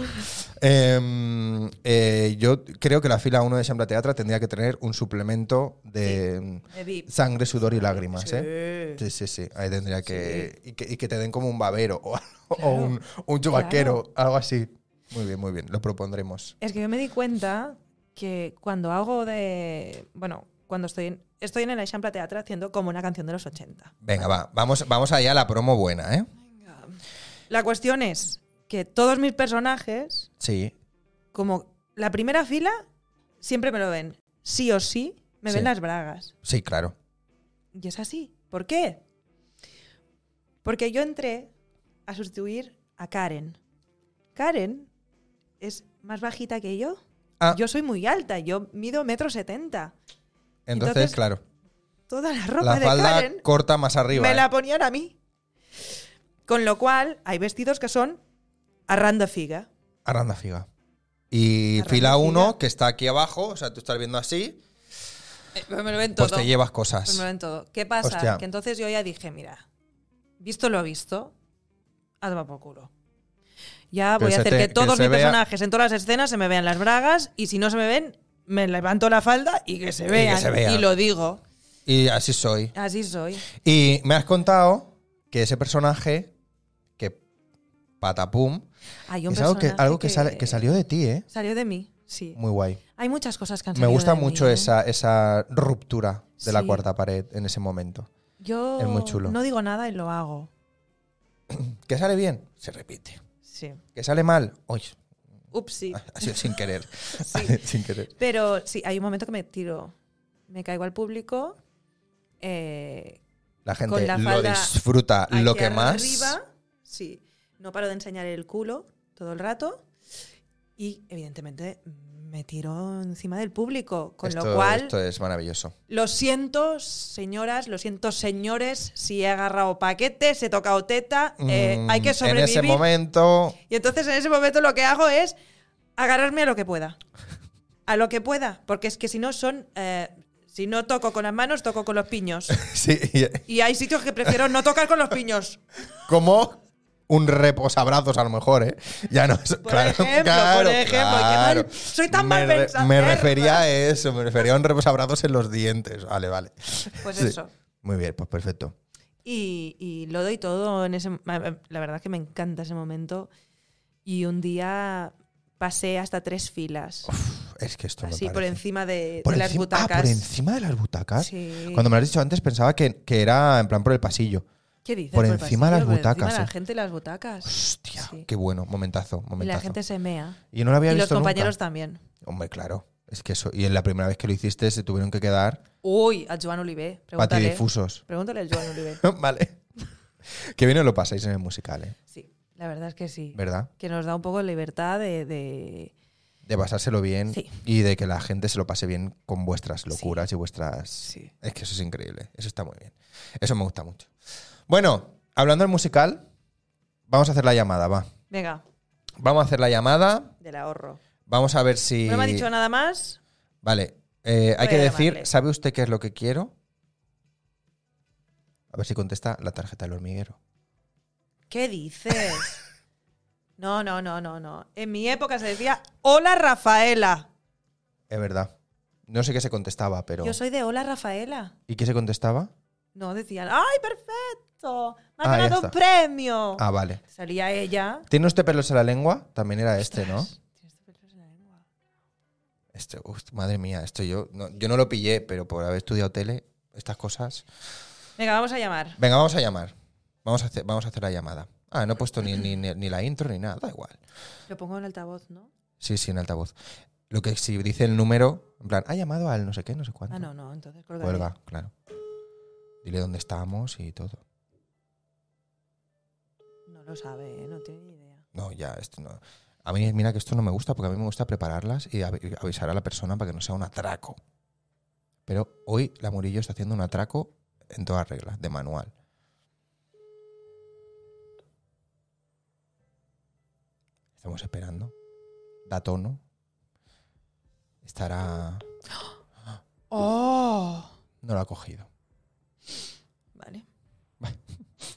[SPEAKER 1] Em, eh, yo creo que la fila 1 de Shambla Teatra tendría que tener un suplemento de
[SPEAKER 2] De VIP.
[SPEAKER 1] sangre, sudor y lágrimas,
[SPEAKER 2] Sí.
[SPEAKER 1] ¿eh? Sí, sí, sí. Ahí tendría que. Y, que. y que te den como un babero o, o
[SPEAKER 2] Claro,
[SPEAKER 1] un, un chubaquero, algo así. Muy bien, muy bien. Lo propondremos.
[SPEAKER 2] Es que yo me di cuenta que cuando hago de. Bueno, cuando estoy en, estoy en el Eixample Teatre haciendo como una canción de los 80.
[SPEAKER 1] Venga, va. Vamos, vamos allá a la promo buena, ¿eh?
[SPEAKER 2] La cuestión es que todos mis personajes,
[SPEAKER 1] Sí.
[SPEAKER 2] como la primera fila, siempre me lo ven. Sí o sí, me
[SPEAKER 1] Sí.
[SPEAKER 2] ven las bragas.
[SPEAKER 1] Sí, claro.
[SPEAKER 2] Y es así. ¿Por qué? Porque yo entré a sustituir a Karen. Karen es más bajita que yo.
[SPEAKER 1] Ah.
[SPEAKER 2] Yo soy muy alta, yo mido metro setenta.
[SPEAKER 1] Entonces,
[SPEAKER 2] Entonces,
[SPEAKER 1] claro.
[SPEAKER 2] Toda la ropa
[SPEAKER 1] La
[SPEAKER 2] de
[SPEAKER 1] falda
[SPEAKER 2] Karen
[SPEAKER 1] corta más arriba.
[SPEAKER 2] me
[SPEAKER 1] ¿eh?
[SPEAKER 2] la ponían a mí. Con lo cual, hay vestidos que son arranda figa.
[SPEAKER 1] Aranda Figa. Y
[SPEAKER 2] Aranda
[SPEAKER 1] fila
[SPEAKER 2] Figa.
[SPEAKER 1] 1, que está aquí abajo, o sea, tú estás viendo así,
[SPEAKER 2] Eh, me lo ven
[SPEAKER 1] pues te llevas cosas.
[SPEAKER 2] Pues me lo ven todo. ¿Qué pasa?
[SPEAKER 1] Hostia.
[SPEAKER 2] Que entonces yo ya dije, mira, visto lo visto, a tomar por culo. Ya
[SPEAKER 1] Pero
[SPEAKER 2] voy a
[SPEAKER 1] se
[SPEAKER 2] hacer
[SPEAKER 1] te-
[SPEAKER 2] que
[SPEAKER 1] que
[SPEAKER 2] todos
[SPEAKER 1] se
[SPEAKER 2] mis
[SPEAKER 1] vea-
[SPEAKER 2] personajes en todas las escenas se me vean las bragas y si no se me ven, me levanto la falda y que se
[SPEAKER 1] que
[SPEAKER 2] vean.
[SPEAKER 1] se vean.
[SPEAKER 2] Y lo digo.
[SPEAKER 1] Y así soy.
[SPEAKER 2] Así soy.
[SPEAKER 1] Y me has contado que ese personaje, que patapum,
[SPEAKER 2] Hay un
[SPEAKER 1] es algo, que,
[SPEAKER 2] personaje
[SPEAKER 1] algo que, sale- que salió de ti, ¿eh?
[SPEAKER 2] salió de mí, sí.
[SPEAKER 1] Muy guay.
[SPEAKER 2] Hay muchas cosas que han
[SPEAKER 1] Me
[SPEAKER 2] salido
[SPEAKER 1] gusta
[SPEAKER 2] de
[SPEAKER 1] mucho
[SPEAKER 2] mí, ¿eh?
[SPEAKER 1] esa, esa ruptura de la
[SPEAKER 2] Sí.
[SPEAKER 1] cuarta pared en ese momento.
[SPEAKER 2] Yo
[SPEAKER 1] es muy chulo.
[SPEAKER 2] no digo nada y lo hago.
[SPEAKER 1] ¿Qué sale bien? Se repite.
[SPEAKER 2] Sí.
[SPEAKER 1] Que sale mal. Uy, *laughs*
[SPEAKER 2] Upsi.
[SPEAKER 1] ha sido sin querer.
[SPEAKER 2] *laughs* Sí.
[SPEAKER 1] *laughs* sin querer.
[SPEAKER 2] Pero sí, hay un momento que me tiro. Me caigo al público. eh,
[SPEAKER 1] La gente
[SPEAKER 2] Con la
[SPEAKER 1] lo
[SPEAKER 2] falda
[SPEAKER 1] disfruta lo
[SPEAKER 2] aquí
[SPEAKER 1] que más.
[SPEAKER 2] Arriba, sí. No paro de enseñar el culo todo el rato. Y evidentemente me tiro encima del público. Con
[SPEAKER 1] esto,
[SPEAKER 2] lo cual,
[SPEAKER 1] esto es maravilloso.
[SPEAKER 2] lo siento, señoras, lo siento, señores, si he agarrado paquetes, he tocado teta, eh,
[SPEAKER 1] Mm,
[SPEAKER 2] hay que
[SPEAKER 1] En
[SPEAKER 2] sobrevivir.
[SPEAKER 1] ese momento, *laughs*
[SPEAKER 2] Y entonces en ese momento lo que hago es agarrarme a lo que pueda. A lo que pueda. Porque es que si no son. eh, si no toco con las manos, toco con los *laughs* piños.
[SPEAKER 1] sí,
[SPEAKER 2] Y hay sitios que prefiero no tocar con los piños.
[SPEAKER 1] como un reposabrazos a lo mejor, ¿eh? Ya no es.
[SPEAKER 2] Por
[SPEAKER 1] claro,
[SPEAKER 2] ejemplo,
[SPEAKER 1] claro,
[SPEAKER 2] por ejemplo, qué mal-
[SPEAKER 1] claro.
[SPEAKER 2] soy tan
[SPEAKER 1] me
[SPEAKER 2] mal
[SPEAKER 1] re-
[SPEAKER 2] pensada. ¿eh?
[SPEAKER 1] Me refería a eso, me refería a un reposabrazos en los dientes. Vale, vale.
[SPEAKER 2] Pues
[SPEAKER 1] Sí.
[SPEAKER 2] eso.
[SPEAKER 1] Muy bien, pues perfecto.
[SPEAKER 2] Y, y lo doy todo en ese. eh, La verdad es que me encanta ese momento. Y un día pasé hasta tres filas.
[SPEAKER 1] Uf, es que esto me
[SPEAKER 2] así por
[SPEAKER 1] parece-
[SPEAKER 2] encima de,
[SPEAKER 1] Por
[SPEAKER 2] de las
[SPEAKER 1] encima- ah,
[SPEAKER 2] butacas.
[SPEAKER 1] por encima de las butacas.
[SPEAKER 2] Sí.
[SPEAKER 1] Cuando me lo has dicho antes pensaba que, que era en plan por el pasillo.
[SPEAKER 2] ¿Qué dices?
[SPEAKER 1] por encima de las
[SPEAKER 2] pasillo, Por
[SPEAKER 1] butacas,
[SPEAKER 2] encima de
[SPEAKER 1] eh.
[SPEAKER 2] la gente y las butacas.
[SPEAKER 1] Hostia,
[SPEAKER 2] Sí.
[SPEAKER 1] qué bueno, momentazo,
[SPEAKER 2] Y
[SPEAKER 1] momentazo.
[SPEAKER 2] la gente se mea.
[SPEAKER 1] Y no lo había
[SPEAKER 2] Y los
[SPEAKER 1] visto
[SPEAKER 2] compañeros
[SPEAKER 1] nunca.
[SPEAKER 2] también.
[SPEAKER 1] Hombre, claro. Es que eso. Y en la primera vez que lo hiciste se tuvieron que quedar
[SPEAKER 2] Uy, a Joan Oliver. Pregúntale.
[SPEAKER 1] patidifusos. *laughs*
[SPEAKER 2] Pregúntale a Joan Oliver.
[SPEAKER 1] vale. Qué bien os lo pasáis en el musical, ¿eh?
[SPEAKER 2] Sí, la verdad es que sí.
[SPEAKER 1] ¿Verdad?
[SPEAKER 2] Que nos da un poco de libertad de. de-
[SPEAKER 1] De pasárselo bien
[SPEAKER 2] Sí.
[SPEAKER 1] y de que la gente se lo pase bien con vuestras locuras y vuestras.
[SPEAKER 2] Sí.
[SPEAKER 1] Es que eso es increíble. Eso está muy bien. Eso me gusta mucho. Bueno, hablando del musical, vamos a hacer la llamada, va.
[SPEAKER 2] Venga,
[SPEAKER 1] Vamos a hacer la llamada.
[SPEAKER 2] del ahorro.
[SPEAKER 1] Vamos a ver si.
[SPEAKER 2] No me ha dicho nada más.
[SPEAKER 1] Vale. eh, hay
[SPEAKER 2] Voy
[SPEAKER 1] que
[SPEAKER 2] a
[SPEAKER 1] decir,
[SPEAKER 2] llamarle.
[SPEAKER 1] ¿sabe usted qué es lo que quiero? A ver si contesta la tarjeta del hormiguero.
[SPEAKER 2] ¿Qué dices?
[SPEAKER 1] *laughs*
[SPEAKER 2] No, no, no, no, no. En mi época se decía Hola Rafaela.
[SPEAKER 1] Es verdad. No sé qué se contestaba, pero.
[SPEAKER 2] Yo soy de Hola Rafaela.
[SPEAKER 1] ¿Y qué se contestaba?
[SPEAKER 2] No, decían, ¡ay, perfecto! ¡Me has
[SPEAKER 1] Ah, ya
[SPEAKER 2] ganado
[SPEAKER 1] está.
[SPEAKER 2] un premio!
[SPEAKER 1] Ah, vale.
[SPEAKER 2] Salía ella.
[SPEAKER 1] ¿Tiene usted pelos en la lengua? También era este, ¿no?
[SPEAKER 2] Ostras, tienes pelos en la lengua.
[SPEAKER 1] Este, uf, madre mía, esto yo no, yo no lo pillé, pero por haber estudiado tele, estas cosas.
[SPEAKER 2] Venga, vamos a llamar.
[SPEAKER 1] Venga, vamos a llamar. Vamos a hacer, vamos a hacer la llamada. Ah, no he puesto ni, ni, ni- ni la intro ni nada, da igual.
[SPEAKER 2] Lo pongo en altavoz, ¿no?
[SPEAKER 1] Sí, sí, en altavoz. Lo que si dice el número, en plan, ha llamado al no sé qué, no sé cuánto.
[SPEAKER 2] Ah, no, no, entonces colgaré.
[SPEAKER 1] Cuelga, claro. Dile dónde estamos y todo.
[SPEAKER 2] No lo sabe, ¿eh? no tiene ni idea.
[SPEAKER 1] No, ya, esto no. A mí, mira que esto no me gusta porque a mí me gusta prepararlas y avi- avisar a la persona para que no sea un atraco. Pero hoy la Murillo está haciendo un atraco en toda regla, de manual. Estamos esperando. Da tono. Estará.
[SPEAKER 2] ¡Oh!
[SPEAKER 1] No lo ha cogido. *laughs*
[SPEAKER 2] Vale,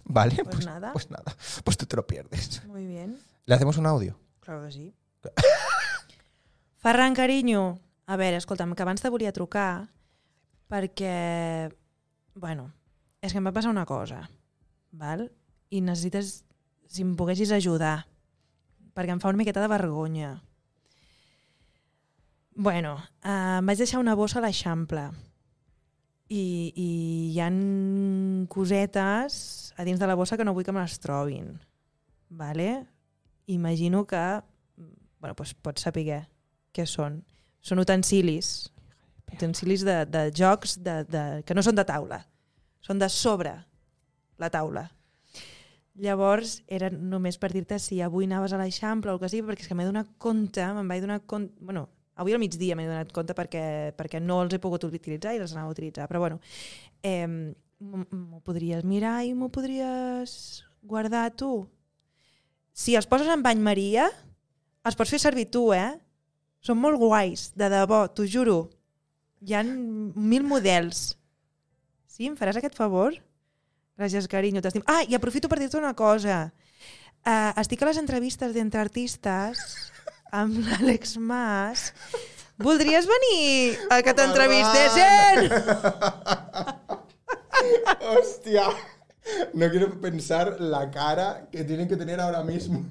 [SPEAKER 1] Vale,
[SPEAKER 2] pues,
[SPEAKER 1] pues,
[SPEAKER 2] nada.
[SPEAKER 1] pues nada. Pues tú te lo pierdes.
[SPEAKER 2] Muy bien,
[SPEAKER 1] Le hacemos un audio.
[SPEAKER 2] claro que sí. *laughs* Ferran, carinyo, a veure, escolta'm, que abans te volia trucar perquè, bueno, és que em va passar una cosa, val? I necessites, si em poguessis ajudar, perquè em fa una miqueta de vergonya. Bueno, eh, em vaig deixar una bossa a l'Eixample i, i hi han cosetes a dins de la bossa que no vull que me les trobin. Vale? Imagino que bueno, doncs pots saber què són. Són utensilis, utensilis de, de jocs de, de, que no són de taula, són de sobre la taula. Llavors, era només per dir-te si avui anaves a l'Eixample o el que sigui, perquè és que m'he donat compte, me'n vaig donar compte... Bueno, avui al migdia m'he donat compte perquè, perquè no els he pogut utilitzar i els anava a utilitzar, però bueno, eh, m'ho podries mirar i m'ho podries guardar tu? Si els poses en bany Maria, els pots fer servir tu, eh? Són molt guais, de debò, t'ho juro. Hi han mil models. Sí, em faràs aquest favor? Gràcies, carinyo, t'estim. Ah, i aprofito per dir-te una cosa. Uh, estic a les entrevistes d'entre artistes amb l'Àlex Mas. Voldries venir a que t'entrevistessin?
[SPEAKER 1] Hostia, no quiero pensar la cara que tienen que tener ahora mismo.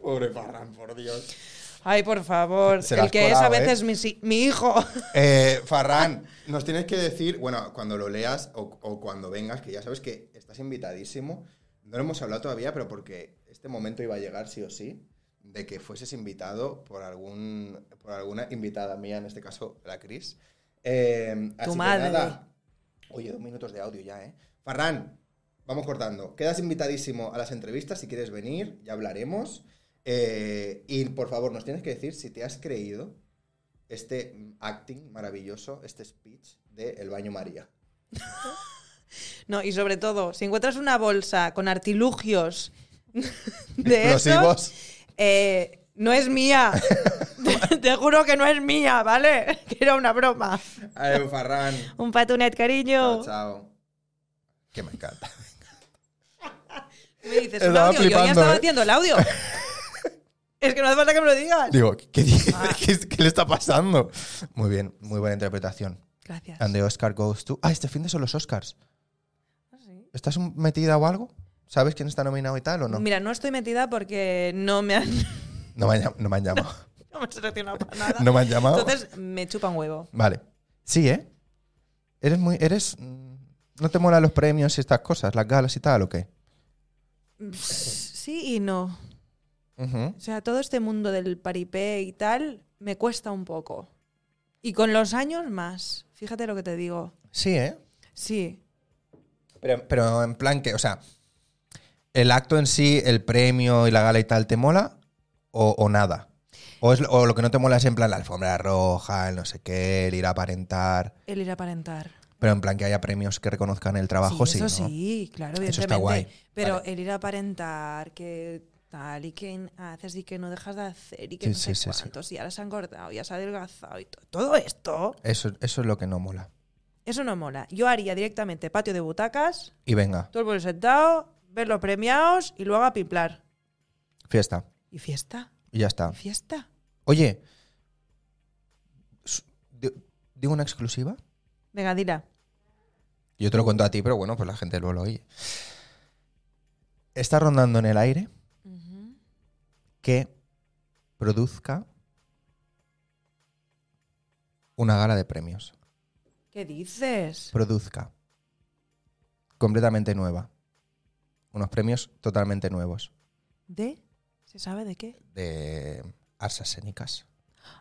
[SPEAKER 1] Pobre Farran, por Dios.
[SPEAKER 2] Ay, por favor,
[SPEAKER 1] Se la
[SPEAKER 2] el
[SPEAKER 1] has
[SPEAKER 2] que es a
[SPEAKER 1] colado, ¿eh?
[SPEAKER 2] veces mi, si- mi hijo. *laughs*
[SPEAKER 1] Eh, Farran, nos tienes que decir, bueno, cuando lo leas o, o cuando vengas, que ya sabes que estás invitadísimo, No lo hemos hablado todavía, pero porque este momento iba a llegar sí o sí, de que fueses invitado por, algún, por alguna invitada mía, en este caso la Cris. Eh, así que
[SPEAKER 2] madre.
[SPEAKER 1] nada. Oye, dos minutos de audio ya, ¿eh? Farran, vamos cortando. Quedas invitadísimo a las entrevistas si quieres venir, ya hablaremos. Eh, y por favor, nos tienes que decir si te has creído este acting maravilloso, este speech de El Baño María.
[SPEAKER 2] No, y sobre todo, si encuentras una bolsa con artilugios de
[SPEAKER 1] Explosivos.
[SPEAKER 2] estos, eh, no
[SPEAKER 1] *laughs*
[SPEAKER 2] es mía. *laughs* te, te juro que no es mía, ¿vale? *laughs* Que era una broma.
[SPEAKER 1] Adiós, Farran.
[SPEAKER 2] Un patunet,
[SPEAKER 1] Chao,
[SPEAKER 2] cariño.
[SPEAKER 1] chao. Que me encanta.
[SPEAKER 2] Me dices un
[SPEAKER 1] Estaba
[SPEAKER 2] audio, yo ya
[SPEAKER 1] flipando,
[SPEAKER 2] estaba
[SPEAKER 1] ¿eh?
[SPEAKER 2] haciendo
[SPEAKER 1] *laughs*
[SPEAKER 2] el audio. es que no hace falta que me lo digas.
[SPEAKER 1] Digo, ¿qué, dice?
[SPEAKER 2] Ah.
[SPEAKER 1] *laughs* ¿Qué, qué le está pasando? Muy bien, muy buena interpretación.
[SPEAKER 2] Gracias.
[SPEAKER 1] And the Oscar goes to. Ah, este fin de son los Oscars.
[SPEAKER 2] Ah, sí.
[SPEAKER 1] ¿Estás metida o algo? ¿Sabes quién está nominado y tal o no?
[SPEAKER 2] Mira, no estoy metida porque no me han, *laughs*
[SPEAKER 1] No me han, llam- no me han llamado.
[SPEAKER 2] no me han seleccionado para nada.
[SPEAKER 1] No me han llamado.
[SPEAKER 2] Entonces me chupan huevo.
[SPEAKER 1] Vale. Sí, ¿eh? Eres muy. Eres. mm, ¿No te molan los premios y estas cosas, las galas y tal o qué?
[SPEAKER 2] Sí y no.
[SPEAKER 1] Ujú.
[SPEAKER 2] O sea, todo este mundo del paripé y tal me cuesta un poco. Y con los años más. Fíjate lo que te digo.
[SPEAKER 1] Sí, ¿eh?
[SPEAKER 2] Sí.
[SPEAKER 1] Pero, pero en plan que, o sea, el acto en sí, el premio y la gala y tal, ¿te mola o, o nada? O, es, o lo que no te mola es en plan la alfombra roja, el no sé qué, el ir a aparentar,
[SPEAKER 2] El ir a aparentar.
[SPEAKER 1] pero en plan que haya premios que reconozcan el trabajo, sí.
[SPEAKER 2] eso
[SPEAKER 1] ¿no?
[SPEAKER 2] sí, claro,
[SPEAKER 1] Eso
[SPEAKER 2] evidentemente.
[SPEAKER 1] está guay.
[SPEAKER 2] Pero
[SPEAKER 1] Vale.
[SPEAKER 2] el ir a aparentar que tal y que haces y que no dejas de hacer y que
[SPEAKER 1] Sí,
[SPEAKER 2] no
[SPEAKER 1] sí,
[SPEAKER 2] sé
[SPEAKER 1] sí, sí.
[SPEAKER 2] cuántos y ahora se han cortado y ya se ha adelgazado y to- todo esto,
[SPEAKER 1] Eso, eso es lo que no mola.
[SPEAKER 2] eso no mola. Yo haría directamente patio de butacas,
[SPEAKER 1] Y venga,
[SPEAKER 2] todo el mundo sentado, ver los premiados y luego a pimplar.
[SPEAKER 1] fiesta.
[SPEAKER 2] ¿Y fiesta?
[SPEAKER 1] Y ya está.
[SPEAKER 2] ¿Y fiesta?
[SPEAKER 1] Oye, s- di- ¿digo una exclusiva?
[SPEAKER 2] Venga, dila.
[SPEAKER 1] Yo te lo cuento a ti, pero bueno, pues la gente luego lo oye. Está rondando en el aire que produzca una gala de premios.
[SPEAKER 2] ¿Qué dices?
[SPEAKER 1] Produzca. Completamente nueva. Unos premios totalmente nuevos.
[SPEAKER 2] ¿De? ¿Se sabe de qué?
[SPEAKER 1] De artes escénicas.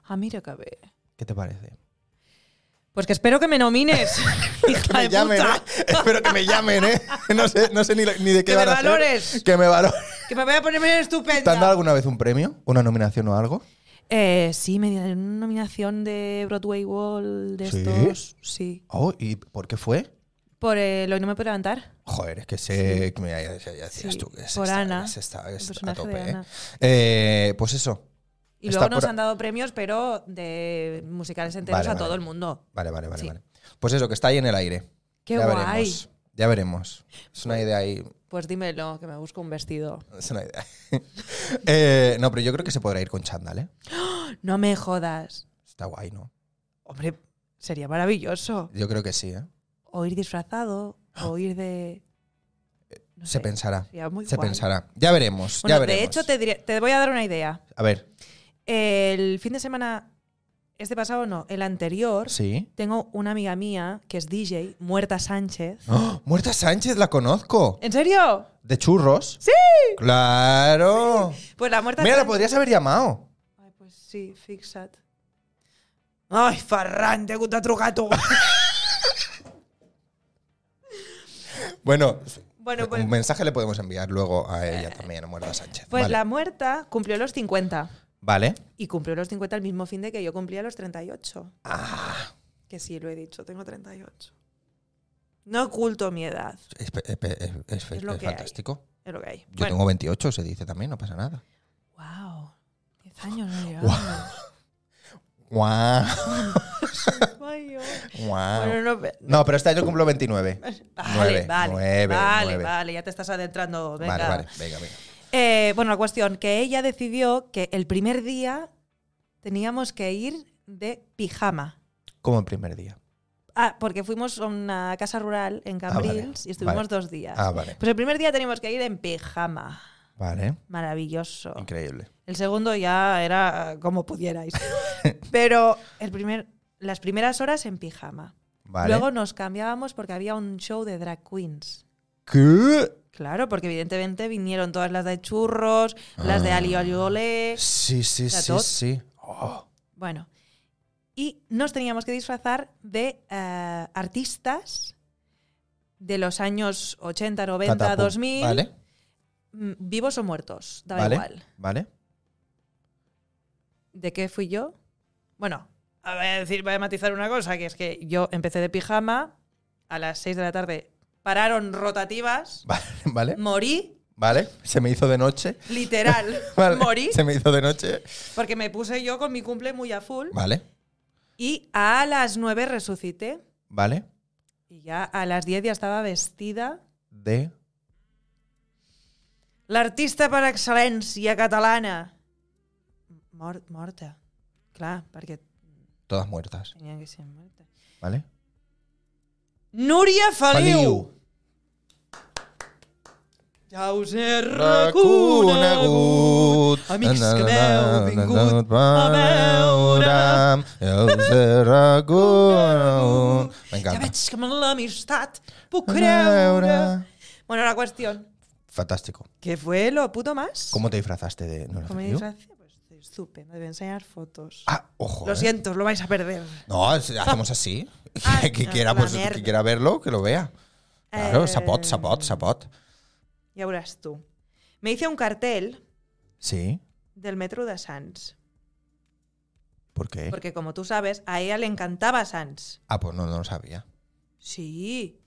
[SPEAKER 2] Ah, mira que ve.
[SPEAKER 1] ¿Qué te parece?
[SPEAKER 2] Pues que espero que
[SPEAKER 1] *laughs*
[SPEAKER 2] me nomines, hija de puta.
[SPEAKER 1] Espero que me llamen, ¿eh? *laughs* No sé, no sé ni, lo- ni de ¿eh? qué
[SPEAKER 2] Que me
[SPEAKER 1] van a hacer.
[SPEAKER 2] valores.
[SPEAKER 1] Que me valores.
[SPEAKER 2] *laughs* Que me voy a poner bien
[SPEAKER 1] ¿Te han dado
[SPEAKER 2] estupenda.
[SPEAKER 1] alguna vez un premio? ¿Una nominación o algo?
[SPEAKER 2] Eh, sí, me dieron una nominación de Broadway Wall de
[SPEAKER 1] ¿Sí?
[SPEAKER 2] estos. Sí.
[SPEAKER 1] Oh, ¿Y por qué fue?
[SPEAKER 2] Por eh, lo que no me puedo levantar.
[SPEAKER 1] Joder, es que sé. que Mira, ya, ya- ya decías
[SPEAKER 2] Sí,
[SPEAKER 1] tú que es
[SPEAKER 2] por
[SPEAKER 1] esta-
[SPEAKER 2] Ana,
[SPEAKER 1] es esta-
[SPEAKER 2] el
[SPEAKER 1] es a
[SPEAKER 2] personaje de
[SPEAKER 1] tope, ¿eh?
[SPEAKER 2] Ana.
[SPEAKER 1] Eh, Pues eso.
[SPEAKER 2] Y
[SPEAKER 1] Está
[SPEAKER 2] luego nos
[SPEAKER 1] por-
[SPEAKER 2] han dado premios, pero de musicales enteros
[SPEAKER 1] Vale,
[SPEAKER 2] a
[SPEAKER 1] vale.
[SPEAKER 2] todo el mundo.
[SPEAKER 1] Vale, vale, vale,
[SPEAKER 2] Sí.
[SPEAKER 1] vale. Pues eso, que está ahí en el aire.
[SPEAKER 2] ¡Qué
[SPEAKER 1] ya
[SPEAKER 2] guay!
[SPEAKER 1] Veremos. Ya veremos. Es una idea ahí.
[SPEAKER 2] Pues dímelo, que me busco un vestido.
[SPEAKER 1] Es una
[SPEAKER 2] *laughs*
[SPEAKER 1] idea. Eh, no, pero yo creo que se podrá ir con chándal, ¿eh?
[SPEAKER 2] No me jodas.
[SPEAKER 1] Está guay, ¿no?
[SPEAKER 2] Hombre, sería maravilloso.
[SPEAKER 1] Yo creo que sí, ¿eh?
[SPEAKER 2] O ir disfrazado, o ir de. no
[SPEAKER 1] Ah. se
[SPEAKER 2] sé,
[SPEAKER 1] pensará.
[SPEAKER 2] sería muy
[SPEAKER 1] Se
[SPEAKER 2] guay.
[SPEAKER 1] pensará. Ya veremos.
[SPEAKER 2] Bueno,
[SPEAKER 1] ya
[SPEAKER 2] de
[SPEAKER 1] veremos.
[SPEAKER 2] hecho, te, diré- te voy a dar una idea.
[SPEAKER 1] A ver,
[SPEAKER 2] El fin de semana, este pasado no, el anterior,
[SPEAKER 1] sí.
[SPEAKER 2] tengo una amiga mía que es DJ, Muerta Sánchez.
[SPEAKER 1] ¡Oh! Muerta Sánchez, la conozco.
[SPEAKER 2] ¿En serio?
[SPEAKER 1] De churros.
[SPEAKER 2] ¡Sí!
[SPEAKER 1] Claro.
[SPEAKER 2] Pues la Muerta
[SPEAKER 1] Mira, la
[SPEAKER 2] Sánchez.
[SPEAKER 1] podrías haber llamado.
[SPEAKER 2] Ay, pues sí, fixat. Ay, Ferran, te
[SPEAKER 1] *laughs*
[SPEAKER 2] gusta trucato.
[SPEAKER 1] Bueno,
[SPEAKER 2] bueno, pues,
[SPEAKER 1] un mensaje le podemos enviar luego a ella también, a Muerta Sánchez.
[SPEAKER 2] pues
[SPEAKER 1] vale.
[SPEAKER 2] la Muerta cumplió los 50.
[SPEAKER 1] Vale.
[SPEAKER 2] Y cumplió los 50 el mismo fin de que yo cumplía los 38.
[SPEAKER 1] Ah.
[SPEAKER 2] Que sí, lo he dicho, tengo 38. No oculto mi edad,
[SPEAKER 1] Es, pe- es pe- es- es fe-
[SPEAKER 2] Es lo
[SPEAKER 1] es
[SPEAKER 2] que hay.
[SPEAKER 1] fantástico.
[SPEAKER 2] es lo que hay.
[SPEAKER 1] Yo tengo 28, se dice también, no pasa nada.
[SPEAKER 2] Wow. 10 años no *laughs*
[SPEAKER 1] Guau. Guau,
[SPEAKER 2] Vaya.
[SPEAKER 1] guau.
[SPEAKER 2] Bueno, no, pe-
[SPEAKER 1] No, pero este año cumplo 29.
[SPEAKER 2] Vale,
[SPEAKER 1] Ah. Nueve,
[SPEAKER 2] vale,
[SPEAKER 1] nueve,
[SPEAKER 2] vale,
[SPEAKER 1] nueve.
[SPEAKER 2] vale, ya te estás adentrando. Venga.
[SPEAKER 1] Vale, vale, venga, venga.
[SPEAKER 2] Eh, bueno, la cuestión, que ella decidió que el primer día teníamos que ir de pijama.
[SPEAKER 1] Como el primer día.
[SPEAKER 2] Ah, porque fuimos a una casa rural en
[SPEAKER 1] Ah, vale,
[SPEAKER 2] Cambrils y estuvimos
[SPEAKER 1] vale.
[SPEAKER 2] dos días.
[SPEAKER 1] Ah, vale.
[SPEAKER 2] Pues el primer día teníamos que ir en pijama.
[SPEAKER 1] Vale.
[SPEAKER 2] Maravilloso.
[SPEAKER 1] Oh. Increíble.
[SPEAKER 2] El segundo ya era eh, como pudierais.
[SPEAKER 1] *laughs*
[SPEAKER 2] Pero el primer, las primeras horas en pijama.
[SPEAKER 1] Vale.
[SPEAKER 2] Luego nos cambiábamos porque había un show de drag queens.
[SPEAKER 1] ¿Qué?
[SPEAKER 2] Claro, porque evidentemente vinieron todas las de churros, las
[SPEAKER 1] Ah.
[SPEAKER 2] de Ali Oli Olé.
[SPEAKER 1] Sí, sí,
[SPEAKER 2] Eh, ¿La
[SPEAKER 1] sí,
[SPEAKER 2] tot?
[SPEAKER 1] sí. Oh.
[SPEAKER 2] Bueno, y nos teníamos que disfrazar de eh, artistas de los años 80, 90,
[SPEAKER 1] Catapum.
[SPEAKER 2] 2000,
[SPEAKER 1] Vale,
[SPEAKER 2] mm, vivos o muertos, da
[SPEAKER 1] vale,
[SPEAKER 2] igual.
[SPEAKER 1] vale.
[SPEAKER 2] ¿De qué fui yo? Bueno, a ver, decir, voy a matizar una cosa, que es que yo empecé de pijama, a las 6 de la tarde pararon rotativas,
[SPEAKER 1] Vale, *laughs* vale,
[SPEAKER 2] morí,
[SPEAKER 1] vale. Se me hizo de noche. *laughs*
[SPEAKER 2] literal,
[SPEAKER 1] Vale.
[SPEAKER 2] morí,
[SPEAKER 1] Se me hizo de noche.
[SPEAKER 2] porque me puse yo con mi cumple muy a full,
[SPEAKER 1] Vale,
[SPEAKER 2] y a las 9 resucité,
[SPEAKER 1] vale.
[SPEAKER 2] y ya a las 10 ya estaba vestida.
[SPEAKER 1] De.
[SPEAKER 2] L'artista per excel·lència catalana. Mort, morta. Clar, perquè
[SPEAKER 1] Todas muertas.
[SPEAKER 2] tenia que ser morta.
[SPEAKER 1] Vale.
[SPEAKER 2] Núria Feliu.
[SPEAKER 1] Feliu.
[SPEAKER 2] Ja us he reconegut,
[SPEAKER 1] reconegut.
[SPEAKER 2] amics que m'heu vingut a veure.
[SPEAKER 1] Eu us he reconegut.
[SPEAKER 2] Ja
[SPEAKER 1] M'encanta.
[SPEAKER 2] veig que amb l'amistat puc creure. Bueno, la cuestión.
[SPEAKER 1] Fantástico.
[SPEAKER 2] ¿Qué fue lo puto más?
[SPEAKER 1] ¿Cómo te disfrazaste de Nora
[SPEAKER 2] ¿Cómo me
[SPEAKER 1] Feliu?
[SPEAKER 2] disfrazé? Pues estupe, me debe enseñar fotos.
[SPEAKER 1] Ah, ojo.
[SPEAKER 2] lo
[SPEAKER 1] eh.
[SPEAKER 2] siento, os lo vais a perder.
[SPEAKER 1] No, es- hacemos así.
[SPEAKER 2] *laughs* Ah,
[SPEAKER 1] Que- que,
[SPEAKER 2] no,
[SPEAKER 1] quiera,
[SPEAKER 2] la
[SPEAKER 1] pues,
[SPEAKER 2] merda.
[SPEAKER 1] que quiera verlo, que lo vea. Claro,
[SPEAKER 2] Eh,
[SPEAKER 1] sapot, sapot, sapot.
[SPEAKER 2] Ya verás tú. Me hice un cartel
[SPEAKER 1] Sí,
[SPEAKER 2] del metro de Sants.
[SPEAKER 1] Eh. ¿por qué?
[SPEAKER 2] Porque como tú sabes, a ella le encantaba Sans.
[SPEAKER 1] Ah, pues no, no lo sabía.
[SPEAKER 2] Sí.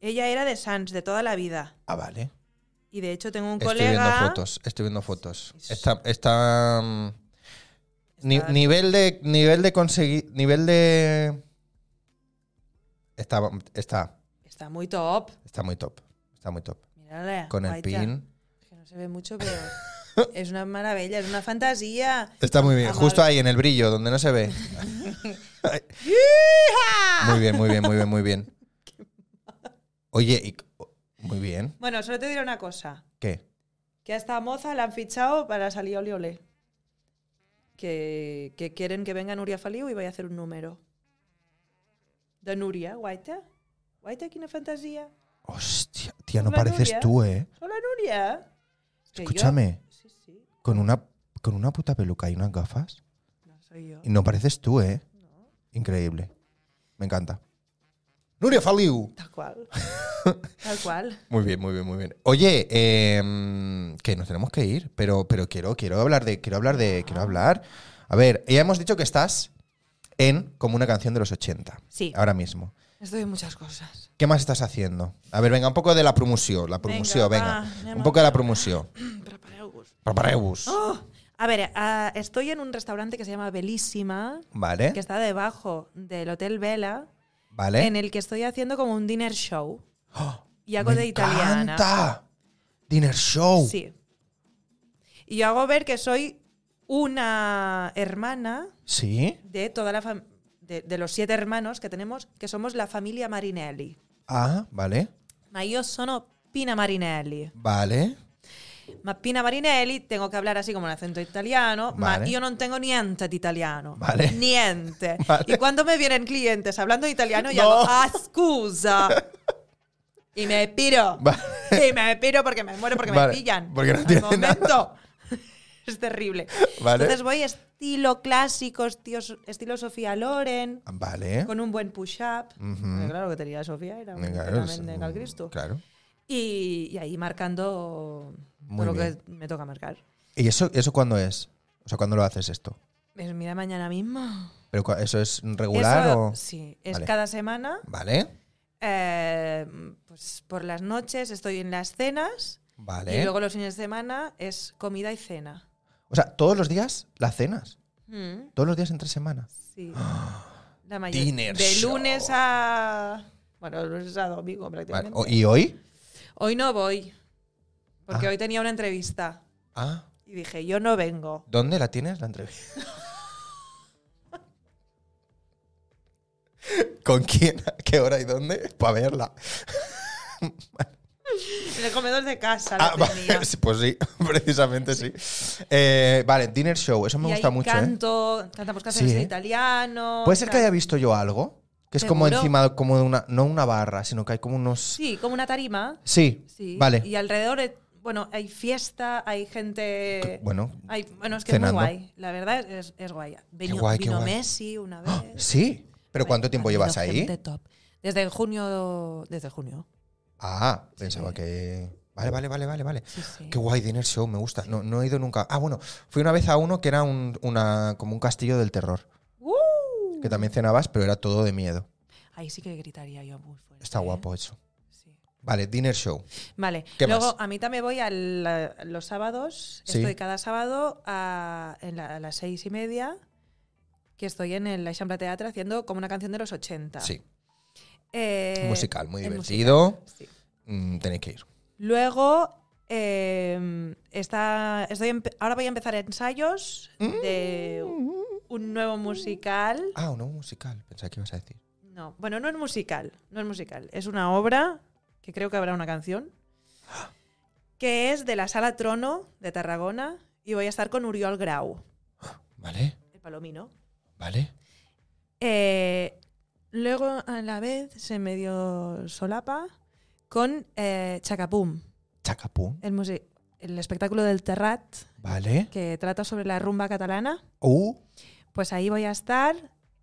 [SPEAKER 2] Ella era de Sans de toda la vida.
[SPEAKER 1] Ah, vale.
[SPEAKER 2] Y de hecho tengo un
[SPEAKER 1] Estoy
[SPEAKER 2] colega...
[SPEAKER 1] viendo fotos, estoy viendo fotos.
[SPEAKER 2] Es-
[SPEAKER 1] Esta, esta, mm, ni-
[SPEAKER 2] Está-
[SPEAKER 1] nivel de nivel de conseguir nivel de está, está
[SPEAKER 2] Está muy top.
[SPEAKER 1] está muy top, está muy top.
[SPEAKER 2] Mírala.
[SPEAKER 1] Con el
[SPEAKER 2] guaita.
[SPEAKER 1] pin
[SPEAKER 2] Que no se ve mucho, pero...
[SPEAKER 1] *laughs*
[SPEAKER 2] es una maravilla, es una fantasía.
[SPEAKER 1] está muy bien,
[SPEAKER 2] Amable.
[SPEAKER 1] justo ahí en el brillo donde no se
[SPEAKER 2] *laughs*
[SPEAKER 1] ve.
[SPEAKER 2] ¡Hija!
[SPEAKER 1] Muy bien, muy bien, muy bien, muy bien. Oye, y- muy bien.
[SPEAKER 2] Bueno, solo te diré una cosa.
[SPEAKER 1] ¿Qué?
[SPEAKER 2] Que a esta moza la han fichado para salir Oli Olé. Que, que quieren que venga Nuria Faliu y vaya a hacer un número. De Nuria, guaita. Guaita, quina fantasía.
[SPEAKER 1] Hostia, tía, no
[SPEAKER 2] Hola,
[SPEAKER 1] pareces
[SPEAKER 2] Nuria.
[SPEAKER 1] tú, ¿eh?
[SPEAKER 2] Hola, Nuria. Que yo-
[SPEAKER 1] Escúchame,
[SPEAKER 2] Sí, sí.
[SPEAKER 1] con una con una puta peluca y unas gafas
[SPEAKER 2] No soy yo.
[SPEAKER 1] Y no pareces tú, ¿eh? Increíble. Me encanta. Nuria Faliu.
[SPEAKER 2] Tal cual. Tal cual.
[SPEAKER 1] Muy bien, muy bien, muy bien. Oye, em, que nos tenemos que ir, pero, pero quiero, quiero hablar de. Quiero hablar de. Quiero hablar. A ver, ya hemos dicho que estás en como una canción de los 80.
[SPEAKER 2] Sí.
[SPEAKER 1] Ahora mismo.
[SPEAKER 2] Estoy en muchas cosas.
[SPEAKER 1] ¿Qué más estás haciendo? A ver, venga, un poco de la promoción. La promoción, venga.
[SPEAKER 2] Venga, va, anem
[SPEAKER 1] un
[SPEAKER 2] a
[SPEAKER 1] poco de la promoción.
[SPEAKER 2] Prepareu-vos.
[SPEAKER 1] Prepareus.
[SPEAKER 2] Oh, a ver, ah, estoy en un restaurante que se llama Belísima,
[SPEAKER 1] Vale,
[SPEAKER 2] que está debajo del Hotel Vela,
[SPEAKER 1] vale. ¡Oh!
[SPEAKER 2] en el que estoy haciendo como un dinner show. Y hago
[SPEAKER 1] Me
[SPEAKER 2] de italiana.
[SPEAKER 1] encanta. Dinner Show.
[SPEAKER 2] Sí. Y yo hago ver que soy una hermana
[SPEAKER 1] ¿Sí?
[SPEAKER 2] de toda la fam- de, de los siete hermanos que tenemos, que somos la familia Marinelli.
[SPEAKER 1] Ah, vale.
[SPEAKER 2] Ma io sono Pina Marinelli.
[SPEAKER 1] Vale.
[SPEAKER 2] Ma Pina Marinelli tengo que hablar así como un acento italiano,
[SPEAKER 1] Vale.
[SPEAKER 2] ma io non tengo niente di italiano.
[SPEAKER 1] Vale.
[SPEAKER 2] Niente.
[SPEAKER 1] *laughs* Vale.
[SPEAKER 2] Y cuando me vienen clientes hablando italiano, yo
[SPEAKER 1] No.
[SPEAKER 2] hago, ah, scusa. Y me piro.
[SPEAKER 1] Vale.
[SPEAKER 2] Y me piro porque me muero, porque
[SPEAKER 1] Vale,
[SPEAKER 2] me pillan.
[SPEAKER 1] porque no
[SPEAKER 2] Al
[SPEAKER 1] tiene
[SPEAKER 2] momento. *laughs* Es terrible.
[SPEAKER 1] Vale.
[SPEAKER 2] Entonces voy estilo clásico, estilo, estilo Sofía Loren,
[SPEAKER 1] Vale.
[SPEAKER 2] con un buen push-up. Porque Claro, que tenía Sofía, era un
[SPEAKER 1] Venga, es
[SPEAKER 2] fenomen de
[SPEAKER 1] un-
[SPEAKER 2] Cal Cristo.
[SPEAKER 1] Claro.
[SPEAKER 2] Y, y ahí marcando
[SPEAKER 1] Muy
[SPEAKER 2] todo lo
[SPEAKER 1] bien.
[SPEAKER 2] que me toca marcar.
[SPEAKER 1] ¿Y eso, eso cuándo es? O sea, ¿cuándo lo haces esto?
[SPEAKER 2] Pues mira, mañana mismo.
[SPEAKER 1] ¿Pero cua- eso es regular
[SPEAKER 2] Eso,
[SPEAKER 1] o...?
[SPEAKER 2] Sí, es
[SPEAKER 1] Vale.
[SPEAKER 2] cada semana.
[SPEAKER 1] Vale,
[SPEAKER 2] eh, pues por las noches estoy en las cenas.
[SPEAKER 1] vale.
[SPEAKER 2] Y luego los fines de semana es comida y cena.
[SPEAKER 1] o sea, todos los días las cenas.
[SPEAKER 2] Mm,
[SPEAKER 1] Todos los días entre semana.
[SPEAKER 2] sí.
[SPEAKER 1] *gasps*
[SPEAKER 2] La mayor-
[SPEAKER 1] Ah, Dinner
[SPEAKER 2] De
[SPEAKER 1] show.
[SPEAKER 2] lunes a. Bueno, de lunes a domingo
[SPEAKER 1] Vale.
[SPEAKER 2] prácticamente.
[SPEAKER 1] O- ¿Y hoy?
[SPEAKER 2] Hoy no voy. Porque
[SPEAKER 1] Ah.
[SPEAKER 2] hoy tenía una entrevista.
[SPEAKER 1] Ah,
[SPEAKER 2] Y dije, yo no vengo.
[SPEAKER 1] ¿dónde la tienes la entrevista? *laughs* ¿Con quién? ¿A qué hora y dónde? Para verla.
[SPEAKER 2] En el comedor de casa. la
[SPEAKER 1] Ah, *laughs* vale,
[SPEAKER 2] tenía.
[SPEAKER 1] sí, Pues sí, *laughs* precisamente sí. Eh, vale, dinner show. Eso me
[SPEAKER 2] Y
[SPEAKER 1] gusta
[SPEAKER 2] ahí
[SPEAKER 1] mucho. ¿eh?
[SPEAKER 2] Canto, cantamos canciones
[SPEAKER 1] Sí,
[SPEAKER 2] en
[SPEAKER 1] ¿eh?
[SPEAKER 2] italiano.
[SPEAKER 1] ¿Puede ser que
[SPEAKER 2] tal.
[SPEAKER 1] haya visto yo algo? Que es como
[SPEAKER 2] Seguro.
[SPEAKER 1] encima, como de una, no una barra, sino que hay como unos... Sí,
[SPEAKER 2] Sí, como una tarima. Sí.
[SPEAKER 1] vale.
[SPEAKER 2] Y alrededor, eh, bueno, hay fiesta, hay gente.
[SPEAKER 1] bueno,
[SPEAKER 2] hay- bueno, es que
[SPEAKER 1] cenando.
[SPEAKER 2] es muy guay. La verdad es, es guay. Vino,
[SPEAKER 1] guay, qué
[SPEAKER 2] vino
[SPEAKER 1] guay.
[SPEAKER 2] Messi una vez.
[SPEAKER 1] ¡Ah! sí. ¿Pero
[SPEAKER 2] Bueno,
[SPEAKER 1] cuánto tiempo
[SPEAKER 2] ha
[SPEAKER 1] llevas
[SPEAKER 2] habido
[SPEAKER 1] ahí?
[SPEAKER 2] gente top. Desde junio. Desde junio.
[SPEAKER 1] Ah, pensaba que... Vale, vale, vale, vale, vale.
[SPEAKER 2] Sí, sí.
[SPEAKER 1] Qué guay Dinner Show, me gusta. No, no he ido nunca. Ah, bueno, fui una vez a uno que era un, una, como un castillo del terror.
[SPEAKER 2] ¡Uh!
[SPEAKER 1] Que también cenabas, pero era todo de miedo.
[SPEAKER 2] Ahí sí que gritaría yo muy fuerte.
[SPEAKER 1] Está
[SPEAKER 2] ¿eh?
[SPEAKER 1] guapo eso.
[SPEAKER 2] Sí.
[SPEAKER 1] Vale, Dinner Show.
[SPEAKER 2] Vale.
[SPEAKER 1] ¿Qué
[SPEAKER 2] Luego,
[SPEAKER 1] más?
[SPEAKER 2] a mí también voy a la- los sábados.
[SPEAKER 1] Sí.
[SPEAKER 2] Estoy cada sábado a, en la- a las seis y media, que estoy en el Eixample Teatre haciendo como una canción de los 80.
[SPEAKER 1] Sí,
[SPEAKER 2] Eh,
[SPEAKER 1] musical, muy
[SPEAKER 2] el
[SPEAKER 1] divertido.
[SPEAKER 2] musical, sí.
[SPEAKER 1] Mm, tenéis que ir.
[SPEAKER 2] Luego, eh, está, estoy en- ahora voy a empezar ensayos
[SPEAKER 1] Mm.
[SPEAKER 2] de un nuevo musical.
[SPEAKER 1] Ah, un nuevo musical, pensaba que ibas a decir.
[SPEAKER 2] No, bueno, no es musical, no es musical. Es una obra que creo que habrá una canción, que es de la Sala Trono de Tarragona y voy a estar con Uriol Grau,
[SPEAKER 1] Vale,
[SPEAKER 2] el palomino.
[SPEAKER 1] vale.
[SPEAKER 2] Eh, luego a la vez se me dio solapa con eh, Chacapum,
[SPEAKER 1] Chacapum.
[SPEAKER 2] el, musi- el espectáculo del Terrat
[SPEAKER 1] Vale.
[SPEAKER 2] que trata sobre la rumba catalana.
[SPEAKER 1] Uh,
[SPEAKER 2] Pues ahí voy a estar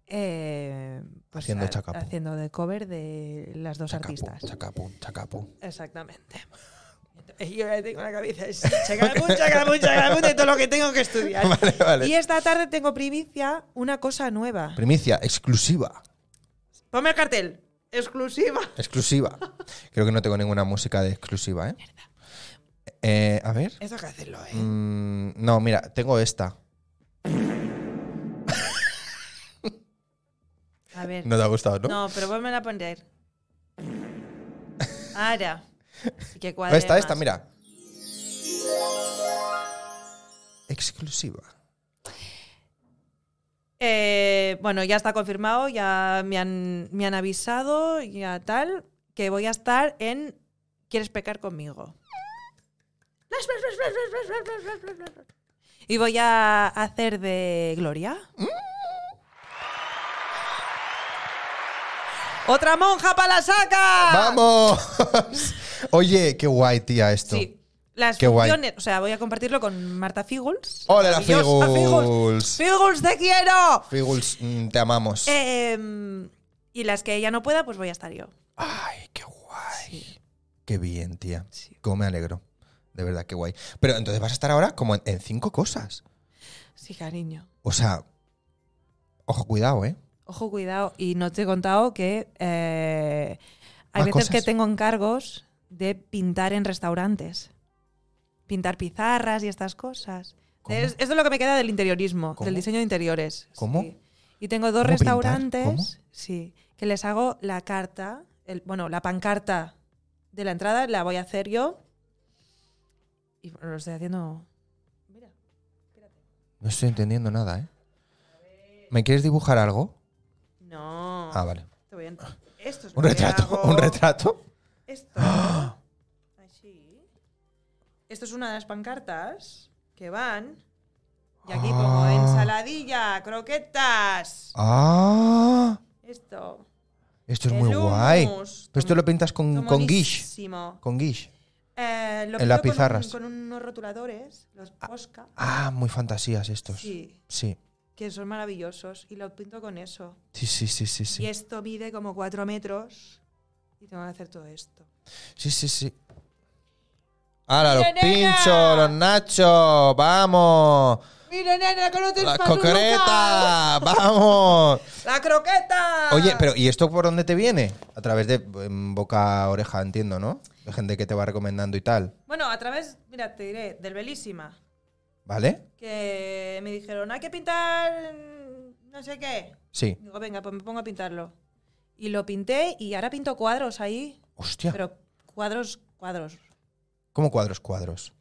[SPEAKER 2] eh, pues,
[SPEAKER 1] Haciendo
[SPEAKER 2] a-
[SPEAKER 1] Chacapum.
[SPEAKER 2] haciendo de cover de las dos
[SPEAKER 1] chacapum,
[SPEAKER 2] artistas.
[SPEAKER 1] Chacapum,
[SPEAKER 2] *laughs*
[SPEAKER 1] chacapum.
[SPEAKER 2] Exactamente. Y yo ya tengo la cabeza
[SPEAKER 1] *laughs*
[SPEAKER 2] así, chacabún, chacabún, chacabún, de todo lo que tengo que estudiar.
[SPEAKER 1] Vale, *laughs* vale.
[SPEAKER 2] Y esta tarde tengo primicia una cosa nueva.
[SPEAKER 1] Primicia, exclusiva.
[SPEAKER 2] Ponme el cartel. Exclusiva.
[SPEAKER 1] *laughs* Exclusiva. Creo que no tengo ninguna música de exclusiva, ¿eh? Eh, a ver.
[SPEAKER 2] Eso hay que hacerlo, ¿eh?
[SPEAKER 1] Mm, no, mira, tengo esta.
[SPEAKER 2] A ver.
[SPEAKER 1] No te ha gustado, ¿no?
[SPEAKER 2] No, pero ponme
[SPEAKER 1] *laughs*
[SPEAKER 2] a poner. Ahora. Y Que cuadre
[SPEAKER 1] esta, esta,
[SPEAKER 2] más.
[SPEAKER 1] mira. Exclusiva.
[SPEAKER 2] Eh, bueno, ya está confirmado, ya me han, me han avisado, ya tal, que voy a estar en ¿Quieres pecar conmigo? Y voy a hacer de Gloria. ¡Otra monja para la saca!
[SPEAKER 1] ¡Vamos! *laughs* Oye, qué guay, tía, esto.
[SPEAKER 2] Sí. Las
[SPEAKER 1] Qué guay.
[SPEAKER 2] funciones, o sea, voy a compartirlo con Marta Figuls.
[SPEAKER 1] ¡Hola, la
[SPEAKER 2] Maravillosa
[SPEAKER 1] Figuls!
[SPEAKER 2] Figuls, te quiero.
[SPEAKER 1] Figuls, mm, te amamos.
[SPEAKER 2] Eh, y las que ella no pueda, pues voy a estar yo.
[SPEAKER 1] Ay, qué guay. Qué bien, tía.
[SPEAKER 2] Sí.
[SPEAKER 1] Cómo me alegro. De verdad, qué guay. Pero entonces vas a estar ahora como en, en cinco cosas.
[SPEAKER 2] Sí, cariño.
[SPEAKER 1] O sea, ojo, cuidado, ¿eh?
[SPEAKER 2] Ojo, cuidado. Y no te he contado que eh, hay
[SPEAKER 1] Más
[SPEAKER 2] veces
[SPEAKER 1] cosas.
[SPEAKER 2] que tengo encargos de pintar en restaurantes. Pintar pizarras y estas cosas.
[SPEAKER 1] ¿Cómo?
[SPEAKER 2] Es, es de lo que me queda del interiorismo,
[SPEAKER 1] ¿Cómo?
[SPEAKER 2] del diseño de interiores.
[SPEAKER 1] ¿Cómo?
[SPEAKER 2] sí. Y tengo dos
[SPEAKER 1] ¿Cómo pintar?
[SPEAKER 2] restaurantes
[SPEAKER 1] ¿Cómo?
[SPEAKER 2] sí, que les hago la carta, el, bueno, la pancarta de la entrada, la voy a hacer yo. Y lo estoy haciendo. Mira.
[SPEAKER 1] No estoy entendiendo nada, ¿eh? ¿Me quieres dibujar algo?
[SPEAKER 2] No.
[SPEAKER 1] Ah, vale.
[SPEAKER 2] Te voy a- Esto es lo
[SPEAKER 1] ¿Un
[SPEAKER 2] que
[SPEAKER 1] retrato?
[SPEAKER 2] hago.
[SPEAKER 1] ¿Un retrato?
[SPEAKER 2] *gasps* Esto. Así. Esto es una de las pancartas que van. Y aquí pongo
[SPEAKER 1] Ah.
[SPEAKER 2] ensaladilla, croquetas.
[SPEAKER 1] ¡Ah!
[SPEAKER 2] Esto.
[SPEAKER 1] Esto es
[SPEAKER 2] El
[SPEAKER 1] muy guay.
[SPEAKER 2] hummus.
[SPEAKER 1] Pero esto lo pintas con, con guiche.
[SPEAKER 2] Comunísimo.
[SPEAKER 1] Con guiche.
[SPEAKER 2] Eh, lo
[SPEAKER 1] En las
[SPEAKER 2] pinto con un-
[SPEAKER 1] pizarras.
[SPEAKER 2] Con, unos rotuladores, los Posca.
[SPEAKER 1] Ah, muy fantasías estos.
[SPEAKER 2] Sí,
[SPEAKER 1] Sí,
[SPEAKER 2] que son maravillosos. Y lo pinto con eso.
[SPEAKER 1] sí, sí, sí, sí.
[SPEAKER 2] Y
[SPEAKER 1] Sí,
[SPEAKER 2] esto mide como 4 metros. Y tengo que hacer todo esto.
[SPEAKER 1] sí, sí. sí. Ahora los
[SPEAKER 2] Mira, nena.
[SPEAKER 1] pinchos, los nachos, vamos.
[SPEAKER 2] ¡Mira, nena, con otro
[SPEAKER 1] Las
[SPEAKER 2] espatruca!
[SPEAKER 1] coqueretas, vamos.
[SPEAKER 2] ¡La croqueta!
[SPEAKER 1] Oye, pero ¿y esto por dónde te viene? A través de em, boca a oreja, entiendo, ¿no? De gente que te va recomendando y tal,
[SPEAKER 2] Bueno, a través, mira, te diré, del Belísima,
[SPEAKER 1] ¿vale?
[SPEAKER 2] que me dijeron, hay que pintar mm, no sé qué.
[SPEAKER 1] Sí.
[SPEAKER 2] Digo, venga, pues me pongo a pintarlo. Y lo pinté y ahora pinto cuadros ahí,
[SPEAKER 1] Hostia.
[SPEAKER 2] pero cuadros, cuadros.
[SPEAKER 1] ¿Cómo cuadros, cuadros?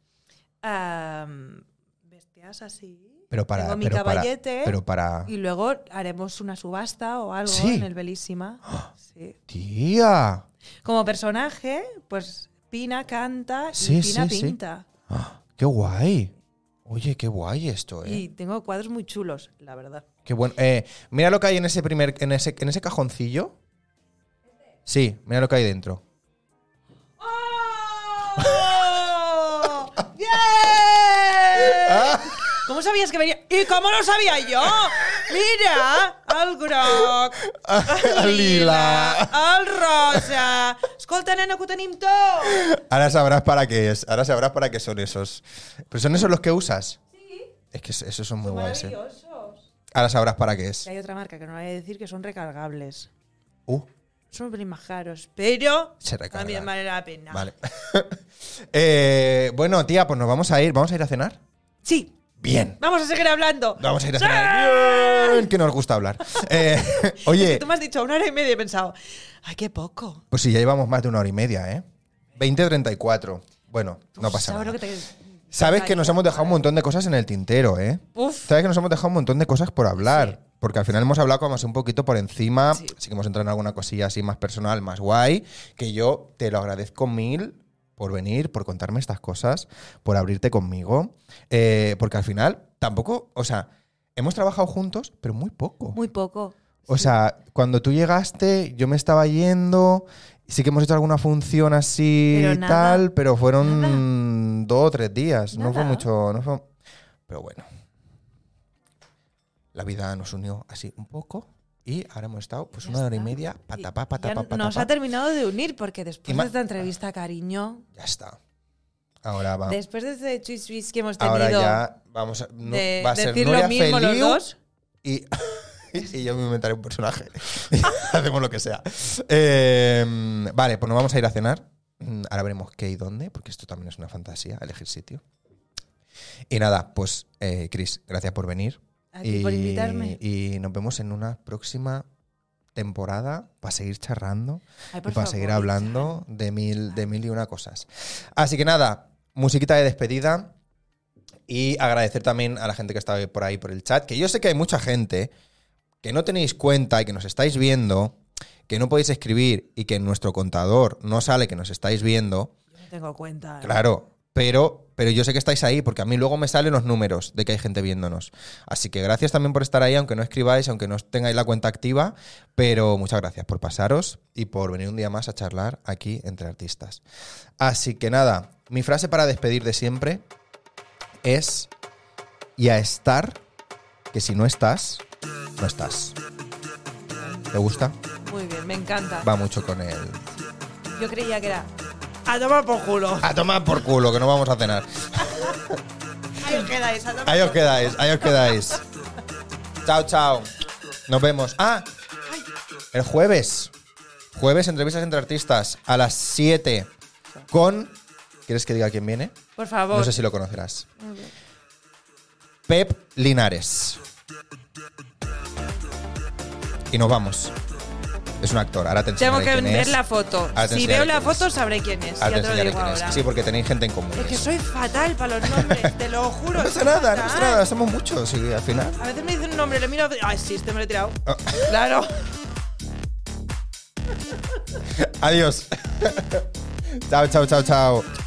[SPEAKER 2] Am, bestias así.
[SPEAKER 1] Pero para,
[SPEAKER 2] Tengo mi
[SPEAKER 1] pero para,
[SPEAKER 2] caballete
[SPEAKER 1] pero para.
[SPEAKER 2] y luego haremos una subasta o algo
[SPEAKER 1] Sí.
[SPEAKER 2] en el Belísima. Sí.
[SPEAKER 1] Tía.
[SPEAKER 2] Como personaje, pues Pina canta y
[SPEAKER 1] Sí,
[SPEAKER 2] Pina
[SPEAKER 1] sí, sí.
[SPEAKER 2] pinta.
[SPEAKER 1] ¡Ah! ¡Qué guay! Oye, qué guay esto, ¿eh?
[SPEAKER 2] Y tengo cuadros muy chulos, la verdad.
[SPEAKER 1] Qué bueno. Eh, mira lo que hay en ese primer. En ese, en ese cajoncillo. Sí, mira lo que hay dentro.
[SPEAKER 2] ¡Oh! ¡Bien! ¿Cómo sabías que venía? ¿Y cómo lo sabía yo? Mira, el groc, el
[SPEAKER 1] El lila.
[SPEAKER 2] lila, el rosa. Escolta, nena, que ho tenim tot.
[SPEAKER 1] Ahora sabrás para qué es. Ahora sabrás para qué son esos. ¿Pero son esos los que usas? Sí. Es que es- esos son muy guays. eh.
[SPEAKER 2] Maravillosos.
[SPEAKER 1] Ahora sabrás para qué es.
[SPEAKER 2] Hay otra marca que no voy a decir que son recargables.
[SPEAKER 1] Uh,
[SPEAKER 2] Son un pelín más caros, pero
[SPEAKER 1] Se recargan.
[SPEAKER 2] también vale la pena.
[SPEAKER 1] vale. *laughs* Eh, bueno, tía, pues nos vamos a ir. ¿Vamos a ir a cenar?
[SPEAKER 2] Sí,
[SPEAKER 1] Bien.
[SPEAKER 2] vamos a seguir hablando.
[SPEAKER 1] Vamos a ir a
[SPEAKER 2] ¡Sí!
[SPEAKER 1] cenar. Bien, que nos gusta hablar. *laughs* Eh,
[SPEAKER 2] *laughs*
[SPEAKER 1] oye,
[SPEAKER 2] Tú me has dicho una hora y media y he pensado, ay, qué poco.
[SPEAKER 1] pues sí, ya llevamos más de una hora y media, ¿eh? 20.34. Bueno, no pasa
[SPEAKER 2] ¿Sabes
[SPEAKER 1] nada.
[SPEAKER 2] lo que te... ¿eh?
[SPEAKER 1] Sabes que nos hemos dejado un
[SPEAKER 2] montón.
[SPEAKER 1] montón de cosas en el tintero, ¿eh?
[SPEAKER 2] Uf.
[SPEAKER 1] Sabes que nos hemos dejado un montón de cosas por hablar. Porque al final hemos hablado como así un poquito por encima. Sí.
[SPEAKER 2] Sí.
[SPEAKER 1] que hemos entrado en alguna cosilla así más personal, más guay. Que yo te lo agradezco mil por venir, por contarme estas cosas, por abrirte conmigo. eh, porque al final tampoco, o sea, hemos trabajado juntos, pero muy poco.
[SPEAKER 2] Muy poco.
[SPEAKER 1] O
[SPEAKER 2] Sí.
[SPEAKER 1] sea, cuando tú llegaste, yo me estaba yendo. Sí que hemos hecho alguna función así
[SPEAKER 2] Pero
[SPEAKER 1] y
[SPEAKER 2] nada.
[SPEAKER 1] tal, pero fueron dos o tres días. No fue
[SPEAKER 2] Nada.
[SPEAKER 1] mucho. No fue... Pero bueno. La vida nos unió así un poco. Y ahora hemos estado pues
[SPEAKER 2] Ya
[SPEAKER 1] una hora y
[SPEAKER 2] está.
[SPEAKER 1] media, patapá,
[SPEAKER 2] Ya
[SPEAKER 1] patapá,
[SPEAKER 2] nos
[SPEAKER 1] patapá.
[SPEAKER 2] ha terminado de unir porque
[SPEAKER 1] Y
[SPEAKER 2] después
[SPEAKER 1] ma-
[SPEAKER 2] de esta entrevista, cariño,
[SPEAKER 1] Ya está. Ahora va.
[SPEAKER 2] después de este chuis chuis que hemos
[SPEAKER 1] Ahora
[SPEAKER 2] tenido
[SPEAKER 1] ya vamos a, no-
[SPEAKER 2] de
[SPEAKER 1] va a ser
[SPEAKER 2] decir
[SPEAKER 1] Nuria
[SPEAKER 2] lo mismo los
[SPEAKER 1] Feliu
[SPEAKER 2] dos,
[SPEAKER 1] y, *laughs* y yo me inventaré un personaje. *laughs* Hacemos lo que sea. Eh, vale, pues nos vamos a ir a cenar. Mm, Ahora veremos qué y dónde, porque esto también es una fantasía, elegir sitio. Y nada, pues, eh, Cris, gracias por venir.
[SPEAKER 2] a ti por
[SPEAKER 1] Y-
[SPEAKER 2] invitarme.
[SPEAKER 1] Y nos vemos en una próxima temporada para seguir charrando
[SPEAKER 2] Ay,
[SPEAKER 1] y para
[SPEAKER 2] por favor,
[SPEAKER 1] seguir hablando de mil, de mil y una cosas. Así que nada, musiquita de despedida y agradecer también a la gente que está por ahí por el chat, que yo sé que hay mucha gente que no tenéis cuenta y que nos estáis viendo, que no podéis escribir y que en nuestro contador no sale que nos estáis viendo.
[SPEAKER 2] Yo No tengo cuenta.
[SPEAKER 1] Claro, pero, pero yo sé que estáis ahí porque a mí luego me salen los números de que hay gente viéndonos. Así que gracias también por estar ahí, aunque no escribáis, aunque no tengáis la cuenta activa, pero muchas gracias por pasaros y por venir un día más a charlar aquí entre artistas. Así que nada, mi frase para despedir de siempre es y a estar, que si no estás, no estás. ¿Te gusta?
[SPEAKER 2] Muy bien, me encanta.
[SPEAKER 1] Va mucho con el...
[SPEAKER 2] Yo creía que era
[SPEAKER 3] A tomar por culo.
[SPEAKER 1] A tomar por culo, que no vamos a cenar.
[SPEAKER 2] Ahí os quedáis, a tomar
[SPEAKER 1] Ahí os
[SPEAKER 2] por-
[SPEAKER 1] quedáis, ahí os quedáis. Chao, chao. Nos vemos. Ah, el jueves. Jueves, entrevistas entre artistas a las 7 con... ¿Quieres que diga quién viene?
[SPEAKER 2] Por favor.
[SPEAKER 1] No sé si lo conocerás. Pep Linares. Y nos vamos. Es un actor, ahora te
[SPEAKER 2] Tengo
[SPEAKER 1] enseñaré
[SPEAKER 2] que
[SPEAKER 1] quién
[SPEAKER 2] ver
[SPEAKER 1] es.
[SPEAKER 2] la foto.
[SPEAKER 1] Ahora te
[SPEAKER 2] Si
[SPEAKER 1] enseñaré
[SPEAKER 2] veo la
[SPEAKER 1] quién es.
[SPEAKER 2] foto, sabré quién
[SPEAKER 1] Ahora
[SPEAKER 2] es.
[SPEAKER 1] te
[SPEAKER 2] Ya te lo
[SPEAKER 1] enseñaré
[SPEAKER 2] digo
[SPEAKER 1] quién es.
[SPEAKER 2] ahora.
[SPEAKER 1] Sí, porque tenéis gente en común.
[SPEAKER 2] Es que soy fatal para los nombres, te lo juro.
[SPEAKER 1] No pasa
[SPEAKER 2] soy
[SPEAKER 1] nada, no pasa
[SPEAKER 2] fatal.
[SPEAKER 1] nada, somos muchos y al final...
[SPEAKER 2] A veces me dicen un nombre, le miro. Ay, sí, este me lo he tirado.
[SPEAKER 1] Ah.
[SPEAKER 2] Claro.
[SPEAKER 1] Adiós. *laughs* chao, chao, chao, chao.